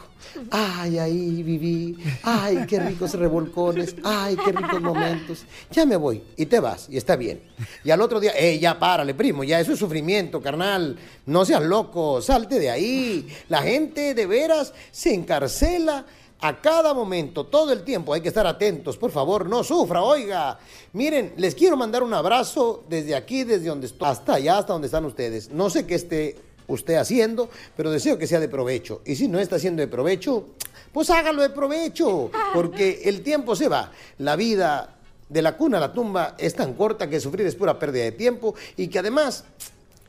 Speaker 22: Ay, ahí viví, ay, qué ricos revolcones, ay, qué ricos momentos. Ya me voy y te vas y está bien. Y al otro día, eh, ya párale, primo, ya eso es sufrimiento, carnal. No seas loco, salte de ahí. La gente de veras se encarcela a cada momento, todo el tiempo. Hay que estar atentos, por favor, no sufra, oiga. Miren, les quiero mandar un abrazo desde aquí, desde donde estoy, hasta allá, hasta donde están ustedes. No sé qué esté usted haciendo, pero deseo que sea de provecho. Y si no está haciendo de provecho, pues hágalo de provecho, porque el tiempo se va. La vida de la cuna a la tumba es tan corta que sufrir es pura pérdida de tiempo y que además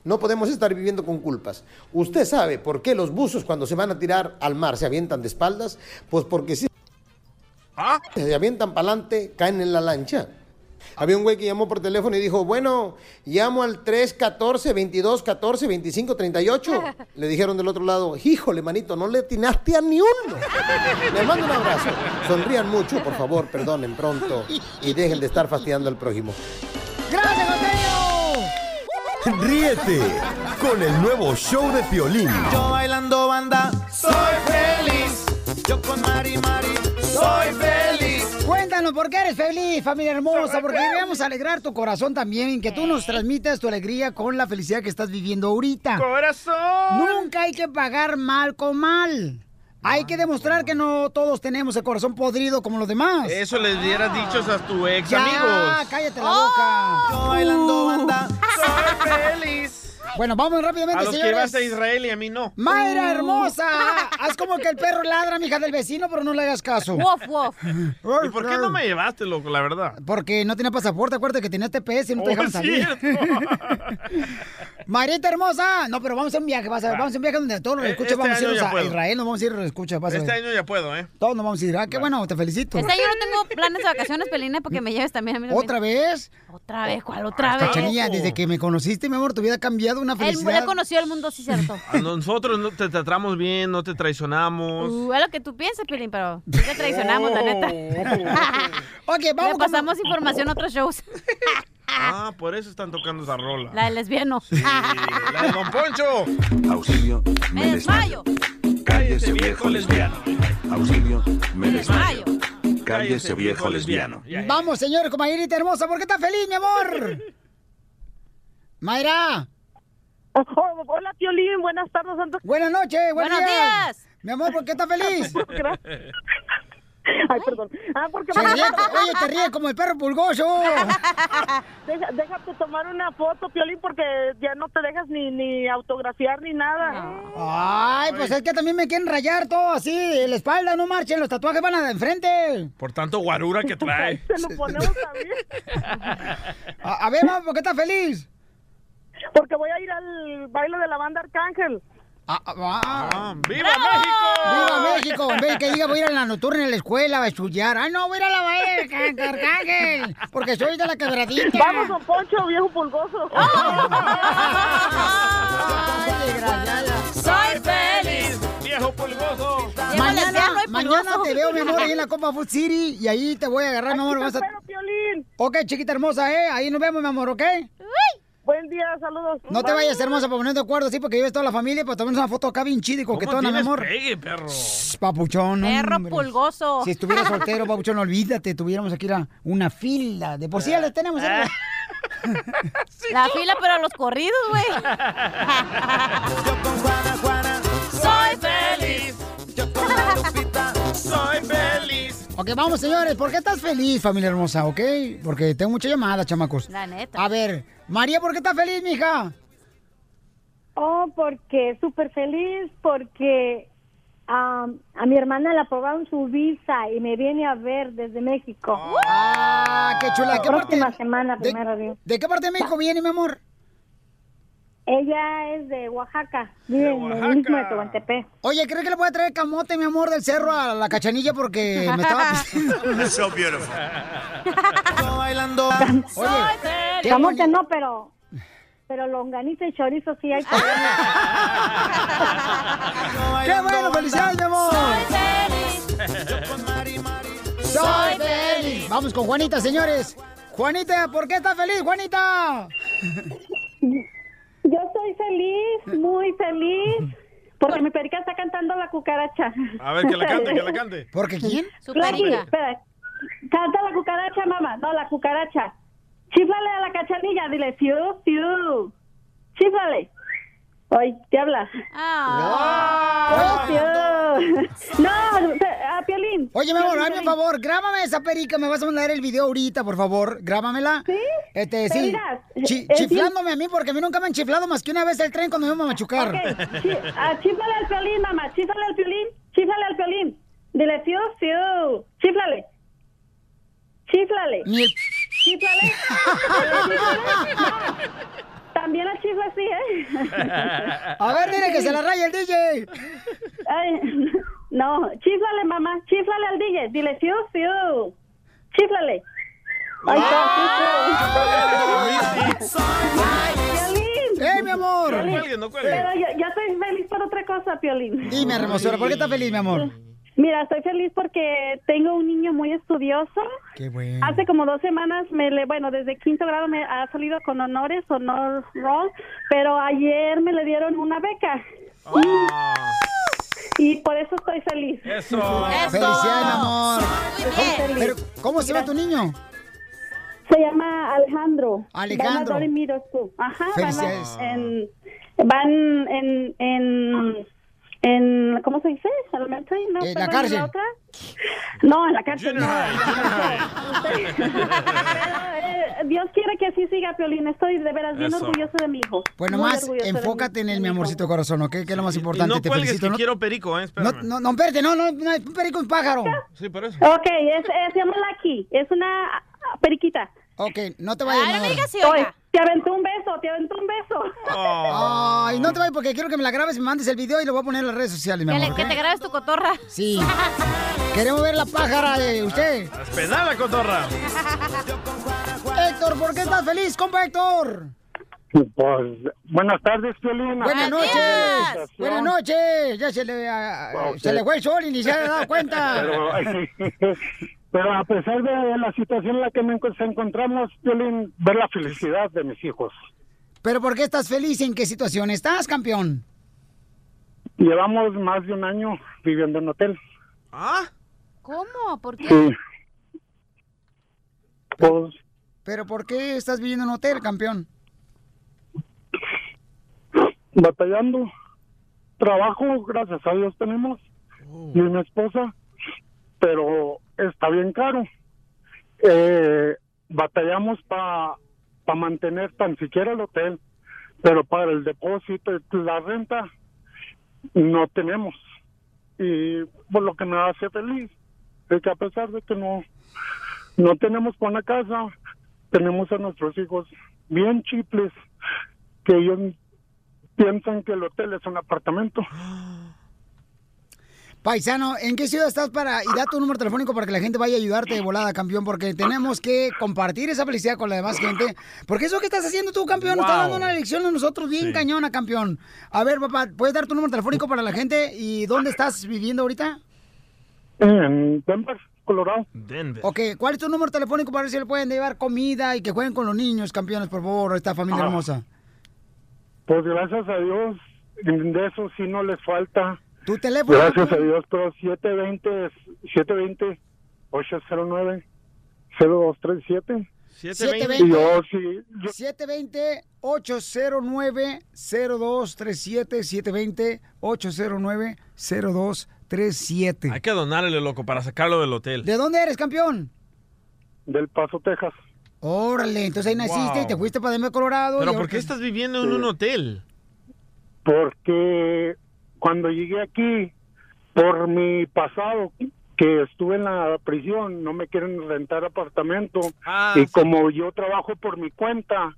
Speaker 22: no podemos estar viviendo con culpas. Usted sabe por qué los buzos cuando se van a tirar al mar se avientan de espaldas, pues porque si se avientan para adelante, caen en la lancha. Había un güey que llamó por teléfono y dijo, bueno, llamo al 314 22 14 25 38. Le dijeron del otro lado, híjole, manito, no le atinaste a ni uno. Les mando un abrazo. Sonrían mucho, por favor, perdonen pronto y dejen de estar fastidiando al prójimo.
Speaker 5: ¡Gracias,
Speaker 1: Ríete con el nuevo show de Piolín.
Speaker 3: Yo bailando banda soy feliz. Yo con Mari Mari soy feliz.
Speaker 5: Cuéntanos por qué eres feliz, familia hermosa, porque debemos alegrar tu corazón también, que tú nos transmitas tu alegría con la felicidad que estás viviendo ahorita.
Speaker 6: ¡Corazón!
Speaker 5: Nunca hay que pagar mal con mal. Hay que demostrar que no todos tenemos el corazón podrido como los demás.
Speaker 6: Eso les hubieras dicho a tu ex,
Speaker 5: ya,
Speaker 6: amigos. ¡Oh!
Speaker 5: cállate la boca.
Speaker 3: Yo bailando banda
Speaker 6: soy feliz.
Speaker 5: Bueno, vamos rápidamente,
Speaker 6: A los que
Speaker 5: señores.
Speaker 6: ibas a Israel y a mí no.
Speaker 5: Mayra hermosa, haz como que el perro ladra, mija del vecino, pero no le hagas caso.
Speaker 6: Wof, ¿Y por qué no me llevaste, loco, la verdad?
Speaker 5: Porque no tenía pasaporte, acuérdate que tenías TPS y no
Speaker 6: Oh,
Speaker 5: te dejaron
Speaker 6: es
Speaker 5: salir. Marita hermosa, no, pero vamos a un viaje, vas a ver, vamos a un viaje donde todos nos
Speaker 6: Eh,
Speaker 5: escuchas,
Speaker 6: este
Speaker 5: vamos a
Speaker 6: año
Speaker 5: irnos
Speaker 6: ya
Speaker 5: a
Speaker 6: puedo.
Speaker 5: Israel, nos vamos a ir a escuchas, vas a
Speaker 6: Este
Speaker 5: ver.
Speaker 6: año ya puedo, ¿eh?
Speaker 5: Todos nos vamos a ir, ah, qué bueno, te felicito.
Speaker 7: Este año no tengo planes de vacaciones, Pelina, porque me lleves también a mí. también.
Speaker 5: ¿Otra vez?
Speaker 7: ¿Otra vez? ¿Cuál otra vez?
Speaker 5: Cachanilla, desde que me conociste, mi amor, tu vida ha cambiado una
Speaker 7: Él,
Speaker 5: felicidad.
Speaker 7: él conoció el mundo, sí, cierto.
Speaker 6: A nosotros no te tratamos bien, no te traicionamos.
Speaker 7: Uh, es lo que tú piensas, Pelín, pero sí te traicionamos, la neta.
Speaker 5: ok,
Speaker 7: vamos. Le pasamos información a otros shows.
Speaker 6: Ah, por eso están tocando esa rola.
Speaker 7: La del lesbiano.
Speaker 6: La de Don Poncho.
Speaker 23: Auxilio,
Speaker 7: Me desmayo.
Speaker 23: cállese viejo lesbiano. Auxilio, me
Speaker 7: desmayo.
Speaker 23: Cállese viejo lesbiano.
Speaker 5: Vamos, señor, con Mayrita hermosa, ¿por qué estás feliz, mi amor? Mayra.
Speaker 3: Oh, hola, Piolín, buenas tardes.
Speaker 5: Buenas noches, buen
Speaker 3: Buenos
Speaker 5: día.
Speaker 3: días.
Speaker 5: Mi amor, ¿por qué estás feliz?
Speaker 3: Ay, perdón. Ah, porque
Speaker 5: Se ríe, oye, te ríes como el perro pulgoso.
Speaker 3: Deja- déjate tomar una foto, Piolín, porque ya no te dejas ni, ni autografiar ni nada.
Speaker 5: Ay, pues es que también me quieren rayar todo así, de la espalda, no marchen, los tatuajes van a enfrente.
Speaker 6: Por tanto guarura que trae.
Speaker 5: A, a ver, mamá, ¿por qué estás feliz?
Speaker 3: Porque voy a ir al baile de la banda Arcángel.
Speaker 5: ah.
Speaker 6: Ah, ¡Viva México!
Speaker 5: ¡Viva México! En vez de que diga voy a ir a la nocturna en la escuela a estudiar. ¡Ay, no, voy a ir a la baile de Can- Carcángel! Porque soy de la quebradita.
Speaker 3: Vamos, don Poncho, viejo pulgoso.
Speaker 23: Soy feliz,
Speaker 6: viejo pulgoso.
Speaker 5: Mañana, mañana te veo, mi amor, ahí en la Copa Food City y ahí te voy a agarrar, mi amor.
Speaker 3: te
Speaker 5: Vas a...
Speaker 3: espero, Piolín.
Speaker 5: Ok, chiquita hermosa, ¿eh? Ahí nos vemos, mi amor, ¿ok?
Speaker 3: Buen día, saludos.
Speaker 5: No te vayas, hermosa, para poner de acuerdo, sí, porque lleves toda la familia para tomarnos una foto acá bien chida y coquetona, mi
Speaker 6: tienes
Speaker 5: amor.
Speaker 6: pegue, perro?
Speaker 5: Papuchón.
Speaker 7: Perro
Speaker 5: hombre.
Speaker 7: pulgoso.
Speaker 5: Si estuviera soltero, Papuchón, olvídate, tuviéramos aquí la- una fila. De por sí ya la tenemos. ¿eh?
Speaker 7: Ah. La fila, pero a los corridos, güey.
Speaker 3: Soy feliz. Soy feliz.
Speaker 5: Ok, vamos, señores. ¿Por qué estás feliz, familia hermosa? ¿Ok? Porque tengo mucha llamada, chamacos.
Speaker 7: La neta.
Speaker 5: A ver, María, ¿por qué estás feliz, mija?
Speaker 11: Oh, porque súper feliz, porque am, a mi hermana le aprobaron su visa y me viene a ver desde México.
Speaker 5: ¡Ah, qué chula! ¿Qué
Speaker 11: Próxima semana, primero Dios.
Speaker 5: ¿De qué parte de México viene, mi amor?
Speaker 11: Ella es de Oaxaca, vive en el mismo de Tehuantepec.
Speaker 5: Oye, ¿crees que le voy a traer camote, mi amor, del cerro a la cachanilla? Porque Eh, me estaba...
Speaker 3: So beautiful. Yo bailando.
Speaker 5: qué
Speaker 11: Camote no,
Speaker 5: Ah.
Speaker 11: pero pero longaniza y chorizo sí hay. que-
Speaker 5: Vamos con Juanita, señores. Juanita, ¿por qué estás feliz, Juanita?
Speaker 17: Yo estoy feliz, muy feliz, porque mi perica está cantando la cucaracha.
Speaker 11: A ver, que la cante, que la cante.
Speaker 5: ¿Porque quién?
Speaker 11: Su
Speaker 17: Rocky,
Speaker 11: perica.
Speaker 17: espera. Canta la cucaracha, mamá. No, la cucaracha. Chíflale a la cachanilla, dile, fiu, fiu. Chíflale. Oye, ¿qué habla?
Speaker 5: Ah, No, a Piolín. Oye, mi amor, hazme un favor, grábame esa perica, me vas a mandar el video ahorita, por favor, grábamela. Sí. Este,
Speaker 17: Pero
Speaker 5: sí.
Speaker 17: mira,
Speaker 5: Chi-
Speaker 17: eh,
Speaker 5: chiflándome a mí, porque a mí nunca me han chiflado más que una vez el tren cuando me iba a machucar.
Speaker 17: Ok, chi- ah, chíflale al piolín, mamá. Chíflale al piolín. Chíflale al piolín. Dile, fiu, fiu. Chíflale. Chíflale. Chíflale. También la chifla así, ¿eh?
Speaker 5: A ver, dile que se la raye el DJ.
Speaker 17: no, chiflale, mamá. Chiflale al DJ. Dile, fiu, fiu. Chiflale. Ahí está, fiu, fiu.
Speaker 5: ¡Eh, mi amor!
Speaker 17: Piolín.
Speaker 5: No cuelgues, no cuelgues.
Speaker 17: Pero yo, yo estoy feliz por otra cosa, Piolín.
Speaker 5: Dime, hermosura, ¿por qué estás feliz, mi amor?
Speaker 17: Mira, estoy feliz porque tengo un niño muy estudioso.
Speaker 5: Qué bueno.
Speaker 17: Hace como dos semanas, me le, bueno, desde quinto grado me ha salido con honores, honor roll, pero ayer me le dieron una beca. Y por eso estoy feliz.
Speaker 5: ¡Felicidades, mi amor!
Speaker 17: Muy
Speaker 5: ¿Cómo,
Speaker 17: bien.
Speaker 5: pero, ¿Cómo se llama tu niño?
Speaker 17: Se llama Alejandro.
Speaker 5: Alejandro.
Speaker 17: Van a Dormir School. Ajá, van, a-
Speaker 5: Felicidades.
Speaker 17: en, van en, en, en- ¿cómo se dice? Elementary, no,
Speaker 5: En la
Speaker 17: perdón,
Speaker 5: cárcel.
Speaker 17: otra? No, en la cárcel. no.
Speaker 5: Ah.
Speaker 17: Eh, Dios quiere que así siga, Piolín. Estoy de veras bien
Speaker 5: Eso.
Speaker 17: orgulloso de mi hijo.
Speaker 5: Pues
Speaker 17: Muy
Speaker 5: nomás,
Speaker 17: orgullosa de mi
Speaker 5: enfócate en él, mi amorcito corazón, ¿ok? Que es lo más
Speaker 6: Y
Speaker 5: importante.
Speaker 6: no
Speaker 5: Te
Speaker 6: cuelgues,
Speaker 5: felicito.
Speaker 6: que
Speaker 5: no,
Speaker 6: quiero perico, ¿eh?
Speaker 5: no,
Speaker 6: Espérame.
Speaker 5: no, no, espérate, no, no, no, un perico, un pájaro.
Speaker 6: Sí, por eso.
Speaker 17: Ok, es, es- se llama Lucky. Es una periquita.
Speaker 5: Ok, no te vayas. mi amor.
Speaker 17: Oye, Te aventó un beso, te aventó un beso.
Speaker 5: Ay, no te vayas porque quiero que me la grabes, me mandes el video y lo voy a poner en las redes sociales, mi
Speaker 7: Que, le-
Speaker 5: amor.
Speaker 7: que te
Speaker 5: ¿ok?
Speaker 7: grabes tu cotorra.
Speaker 5: Sí. Queremos ver la pájara de usted.
Speaker 6: Despedala, cotorra.
Speaker 5: Héctor, ¿por qué estás feliz, compa Héctor?
Speaker 28: Pues, buenas tardes, Piolín.
Speaker 5: Buenas noches. Buenas noches. Ya se le, ah,
Speaker 28: Wow,
Speaker 5: se
Speaker 28: sí.
Speaker 5: le fue el sol y ni se ha dado cuenta.
Speaker 28: Pero, pero a pesar de la situación en la que nos encontramos, Piolín, ver la felicidad de mis hijos.
Speaker 5: Pero ¿por qué estás feliz? ¿En qué situación estás, campeón?
Speaker 28: Llevamos más de un año viviendo en hotel.
Speaker 6: ¿Ah?
Speaker 7: ¿Cómo? ¿Por qué?
Speaker 28: Sí. Pues,
Speaker 5: ¿Pero por qué estás viviendo en hotel, campeón?
Speaker 28: batallando. Trabajo, gracias a Dios tenemos. Y una esposa, pero está bien caro. Eh, batallamos para pa mantener tan siquiera el hotel, pero para el depósito y la renta no tenemos. Y por lo que me hace feliz es que a pesar de que no, no tenemos una casa, tenemos a nuestros hijos bien chiples, que ellos piensan que el hotel es un apartamento.
Speaker 5: Paisano, ¿en qué ciudad estás para...? Y da tu número telefónico para que la gente vaya a ayudarte de volada, campeón, porque tenemos que compartir esa felicidad con la demás gente. Porque eso que estás haciendo tú, campeón, nos está
Speaker 28: Wow.
Speaker 5: dando una lección a nosotros bien cañona, campeón. A ver, papá, ¿puedes dar tu número telefónico para la gente y dónde estás viviendo ahorita?
Speaker 28: En Denver, Colorado.
Speaker 6: Denver.
Speaker 5: Ok, ¿cuál es tu número telefónico para ver si le pueden llevar comida y que jueguen con los niños, campeones, por favor, a esta familia
Speaker 28: Ah.
Speaker 5: hermosa?
Speaker 28: Pues gracias a Dios, de eso sí no les falta.
Speaker 5: Tu teléfono.
Speaker 28: Gracias a Dios, pero 720 es- 720 809 0237.
Speaker 5: 720.
Speaker 28: Y yo sí, yo-
Speaker 5: 720-809-0237, 720-809-0237.
Speaker 6: Hay que donarle, loco, para sacarlo del hotel.
Speaker 5: ¿De dónde eres, campeón?
Speaker 28: Del Paso, Texas.
Speaker 5: Órale, entonces ahí naciste
Speaker 6: Wow.
Speaker 5: y te fuiste para Denver, Colorado.
Speaker 6: Pero
Speaker 5: y
Speaker 6: ¿por
Speaker 5: ahora-
Speaker 6: qué estás viviendo en un hotel?
Speaker 28: porque cuando llegué aquí, por mi pasado que estuve en la prisión, no me quieren rentar apartamento
Speaker 6: Ah, sí.
Speaker 28: y como yo trabajo por mi cuenta,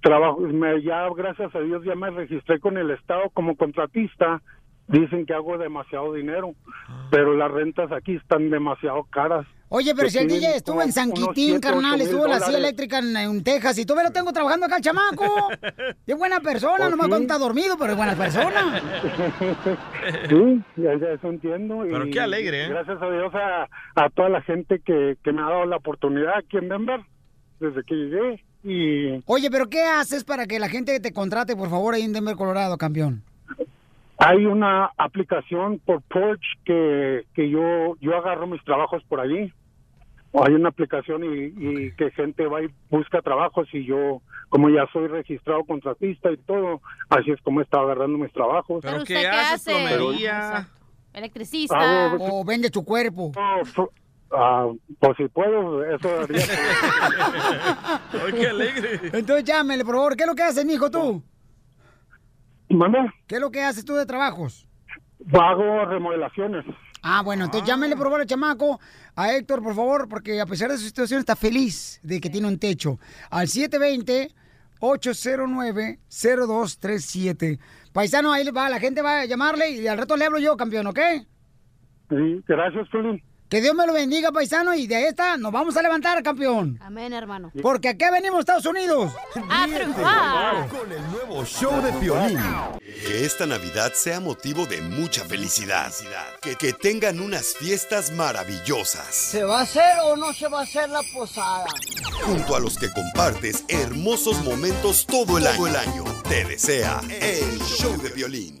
Speaker 28: trabajo me, ya gracias a Dios ya me registré con el estado como contratista.
Speaker 6: Ah.
Speaker 28: Dicen que hago demasiado dinero, pero las rentas aquí están demasiado caras.
Speaker 5: Oye, pero
Speaker 28: Yo
Speaker 5: si el
Speaker 28: tienen
Speaker 5: DJ estuvo en
Speaker 28: como
Speaker 5: San
Speaker 28: unos
Speaker 5: Quitín,
Speaker 28: siete, ocho
Speaker 5: carnal,
Speaker 28: mil
Speaker 5: estuvo en la silla
Speaker 28: dólares.
Speaker 5: eléctrica en, en Texas y todavía lo tengo trabajando acá el chamaco. Es buena persona,
Speaker 28: ¿Oh,
Speaker 5: nomás
Speaker 28: sí?
Speaker 5: cuando está dormido, pero es buena persona.
Speaker 28: sí, ya, ya eso entiendo. y
Speaker 6: Pero qué alegre, ¿eh?
Speaker 28: Gracias a Dios a, a toda la gente que, que me ha dado la oportunidad aquí en Denver desde que llegué. Y
Speaker 5: Oye, pero ¿qué haces para que la gente te contrate, por favor, ahí en Denver, Colorado, campeón?
Speaker 28: hay una aplicación por Porch que, que yo, yo agarro mis trabajos por allí. Hay una aplicación y, y que gente va y busca trabajos y yo, como ya soy registrado contratista y todo, así es como está agarrando mis trabajos.
Speaker 7: ¿Pero usted qué hace? Exacto. Electricista.
Speaker 28: Ah,
Speaker 5: O vende tu cuerpo.
Speaker 28: Ah, pues si puedo, eso haría.
Speaker 5: qué alegre. Entonces llámele, por favor. ¿Qué es lo que haces, mijo, tú?
Speaker 28: Manda,
Speaker 5: ¿Qué es lo que haces tú de trabajos?
Speaker 28: hago remodelaciones.
Speaker 5: Ah, bueno, entonces llámele, por favor, al chamaco, a Héctor, por favor, porque a pesar de su situación está feliz de que tiene un techo. Al 720-809-0237. Paisano, ahí va, la gente va a llamarle y al rato le hablo yo, campeón, ¿ok?
Speaker 28: Sí, gracias, Piolín.
Speaker 5: Que Dios me lo bendiga, paisano, y de esta nos vamos a levantar, campeón.
Speaker 7: Amén, hermano.
Speaker 5: Porque aquí venimos, Estados Unidos.
Speaker 7: A triunfar.
Speaker 5: Con el nuevo
Speaker 1: O show de Piolín. Que esta Navidad sea motivo de mucha felicidad. Que, que tengan unas fiestas maravillosas.
Speaker 36: ¿Se va a hacer o no se va a hacer la posada?
Speaker 1: Junto a los que compartes hermosos momentos todo el año. Todo el año. Te desea el show de violín.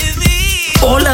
Speaker 8: Hola